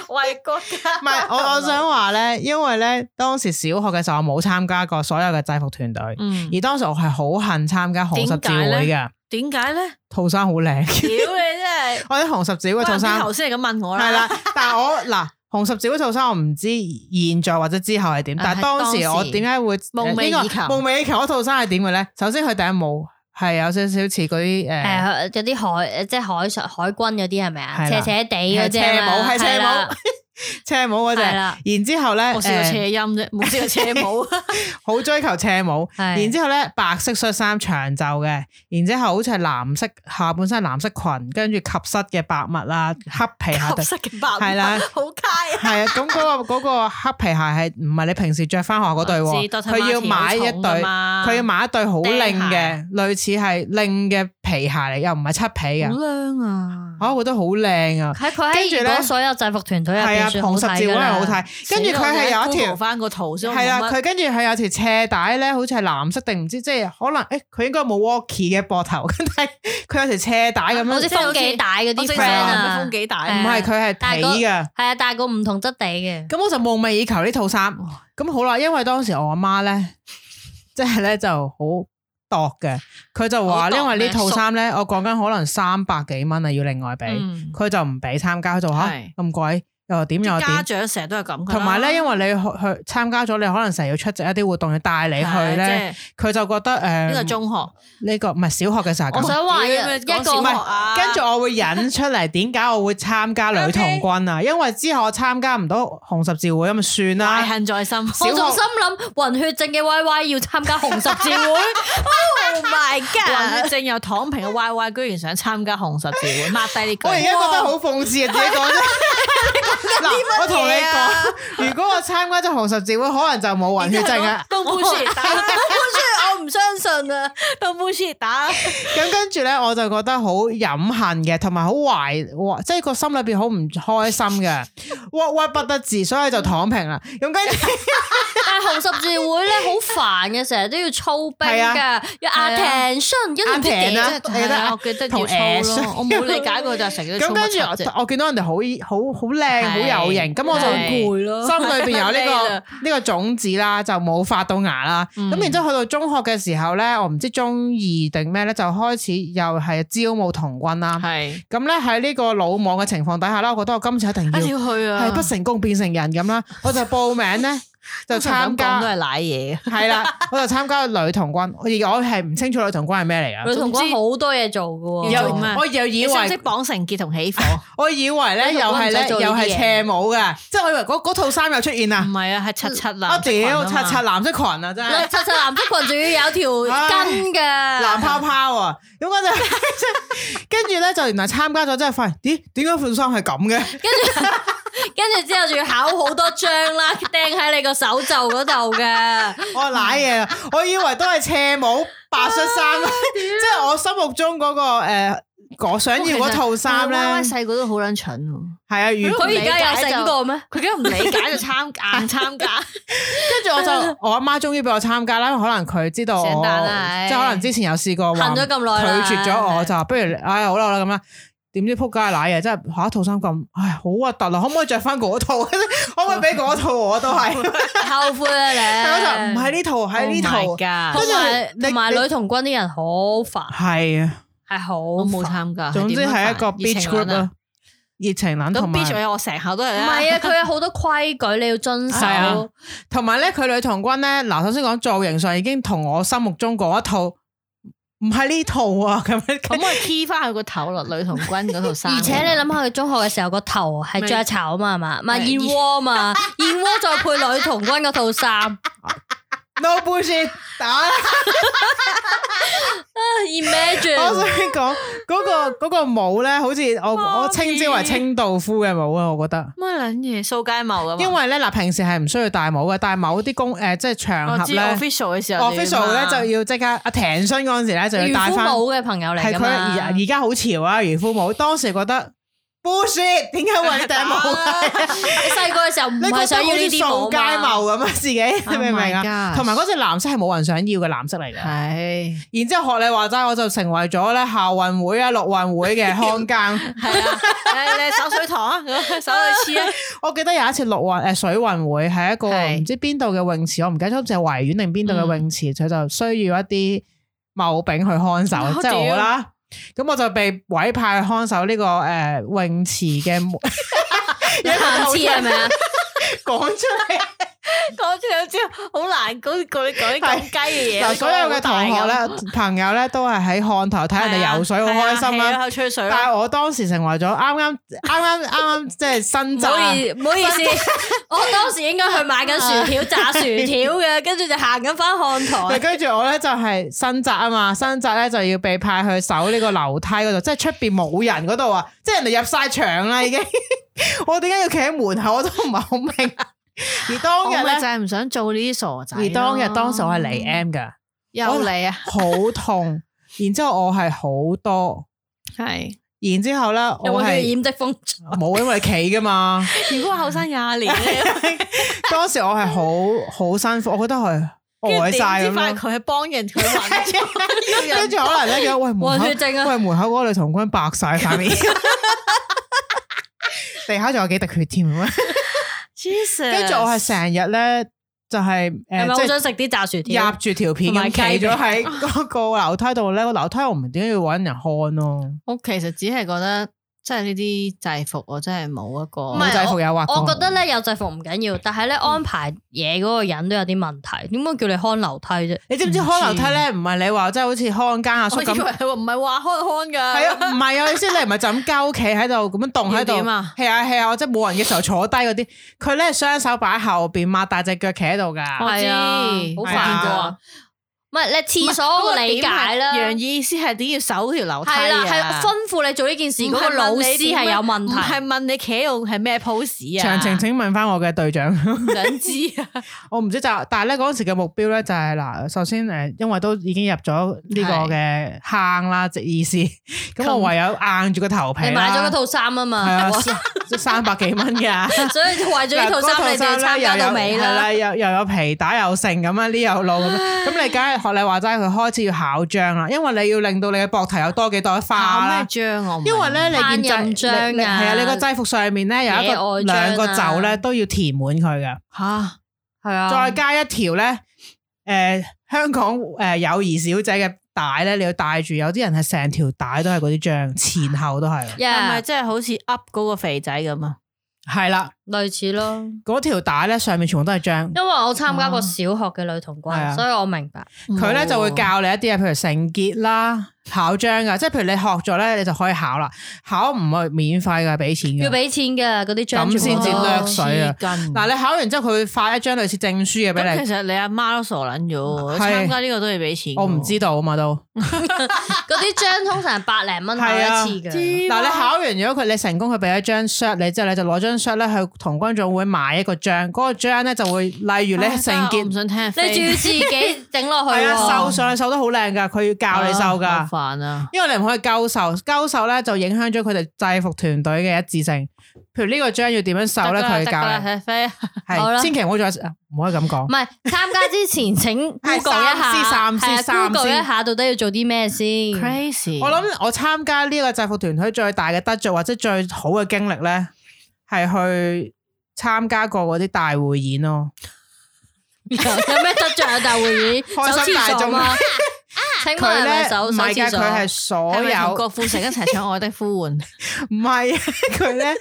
[SPEAKER 3] 為國家
[SPEAKER 2] 唔係，我我想話咧，因為咧當時小學嘅時候，我冇參加過所有嘅制服團隊，
[SPEAKER 3] 嗯，
[SPEAKER 2] 而當時我係好恨參加紅十字會
[SPEAKER 3] 點
[SPEAKER 2] 嘅，
[SPEAKER 3] 點解咧？
[SPEAKER 2] 套衫好靚，
[SPEAKER 3] 屌你真係！
[SPEAKER 2] 我啲紅十字會套
[SPEAKER 3] 關
[SPEAKER 2] 衫
[SPEAKER 3] 你。頭先係咁問我啦，
[SPEAKER 2] 系啦，但系我嗱紅十字嗰套衫我唔知現在或者之後係點，
[SPEAKER 3] 啊
[SPEAKER 2] 但係當
[SPEAKER 3] 係
[SPEAKER 2] 時
[SPEAKER 3] 當時
[SPEAKER 2] 我點解會呃
[SPEAKER 3] 夢寐以求
[SPEAKER 2] 呢個夢寐以求嗰套衫係點嘅咧？首先佢第一帽係有少少似嗰啲呃誒
[SPEAKER 5] 誒嗰啲海誒即係海上海軍嗰啲係咪啊？
[SPEAKER 2] 啊係啦
[SPEAKER 5] 斜斜地嗰隻
[SPEAKER 2] 係車
[SPEAKER 5] 啊
[SPEAKER 2] 帽，
[SPEAKER 5] 嘛
[SPEAKER 2] 係車
[SPEAKER 5] 啦
[SPEAKER 2] 帽， 車帽嗰只。
[SPEAKER 5] 係啦
[SPEAKER 2] 然之後咧，呃
[SPEAKER 3] 我試過
[SPEAKER 2] 誒
[SPEAKER 3] 斜音啫，冇試過斜舞。
[SPEAKER 2] 好追求斜帽。
[SPEAKER 5] 係
[SPEAKER 2] 然之後咧，白色恤衫長袖嘅，然之後好似係藍色下半身係藍色裙，跟住及膝嘅白襪 啦，黑皮下底
[SPEAKER 3] 合。色嘅白
[SPEAKER 2] 係啦
[SPEAKER 3] 好佳啊！
[SPEAKER 2] 系啊，咁嗰、個 个、嗰個黑皮鞋係唔係你平時着翻學嗰對
[SPEAKER 3] 我知
[SPEAKER 2] 喎？
[SPEAKER 3] Dr.
[SPEAKER 2] 佢要
[SPEAKER 3] Martens
[SPEAKER 2] 買一
[SPEAKER 3] 好重
[SPEAKER 2] 對
[SPEAKER 3] 㗎，嘛
[SPEAKER 2] 佢要買一對好靚
[SPEAKER 3] 釘
[SPEAKER 2] 嘅
[SPEAKER 3] 鞋，
[SPEAKER 2] 類似係靚嘅皮鞋嚟，又唔係漆皮
[SPEAKER 3] 好
[SPEAKER 2] 嘅，
[SPEAKER 3] 靚啊！
[SPEAKER 2] 啊我覺得好靚啊！
[SPEAKER 5] 喺佢
[SPEAKER 2] 跟住咧
[SPEAKER 5] 喺如果所有制服團隊入
[SPEAKER 2] 係啊，
[SPEAKER 5] 邊
[SPEAKER 2] 啊，
[SPEAKER 5] 算
[SPEAKER 2] 旁十
[SPEAKER 5] 好
[SPEAKER 2] 字
[SPEAKER 5] 睇㗎
[SPEAKER 2] 碗係好
[SPEAKER 5] 啦
[SPEAKER 2] 睇，跟住佢係 有一條。
[SPEAKER 3] 翻個圖先，
[SPEAKER 2] 係啦，佢跟住佢有條斜帶咧，好似係藍色定唔知，即係可能诶，佢、應該冇 Walkie 嘅膊頭，但係 佢有條斜帶咁樣，
[SPEAKER 5] 好似
[SPEAKER 2] 唔
[SPEAKER 3] 即啊係好
[SPEAKER 5] 風
[SPEAKER 3] 似
[SPEAKER 5] 紀帶嗰
[SPEAKER 3] 我
[SPEAKER 5] 啲
[SPEAKER 3] 正
[SPEAKER 5] friend
[SPEAKER 3] 常
[SPEAKER 2] 啊
[SPEAKER 5] 啊
[SPEAKER 3] 風，幾大，
[SPEAKER 5] 係啊
[SPEAKER 2] 係佢係
[SPEAKER 5] 但係
[SPEAKER 2] 皮嘅。
[SPEAKER 5] 係啊，但係個唔同質地嘅，
[SPEAKER 2] 咁我就夢寐以求呢套衫。咁好啦，因為當時我阿媽咧，即係咧就好度嘅，佢就
[SPEAKER 3] 好
[SPEAKER 2] 話
[SPEAKER 3] 度
[SPEAKER 2] 因為呢
[SPEAKER 3] 咩
[SPEAKER 2] 套衫咧，我講緊可能三百幾蚊啊，要另外俾，
[SPEAKER 3] 嗯
[SPEAKER 2] 佢就唔俾參加，佢就吓
[SPEAKER 3] 係
[SPEAKER 2] 咁貴，又話點又
[SPEAKER 3] 啲
[SPEAKER 2] 點。
[SPEAKER 3] 家長成日都係咁㗎啦，
[SPEAKER 2] 同埋咧，因為你去去參加咗，你可能成日要出席一啲活動，要帶你去嗯咧，
[SPEAKER 3] 係，啊即
[SPEAKER 2] 佢就覺得
[SPEAKER 3] 係
[SPEAKER 2] 诶，
[SPEAKER 3] 呢
[SPEAKER 2] 呢
[SPEAKER 3] 個中學，
[SPEAKER 2] 呢個唔係小學嘅時候
[SPEAKER 5] 我
[SPEAKER 2] 咁。
[SPEAKER 5] 想話一
[SPEAKER 3] 屌你
[SPEAKER 5] 一
[SPEAKER 3] 講
[SPEAKER 5] 個
[SPEAKER 3] 小
[SPEAKER 2] 唔係
[SPEAKER 3] 學啊
[SPEAKER 2] 跟住我會引出嚟點解我會參加女童軍啊？因為之後我參加唔到紅十字會咁咪算
[SPEAKER 3] 大
[SPEAKER 2] 啦。
[SPEAKER 3] 恨在心，
[SPEAKER 5] 我仲 心諗混血症嘅 Y Y 要參加紅十字會 ，Oh my
[SPEAKER 3] 混
[SPEAKER 5] god！
[SPEAKER 3] 血症又躺平嘅 Y Y，居然想參加紅十字會，抹低呢句。
[SPEAKER 2] 我而家覺得好諷刺啊！自己講啫。嗱，我同你講，如果我參加咗紅十字會，可能就冇暈血症啊。
[SPEAKER 3] 東本樹打，
[SPEAKER 5] 我唔相信啊！
[SPEAKER 3] 東本樹打，
[SPEAKER 2] 咁跟住咧，我就覺得好飲恨嘅，同埋好懷，懷即係個心裏邊好唔開心嘅，屈屈不得志，所以就躺平啦。咁跟住
[SPEAKER 5] 但係紅十字會咧好煩嘅，成日都要操兵
[SPEAKER 2] 係啊
[SPEAKER 5] 㗎，要
[SPEAKER 3] 啊
[SPEAKER 5] attention，跟住唔知幾
[SPEAKER 2] Attention 啊
[SPEAKER 3] 係啦，我記得
[SPEAKER 2] 同
[SPEAKER 3] 要操
[SPEAKER 2] Ash
[SPEAKER 3] 咯，我冇理解過就係成日都
[SPEAKER 2] 咁
[SPEAKER 3] 操
[SPEAKER 2] 跟
[SPEAKER 3] 乜
[SPEAKER 2] 住
[SPEAKER 3] 柒啫
[SPEAKER 2] 我，我見到人哋好好好靚，好有型，咁我就
[SPEAKER 3] 係
[SPEAKER 2] 攰。
[SPEAKER 5] 咯
[SPEAKER 2] 心裏邊有 呢、個
[SPEAKER 3] 係啦
[SPEAKER 2] 呢個種子啦，就冇發到芽啦。咁、
[SPEAKER 3] 啊嗯
[SPEAKER 2] 然之後去到中學嘅時候咧，我唔知中二定咩咧，就開始又係招募童軍啦。
[SPEAKER 3] 係
[SPEAKER 2] 咁咧喺呢個魯莽嘅情況底下啦，我覺得我今次一定
[SPEAKER 3] 一定
[SPEAKER 2] 要
[SPEAKER 3] 要去啊，
[SPEAKER 2] 係不成功變成人咁 啦，我就報名咧就參
[SPEAKER 3] 通常咁講都
[SPEAKER 2] 加
[SPEAKER 3] 係賴嘢，
[SPEAKER 2] 係啦，我就參加女童軍。而我係唔清楚女童軍係咩嚟
[SPEAKER 5] 女
[SPEAKER 2] 噶，
[SPEAKER 5] 童軍好多嘢做㗎
[SPEAKER 3] 要
[SPEAKER 5] 喎，
[SPEAKER 3] 做咩
[SPEAKER 2] 又我又以
[SPEAKER 3] 你識唔識
[SPEAKER 2] 為
[SPEAKER 3] 綁繩結同起火？
[SPEAKER 2] 我以為咧
[SPEAKER 5] 女
[SPEAKER 2] 又
[SPEAKER 5] 童軍
[SPEAKER 2] 係
[SPEAKER 5] 唔使
[SPEAKER 2] 咧
[SPEAKER 5] 做呢
[SPEAKER 2] 又
[SPEAKER 5] 啲嘢
[SPEAKER 2] 係斜舞嘅，即係我以為嗰嗰套衫又出現
[SPEAKER 3] 唔
[SPEAKER 2] 啦。
[SPEAKER 3] 係啊，係七七
[SPEAKER 5] 嗯
[SPEAKER 3] 啦。
[SPEAKER 2] 我屌，
[SPEAKER 3] 七
[SPEAKER 2] 擦
[SPEAKER 3] 群啊嘛
[SPEAKER 2] 擦藍色裙啊，真係
[SPEAKER 5] 女。擦擦藍色裙仲要有 條筋㗎，
[SPEAKER 2] 藍泡泡啊！咁我就 跟住咧就原來參加咗之後發現，咦？點解款衫係咁嘅？
[SPEAKER 5] 跟住跟住之後仲要考好多張啦， 釘喺你個手袖嗰度嘅。
[SPEAKER 2] 我舐嘢啦！我以為都係斜帽白恤 衫，啊
[SPEAKER 5] 哎
[SPEAKER 2] 即係我心目中嗰、個呃我想要嗰套衫咧，
[SPEAKER 5] 哦
[SPEAKER 3] Y Y
[SPEAKER 2] 係
[SPEAKER 3] 細個都好撚蠢喎，
[SPEAKER 2] 啊！如果
[SPEAKER 5] 佢而家有醒過咩？
[SPEAKER 3] 佢而家唔理解就參 硬參加，
[SPEAKER 2] 跟住我就我阿媽終於俾我參加啦，因為可能佢知道我
[SPEAKER 3] 聖誕啦
[SPEAKER 2] 即係可能之前有試過話
[SPEAKER 5] 恨咗咁耐啦
[SPEAKER 2] 拒絕咗我就話不如你唉好啦好啦咁啦。點知撲街舐嘢，真係下一套衫咁，唉好核突啊！可唔可以着翻嗰套？ 可唔可以俾嗰套我都係？
[SPEAKER 5] 後悔啊
[SPEAKER 2] 但我就
[SPEAKER 5] 你！
[SPEAKER 2] 唔喺呢套，
[SPEAKER 3] Oh
[SPEAKER 2] 喺呢套。
[SPEAKER 3] 噶
[SPEAKER 2] 跟
[SPEAKER 5] 同
[SPEAKER 2] 住
[SPEAKER 5] 埋
[SPEAKER 2] 你
[SPEAKER 5] 同埋
[SPEAKER 2] 你
[SPEAKER 5] 女童軍啲人好煩，
[SPEAKER 2] 係啊，
[SPEAKER 5] 係好
[SPEAKER 3] 我冇
[SPEAKER 5] 煩。
[SPEAKER 3] 參加。
[SPEAKER 2] 總之係一個
[SPEAKER 3] 點啊
[SPEAKER 2] beach
[SPEAKER 3] 樣
[SPEAKER 2] group
[SPEAKER 3] 煩
[SPEAKER 2] 啦。，熱情冷
[SPEAKER 3] 啊咁
[SPEAKER 2] 同
[SPEAKER 3] beach
[SPEAKER 2] 埋
[SPEAKER 3] 我成校都係
[SPEAKER 5] 唔
[SPEAKER 3] 啦
[SPEAKER 5] 係啊，佢有好多規矩你要遵守
[SPEAKER 2] 係。啊同埋咧，佢女童軍咧，嗱，首先講造型上已經同我心目中嗰一套唔係呢套啊，咁
[SPEAKER 3] 可唔
[SPEAKER 2] 樣。
[SPEAKER 3] 可以 key 翻佢個頭落女童軍嗰套衫？
[SPEAKER 5] 而且你諗下，佢中學嘅時候個頭係雀巢啊嘛，係嘛，唔係
[SPEAKER 3] 咪
[SPEAKER 5] 燕窩啊嘛，燕窩再配女童軍嗰套 衫，啊
[SPEAKER 2] No bullshit！打啊我想
[SPEAKER 5] imagine
[SPEAKER 2] 講嗰個嗰個舞咧，好似我我稱之為清道夫嘅舞啊，我覺得。
[SPEAKER 3] 乜撚嘢？掃街帽咁，
[SPEAKER 2] 因為咧嗱，平時係唔需要戴帽嘅，但係某啲公呃誒即係
[SPEAKER 3] 我
[SPEAKER 2] 場
[SPEAKER 5] 哦
[SPEAKER 2] 合
[SPEAKER 3] 知
[SPEAKER 2] 咧
[SPEAKER 3] official 嘅時候
[SPEAKER 2] ，official 咧就要即刻阿停身嗰陣時咧就要
[SPEAKER 5] 漁
[SPEAKER 2] 戴
[SPEAKER 5] 啊夫
[SPEAKER 2] 翻。
[SPEAKER 5] 帽嘅朋友嚟
[SPEAKER 2] 係
[SPEAKER 5] 㗎
[SPEAKER 2] 佢而
[SPEAKER 5] 嘛。
[SPEAKER 2] 而家好潮啊，漁夫帽。當時覺得 bullshit，點解為你戴 帽啊？
[SPEAKER 5] 你細個嘅時候唔
[SPEAKER 2] 你覺得
[SPEAKER 5] 係想要呢啲
[SPEAKER 2] 好
[SPEAKER 5] 帽
[SPEAKER 2] 似掃街帽
[SPEAKER 5] 嘛？Oh
[SPEAKER 2] 咁啊，自己你明唔明啊？
[SPEAKER 3] my gosh
[SPEAKER 2] 同埋嗰隻藍色係冇人想要嘅藍色嚟嘅。
[SPEAKER 3] 係
[SPEAKER 2] 然之後學你話齋，我就成為咗咧校運會啊、陸運會 嘅看更。
[SPEAKER 3] 係啊，誒你手水堂啊， 咁手 去黐啊，
[SPEAKER 2] 我記得有一次陸運誒水運會係一個
[SPEAKER 3] 係嗯
[SPEAKER 2] 唔知邊度嘅泳池，我唔記得咗就係維園定邊度嘅泳池，佢就需要一啲茂丙去看 守，
[SPEAKER 3] 好
[SPEAKER 2] 即係我
[SPEAKER 3] 哦屌
[SPEAKER 2] 啦。咁我就被委派去看守呢個誒泳池 嘅門
[SPEAKER 5] 你行黐係咪 啊？
[SPEAKER 2] 講出
[SPEAKER 3] 啊
[SPEAKER 2] 嚟。
[SPEAKER 3] 講出嚟之後好難講講講啲咁雞嘅嘢。
[SPEAKER 2] 嗱，所有嘅同學咧、朋友咧，都係喺看台睇人哋游水，好開心
[SPEAKER 3] 係啊
[SPEAKER 2] 啦。
[SPEAKER 3] 喺度吹水
[SPEAKER 2] 但
[SPEAKER 3] 啦。
[SPEAKER 2] 係我當時成為咗啱啱啱啱啱啱即係新
[SPEAKER 5] 唔好
[SPEAKER 2] 炸，
[SPEAKER 5] 意唔好 意思，我當時應該去買緊薯條炸薯條嘅，跟住就行緊翻 看台。
[SPEAKER 2] 跟住我咧就係新紮啊嘛，新紮咧就要被派去守呢個樓梯嗰度，即係出邊冇人嗰度啊，即係人哋入晒場啦已經。 我點解要企喺門口，我都唔係好明。啊而當
[SPEAKER 3] 我
[SPEAKER 2] 日
[SPEAKER 3] 咪就
[SPEAKER 2] 咧，
[SPEAKER 3] 係唔想做呢啲傻仔。
[SPEAKER 2] 而當日當時我係嚟 M 噶，
[SPEAKER 3] 又
[SPEAKER 2] 我
[SPEAKER 3] 嚟啊，
[SPEAKER 2] 好痛，然之後我係好多。
[SPEAKER 3] 係
[SPEAKER 2] 然之後咧，
[SPEAKER 5] 有
[SPEAKER 2] 我
[SPEAKER 5] 冇叫
[SPEAKER 2] 係
[SPEAKER 5] 染色風
[SPEAKER 2] 冇，因為企噶嘛。
[SPEAKER 3] 如果後生廿 年，
[SPEAKER 2] 當時我係好好辛苦，我覺得係呆晒咁
[SPEAKER 3] 翻
[SPEAKER 2] 樣。
[SPEAKER 3] 佢係幫人佢 揾，
[SPEAKER 2] 跟住可能咧，見到喂門口
[SPEAKER 5] 混啊血症啊
[SPEAKER 2] 喂門口嗰個女童軍白晒塊 面，地下仲有幾滴血添。 咁樣
[SPEAKER 3] ，Jesus，
[SPEAKER 2] 跟住我係成日咧，就係
[SPEAKER 5] 係咪好
[SPEAKER 2] 誒，即
[SPEAKER 5] 想食啲炸薯條？
[SPEAKER 2] 係入住條片
[SPEAKER 5] 同埋
[SPEAKER 2] 咁
[SPEAKER 5] 雞
[SPEAKER 2] 企咗喺 嗰個樓梯度咧。個樓梯我唔點解要揾人看咯？
[SPEAKER 3] 我其實只係覺得，即係呢啲制服我真係冇一個，
[SPEAKER 5] 唔
[SPEAKER 2] 冇
[SPEAKER 5] 係
[SPEAKER 2] 制服有畫過
[SPEAKER 5] 我覺得咧有制服唔緊要，但係
[SPEAKER 2] 嗯
[SPEAKER 5] 咧安排嘢嗰個人都有啲問題。點解叫你看樓梯啫？
[SPEAKER 2] 你知唔知看樓梯咧？唔係你話即係好似看更阿叔
[SPEAKER 3] 我以為
[SPEAKER 2] 咁。
[SPEAKER 3] 佢話唔係話看看㗎，
[SPEAKER 2] 系啊，唔 係啊，意思你唔係就咁鳩企喺度，咁樣凍喺度，
[SPEAKER 3] 要點啊
[SPEAKER 2] 係啊係啊，即係冇人嘅時候坐低嗰啲，佢咧雙手擺喺後邊，擘大隻腳企喺度噶，
[SPEAKER 3] 我
[SPEAKER 5] 係啊
[SPEAKER 3] 知，
[SPEAKER 5] 好
[SPEAKER 2] 係啊
[SPEAKER 5] 煩噶啊！唔係你廁所我理解啦，
[SPEAKER 3] 楊意思係點要守條樓梯
[SPEAKER 5] 係啦，係
[SPEAKER 3] 啊？
[SPEAKER 5] 吩咐你做呢件事嗰個老師係有問
[SPEAKER 3] 係
[SPEAKER 5] 題。
[SPEAKER 3] 問你企喺度係咩 pose 啊？
[SPEAKER 2] 詳情請問翻我嘅隊長，
[SPEAKER 3] 唔想知啊！
[SPEAKER 2] 我唔知就，但係咧嗰陣時嘅目標咧就係、嗱，首先誒，因為都已經入咗呢個嘅坑啦，即意思，咁我唯有硬住個頭皮
[SPEAKER 5] 你買咗嗰
[SPEAKER 2] 啦，
[SPEAKER 5] 套衫啊
[SPEAKER 2] 係
[SPEAKER 5] 嘛
[SPEAKER 2] 啊， 三三百幾蚊㗎。
[SPEAKER 5] 所以為咗呢套衫你就要參加到尾
[SPEAKER 2] 係
[SPEAKER 5] 啦。
[SPEAKER 2] 啦，又又有皮帶又剩咁啊，呢又路咁，咁你梗係學你話齋，佢開始要考章啦，因為你要令到你嘅膊頭有多幾朵花
[SPEAKER 3] 考咩
[SPEAKER 2] 啦。
[SPEAKER 3] 章啊我唔明？
[SPEAKER 2] 因為咧，你件
[SPEAKER 5] 烹
[SPEAKER 2] 制
[SPEAKER 5] 飪章啊
[SPEAKER 2] 你你係啊，你個制服上面咧有一個
[SPEAKER 5] 野外章啊
[SPEAKER 2] 兩個袖咧都要填滿佢嘅，
[SPEAKER 3] 吓
[SPEAKER 5] 係啊
[SPEAKER 2] 再加一條咧，誒香港誒友誼小姐嘅帶咧，你要帶住，有啲人係成條帶都係嗰啲章，前後都係，
[SPEAKER 3] 係咪
[SPEAKER 5] Yeah，
[SPEAKER 3] 即係好似 up 嗰個肥仔咁啊？
[SPEAKER 2] 係啦，
[SPEAKER 5] 類似咯。
[SPEAKER 2] 嗰條帶咧上面全部都係章。
[SPEAKER 5] 因為我參加過小學嘅女童
[SPEAKER 2] 係啊
[SPEAKER 5] 軍，所以我明白。
[SPEAKER 2] 佢咧就會教你一啲嘢，譬如成結啦、考章啊噶，即係譬如你學咗咧，你就可以考啦。考唔係免費噶，俾錢
[SPEAKER 5] 要
[SPEAKER 2] 嘅。
[SPEAKER 5] 俾錢嘅嗰啲章
[SPEAKER 2] 咁
[SPEAKER 5] 全部
[SPEAKER 2] 先至
[SPEAKER 5] 都
[SPEAKER 2] 掠水啊
[SPEAKER 3] 嗱
[SPEAKER 2] 嗱，你考完之後，佢會發一張類似證書嘅俾
[SPEAKER 3] 咁
[SPEAKER 2] 你。
[SPEAKER 3] 其實你阿媽都傻撚
[SPEAKER 2] 係
[SPEAKER 3] 咗，參加呢個都要俾錢㗎喎。
[SPEAKER 2] 我唔知道啊嘛都。
[SPEAKER 5] 嗰啲章通常百零蚊考
[SPEAKER 2] 係啊
[SPEAKER 5] 一次嘅，
[SPEAKER 3] 知嘛
[SPEAKER 2] 嗱，你考完如果佢你成功，佢俾一張 shirt 你之後，你就攞張 shirt 咧去童軍總會買一個章，嗰個章咧就會例如
[SPEAKER 3] 唉
[SPEAKER 2] 你成
[SPEAKER 3] 但啊係我唔
[SPEAKER 2] 結
[SPEAKER 3] 想聽飛，
[SPEAKER 5] 你仲要自己整落去
[SPEAKER 2] 啊係
[SPEAKER 5] 喎。
[SPEAKER 2] 啊，繡上去繡得好靚噶，佢要教你繡
[SPEAKER 3] 啊
[SPEAKER 2] 噶
[SPEAKER 3] 好。煩啊！
[SPEAKER 2] 因為你唔可以鳩手，鳩手咧就影響咗佢哋制服團隊嘅一致性。譬如呢個章要點樣手咧，
[SPEAKER 3] 得㗎啦
[SPEAKER 2] 佢
[SPEAKER 3] 得
[SPEAKER 2] 教
[SPEAKER 3] 㗎啦
[SPEAKER 2] 你。
[SPEAKER 3] 踢飛啊
[SPEAKER 5] 好啦
[SPEAKER 2] 係，千祈唔好再唔可以咁
[SPEAKER 5] 唔
[SPEAKER 2] 講。
[SPEAKER 5] 係參加之前請 Google 一
[SPEAKER 2] 三思
[SPEAKER 5] 下，係啊
[SPEAKER 2] 三思三思
[SPEAKER 5] Google 一下到底要做啲咩先。
[SPEAKER 3] crazy！
[SPEAKER 2] 我諗我參加呢個制服團隊最大嘅得着或者最好嘅經歷咧，係去參加過嗰啲大匯演咯。
[SPEAKER 5] 有咩得着啊？大會議
[SPEAKER 2] 開心大
[SPEAKER 5] 走廁所
[SPEAKER 2] 眾
[SPEAKER 5] 嘛？啊請問
[SPEAKER 2] 佢
[SPEAKER 5] 係咪
[SPEAKER 2] 咧
[SPEAKER 5] 手
[SPEAKER 2] 唔
[SPEAKER 5] 手
[SPEAKER 2] 係㗎，
[SPEAKER 5] 廁所？
[SPEAKER 2] 佢係所
[SPEAKER 3] 係
[SPEAKER 2] 有
[SPEAKER 3] 咪 同郭富城一齊唱《愛的呼喚》
[SPEAKER 2] 唔係啊佢咧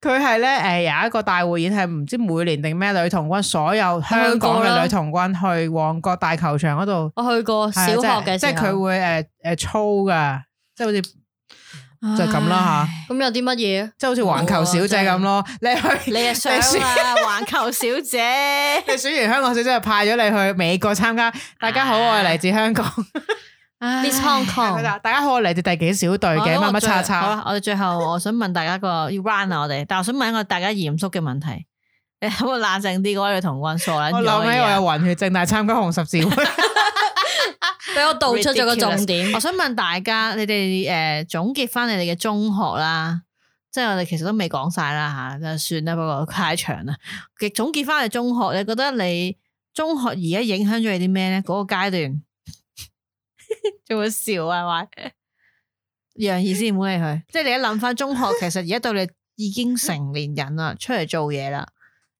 [SPEAKER 2] 佢係咧誒有一個大匯演係唔知每年定咩女童軍，所有香港
[SPEAKER 5] 去過啦
[SPEAKER 2] 嘅女童軍去旺角大球場嗰度。
[SPEAKER 5] 我去過小學嘅
[SPEAKER 2] 即
[SPEAKER 5] 時
[SPEAKER 2] 係佢
[SPEAKER 5] 候，
[SPEAKER 2] 會誒誒操噶，即係好似即 就咁啦
[SPEAKER 3] 唉
[SPEAKER 5] 咁有啲乜嘢？
[SPEAKER 2] 係好似環
[SPEAKER 5] 啊
[SPEAKER 2] 球小姐咁咯。你去
[SPEAKER 3] 你嘅相
[SPEAKER 2] 選
[SPEAKER 3] 啊，環球小姐。
[SPEAKER 2] 你選完香港小姐，就派咗你去美國參
[SPEAKER 3] 啊
[SPEAKER 2] 加。大家好，我係嚟自香 港。
[SPEAKER 5] Miss
[SPEAKER 2] 係咪
[SPEAKER 5] Hong Kong
[SPEAKER 2] 啦大家好，我嚟自第幾小隊嘅乜乜叉
[SPEAKER 3] 好
[SPEAKER 2] 叉。
[SPEAKER 3] 啦，我哋最後我想問大家個要 run 啊，我哋，但我想問一個大家嚴肅嘅問題，你有冇冷靜啲嗰位女童軍傻撚
[SPEAKER 2] 我
[SPEAKER 3] 咗
[SPEAKER 2] 諗起我
[SPEAKER 3] 嘅
[SPEAKER 2] 有
[SPEAKER 3] 嘢啊
[SPEAKER 2] 暈血症，但係參加紅十字 會。
[SPEAKER 5] 俾我道出咗個重
[SPEAKER 3] Ridiculous
[SPEAKER 5] 點
[SPEAKER 3] 我。想問大家，你哋誒總結翻你哋嘅中學啦，即係我哋其實都未講晒啦吓，就算啦，不過太長啦。其實總結翻你中學，你覺得你中學而家影響咗你啲咩咧？嗰、個階段 做會笑啊？係咪？楊怡先唔好理佢，即係你一諗翻中學，其實而家到你已經成年人啦，出嚟做嘢啦，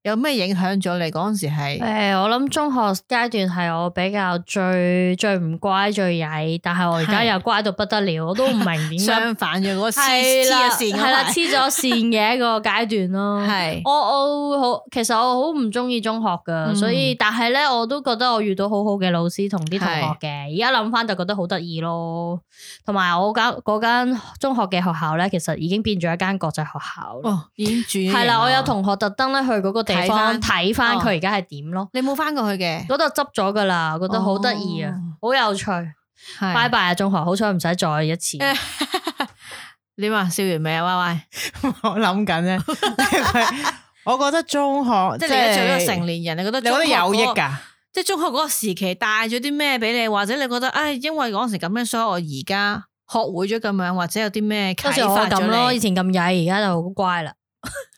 [SPEAKER 3] 有咩影響咗你嗰陣時係？
[SPEAKER 5] 誒、我諗中學階段係我比較最最唔乖最曳，但係我而家
[SPEAKER 3] 係
[SPEAKER 5] 又乖到不得了，我都唔明 點解
[SPEAKER 3] 相反嘅嗰個黐黐
[SPEAKER 5] 係啦，
[SPEAKER 3] 咗線嗰
[SPEAKER 5] 係啦，
[SPEAKER 3] 排
[SPEAKER 5] 黐咗線嘅一個階段 咯。
[SPEAKER 3] 係
[SPEAKER 5] 我我會好，其實我好唔中意中學噶，
[SPEAKER 3] 嗯
[SPEAKER 5] 所以但係咧，我都覺得我遇到好好嘅老師同啲同學嘅。而家諗翻就覺得好得意咯。同埋我間嗰間中學嘅學校咧，其實已經變咗一間國際學校啦。
[SPEAKER 3] 哦，已經轉
[SPEAKER 2] 啊
[SPEAKER 3] 型
[SPEAKER 5] 係啦，我有同學特登咧去嗰個地方睇哦翻佢而家係點咯。
[SPEAKER 3] 你冇翻過去嘅，
[SPEAKER 5] 嗰度執咗噶啦，覺得好得意啊，好有趣。
[SPEAKER 3] 係
[SPEAKER 5] 拜拜啊，中學，好彩唔使再一次。
[SPEAKER 3] 你話笑完未啊？喂
[SPEAKER 2] 我諗緊啊 咧，我覺得中學
[SPEAKER 3] 喂，
[SPEAKER 2] 即
[SPEAKER 3] 即係你而家做
[SPEAKER 2] 係
[SPEAKER 3] 咗個成年人，你覺得
[SPEAKER 2] 你覺得
[SPEAKER 3] 中學嗰
[SPEAKER 2] 有
[SPEAKER 3] 個
[SPEAKER 2] 益？㗎？
[SPEAKER 3] 即係中學嗰個時期帶咗啲咩俾你，或者你覺得，唉，因為嗰陣時咁樣，所以我而家學會咗咁樣，或者有啲咩
[SPEAKER 5] 當時
[SPEAKER 3] 啟
[SPEAKER 5] 我
[SPEAKER 3] 發
[SPEAKER 5] 咁咯，
[SPEAKER 3] 咗
[SPEAKER 5] 以
[SPEAKER 3] 你，
[SPEAKER 5] 前咁曳，而家就好乖啦。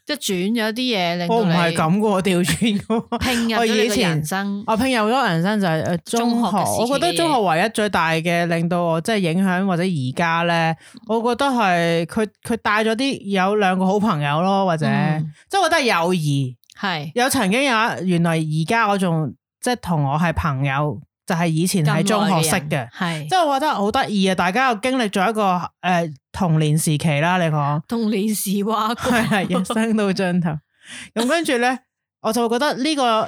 [SPEAKER 3] 即係轉咗啲嘢令
[SPEAKER 2] 我
[SPEAKER 3] 到
[SPEAKER 2] 唔
[SPEAKER 3] 你
[SPEAKER 2] 係咁噶，我調轉噶。
[SPEAKER 3] 拼入
[SPEAKER 2] 我
[SPEAKER 3] 咗你
[SPEAKER 2] 以
[SPEAKER 3] 嘅
[SPEAKER 2] 前
[SPEAKER 3] 人生。
[SPEAKER 2] 我拼有咗人生就係誒中
[SPEAKER 3] 中學
[SPEAKER 2] 學，
[SPEAKER 3] 嘅時期
[SPEAKER 2] 我覺得中學唯一最大嘅令到我即係影響或者而家咧，
[SPEAKER 3] 嗯
[SPEAKER 2] 我覺得係佢佢帶咗啲有兩個好朋友咯，或者、
[SPEAKER 3] 嗯
[SPEAKER 2] 即係我覺得係友誼。
[SPEAKER 3] 係
[SPEAKER 2] 有曾經有一原來而家我仲即係同我係朋友，就係、以前喺中學識嘅，
[SPEAKER 3] 係
[SPEAKER 2] 即係我覺得好得意啊！大家又經歷咗一個誒、呃童年時期啦，你講。
[SPEAKER 3] 同你時話 過
[SPEAKER 2] 系啦，人生到盡頭。咁跟住咧，我就會覺得呢、個呢，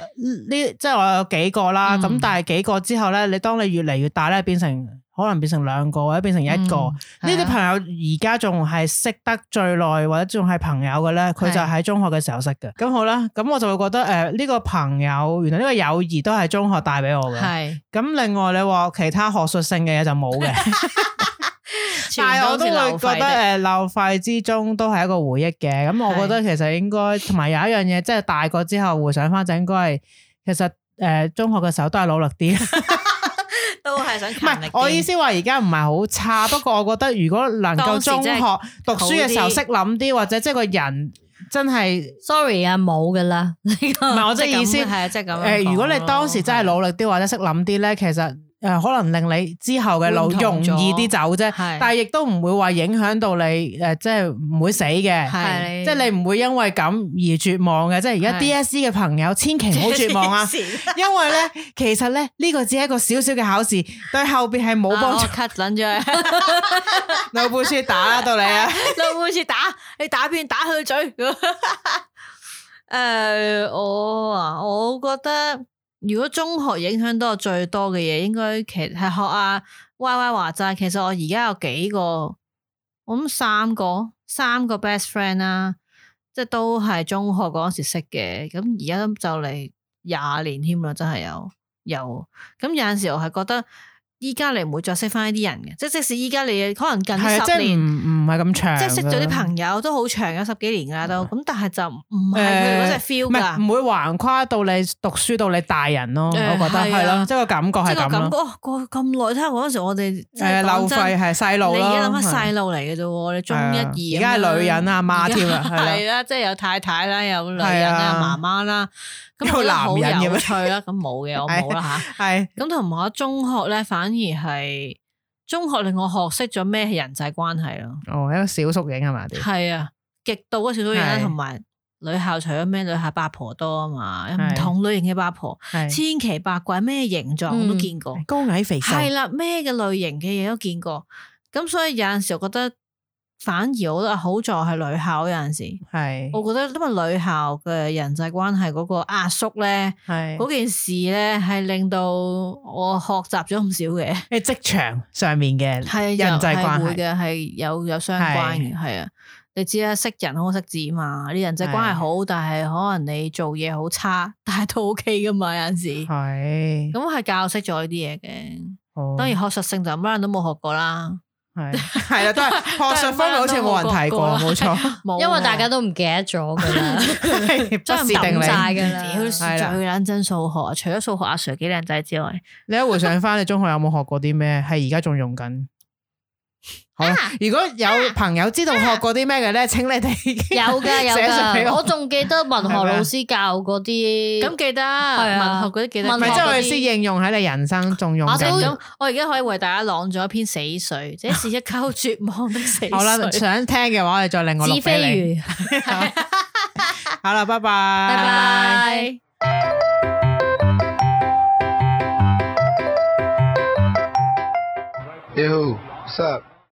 [SPEAKER 2] 即係我有幾個啦。咁、
[SPEAKER 3] 嗯
[SPEAKER 2] 但係幾個之後咧，你當你越嚟越大咧，變成可能變成兩個或者變成一個呢
[SPEAKER 3] 嗯係
[SPEAKER 2] 啲
[SPEAKER 3] 啊
[SPEAKER 2] 朋友，而家仲係識得最耐或者仲係朋友嘅咧，佢就
[SPEAKER 3] 係
[SPEAKER 2] 喺中學嘅時候識嘅。咁好啦，咁我就會覺得誒呢、個朋友原來呢個友誼都係中學帶俾我嘅。
[SPEAKER 3] 係，
[SPEAKER 2] 咁另外你話其他學術性嘅嘢就冇嘅。但係我都會覺得誒浪費之中都係一個回憶嘅。咁我覺得其實應該同埋有一樣嘢，即係大個之後回想翻就應該係其實誒、呃中學嘅時候都係努力 啲。
[SPEAKER 3] 都係想
[SPEAKER 2] 唔係我意思話而家唔係好差，不過我覺得如果能夠
[SPEAKER 3] 當時
[SPEAKER 2] 中
[SPEAKER 3] 真
[SPEAKER 2] 學
[SPEAKER 3] 係
[SPEAKER 2] 讀書嘅時候
[SPEAKER 3] 好啲
[SPEAKER 2] 識諗啲，或者即係個人真係
[SPEAKER 5] Sorry 啊，冇噶啦。唔
[SPEAKER 2] 唔係
[SPEAKER 5] 係
[SPEAKER 2] 我即係意思
[SPEAKER 3] 係啊，即係咁
[SPEAKER 2] 誒、
[SPEAKER 3] 樣講咯。
[SPEAKER 2] 如果你當時真係努力啲或者識諗啲咧，其實誒、呃可能令你之後嘅路
[SPEAKER 3] 會唔
[SPEAKER 2] 容
[SPEAKER 3] 同咗
[SPEAKER 2] 易啲走啫，
[SPEAKER 3] 係
[SPEAKER 2] 但係亦都唔會話影響到你誒、呃即係唔會死嘅。
[SPEAKER 3] 係
[SPEAKER 2] 即係你唔會因為咁而絕望嘅，即係而家
[SPEAKER 3] 係
[SPEAKER 2] DSE 嘅朋友千祈唔好絕望 啊！因為咧，其實咧呢個只係一個小小嘅考試，對後邊係冇幫助
[SPEAKER 3] 啊我。cut 撚咗 佢，
[SPEAKER 2] 老本書打啦到你啊！
[SPEAKER 3] 兩好似打你打邊打佢 嘴。诶，我啊，我覺得如果中學影響到我最多嘅嘢，應該其係學啊 Y Y 話齋。其實我而家有幾個，我諗三個，三個 best friend 啦、即系都係中學嗰陣時識嘅。咁而家就嚟廿年添啦，真係有有。咁有陣時我係覺得。依家你唔會再識翻呢啲人嘅，即係即使依家你可能近
[SPEAKER 2] 係啊，即係
[SPEAKER 3] 十年
[SPEAKER 2] 唔，唔係咁長㗎
[SPEAKER 3] 即
[SPEAKER 2] 啦，
[SPEAKER 3] 係識咗啲朋友都好長，有十幾年噶啦都，咁但係就唔係佢哋嗰
[SPEAKER 2] 誒
[SPEAKER 3] 隻 feel
[SPEAKER 2] 唔係
[SPEAKER 3] 㗎，
[SPEAKER 2] 唔會橫跨到你讀書到你大人咯。我
[SPEAKER 3] 誒
[SPEAKER 2] 覺得
[SPEAKER 3] 係啊
[SPEAKER 2] 係咯，即係個感覺
[SPEAKER 3] 即
[SPEAKER 2] 係
[SPEAKER 3] 係我
[SPEAKER 2] 咁
[SPEAKER 3] 感覺
[SPEAKER 2] 咯。
[SPEAKER 3] 哦過咁耐，睇下嗰陣時我哋即
[SPEAKER 2] 誒，
[SPEAKER 3] 係講
[SPEAKER 2] 漏
[SPEAKER 3] 真
[SPEAKER 2] 費係細路
[SPEAKER 3] 你
[SPEAKER 2] 啦。
[SPEAKER 3] 而家諗
[SPEAKER 2] 係
[SPEAKER 3] 翻細路嚟嘅啫喎，你中一
[SPEAKER 2] 係
[SPEAKER 3] 二
[SPEAKER 2] 啊而家係女人啊阿媽添啊係啦
[SPEAKER 3] 係啦，即係有太太啦，有女
[SPEAKER 2] 係
[SPEAKER 3] 人啦，
[SPEAKER 2] 啊
[SPEAKER 3] 有媽媽啦，咁
[SPEAKER 2] 有
[SPEAKER 3] 我覺得好
[SPEAKER 2] 男人咁樣
[SPEAKER 3] 有趣啦，咁冇嘅，我冇啦吓。
[SPEAKER 2] 係啊
[SPEAKER 3] 咁同埋我中學咧，反而係中學令我學識咗咩係人際關係咯。
[SPEAKER 2] 哦，一個小縮影係咪啲？
[SPEAKER 3] 係啊，極度嗰少少嘢啦，
[SPEAKER 2] 係
[SPEAKER 3] 同埋女校除咗咩女校八婆多啊嘛，有唔
[SPEAKER 2] 係
[SPEAKER 3] 同類型嘅八婆，
[SPEAKER 2] 係
[SPEAKER 3] 千奇百怪，咩形狀我都
[SPEAKER 5] 嗯
[SPEAKER 3] 見過，
[SPEAKER 2] 高矮肥瘦
[SPEAKER 3] 係啦，咩嘅類型嘅嘢都見過，咁所以有陣時我覺得，反而我覺得啊好在係女校有陣時，
[SPEAKER 2] 係
[SPEAKER 3] 我覺得因為女校嘅人際關係嗰個壓縮咧，
[SPEAKER 2] 係
[SPEAKER 3] 嗰件事咧係令到我學習咗唔少嘅。
[SPEAKER 2] 喺職場上面嘅
[SPEAKER 3] 系
[SPEAKER 2] 人際關係
[SPEAKER 3] 會嘅，啊係有有相關嘅，係啊。你知啦，識人好識字嘛，你人際關係好，但係可能你做嘢好差， 但係都 OK 噶嘛，有阵时。
[SPEAKER 2] 係
[SPEAKER 3] 咁係教識咗呢啲嘢嘅，
[SPEAKER 2] 哦
[SPEAKER 3] 當然學術性就乜人都冇學過啦，
[SPEAKER 2] 係 係啦，都係學術哦方面好似冇人提過，冇錯，
[SPEAKER 3] 冇
[SPEAKER 5] 因為
[SPEAKER 3] 啊
[SPEAKER 5] 大家都唔記得咗噶啦，
[SPEAKER 2] 不
[SPEAKER 5] 將
[SPEAKER 2] 是定
[SPEAKER 5] 抌晒
[SPEAKER 2] 理。
[SPEAKER 5] 噶啦。
[SPEAKER 3] 屌最
[SPEAKER 2] 係啦
[SPEAKER 3] 撚真數學，除咗數學阿 Sir 幾靚仔之外，
[SPEAKER 2] 你一回想翻，你中學有冇學過啲咩？係而家仲用緊。好啦，如果有朋友知道學過啲咩嘅咧，請你哋
[SPEAKER 5] 有噶有
[SPEAKER 2] 寫上嚟
[SPEAKER 5] 噶，我仲記得文學老師教嗰啲，
[SPEAKER 3] 咁記得文
[SPEAKER 5] 啊
[SPEAKER 3] 學嗰啲記得，
[SPEAKER 5] 文
[SPEAKER 2] 唔係
[SPEAKER 5] 學
[SPEAKER 2] 即係我
[SPEAKER 5] 嗰
[SPEAKER 2] 意
[SPEAKER 5] 啲
[SPEAKER 2] 思應用喺你人生仲用
[SPEAKER 5] 我
[SPEAKER 3] 我
[SPEAKER 5] 都
[SPEAKER 2] 緊。
[SPEAKER 3] 咁，我而家可以為大家朗咗一篇死水，這是一溝絕望的死水。
[SPEAKER 2] 好啦，想聽嘅話，我哋再另外
[SPEAKER 5] 子
[SPEAKER 2] 錄俾你。
[SPEAKER 5] 非魚，
[SPEAKER 2] 好啦，拜拜，
[SPEAKER 5] 拜
[SPEAKER 2] 拜
[SPEAKER 5] 拜。
[SPEAKER 6] Hey, who? What's up?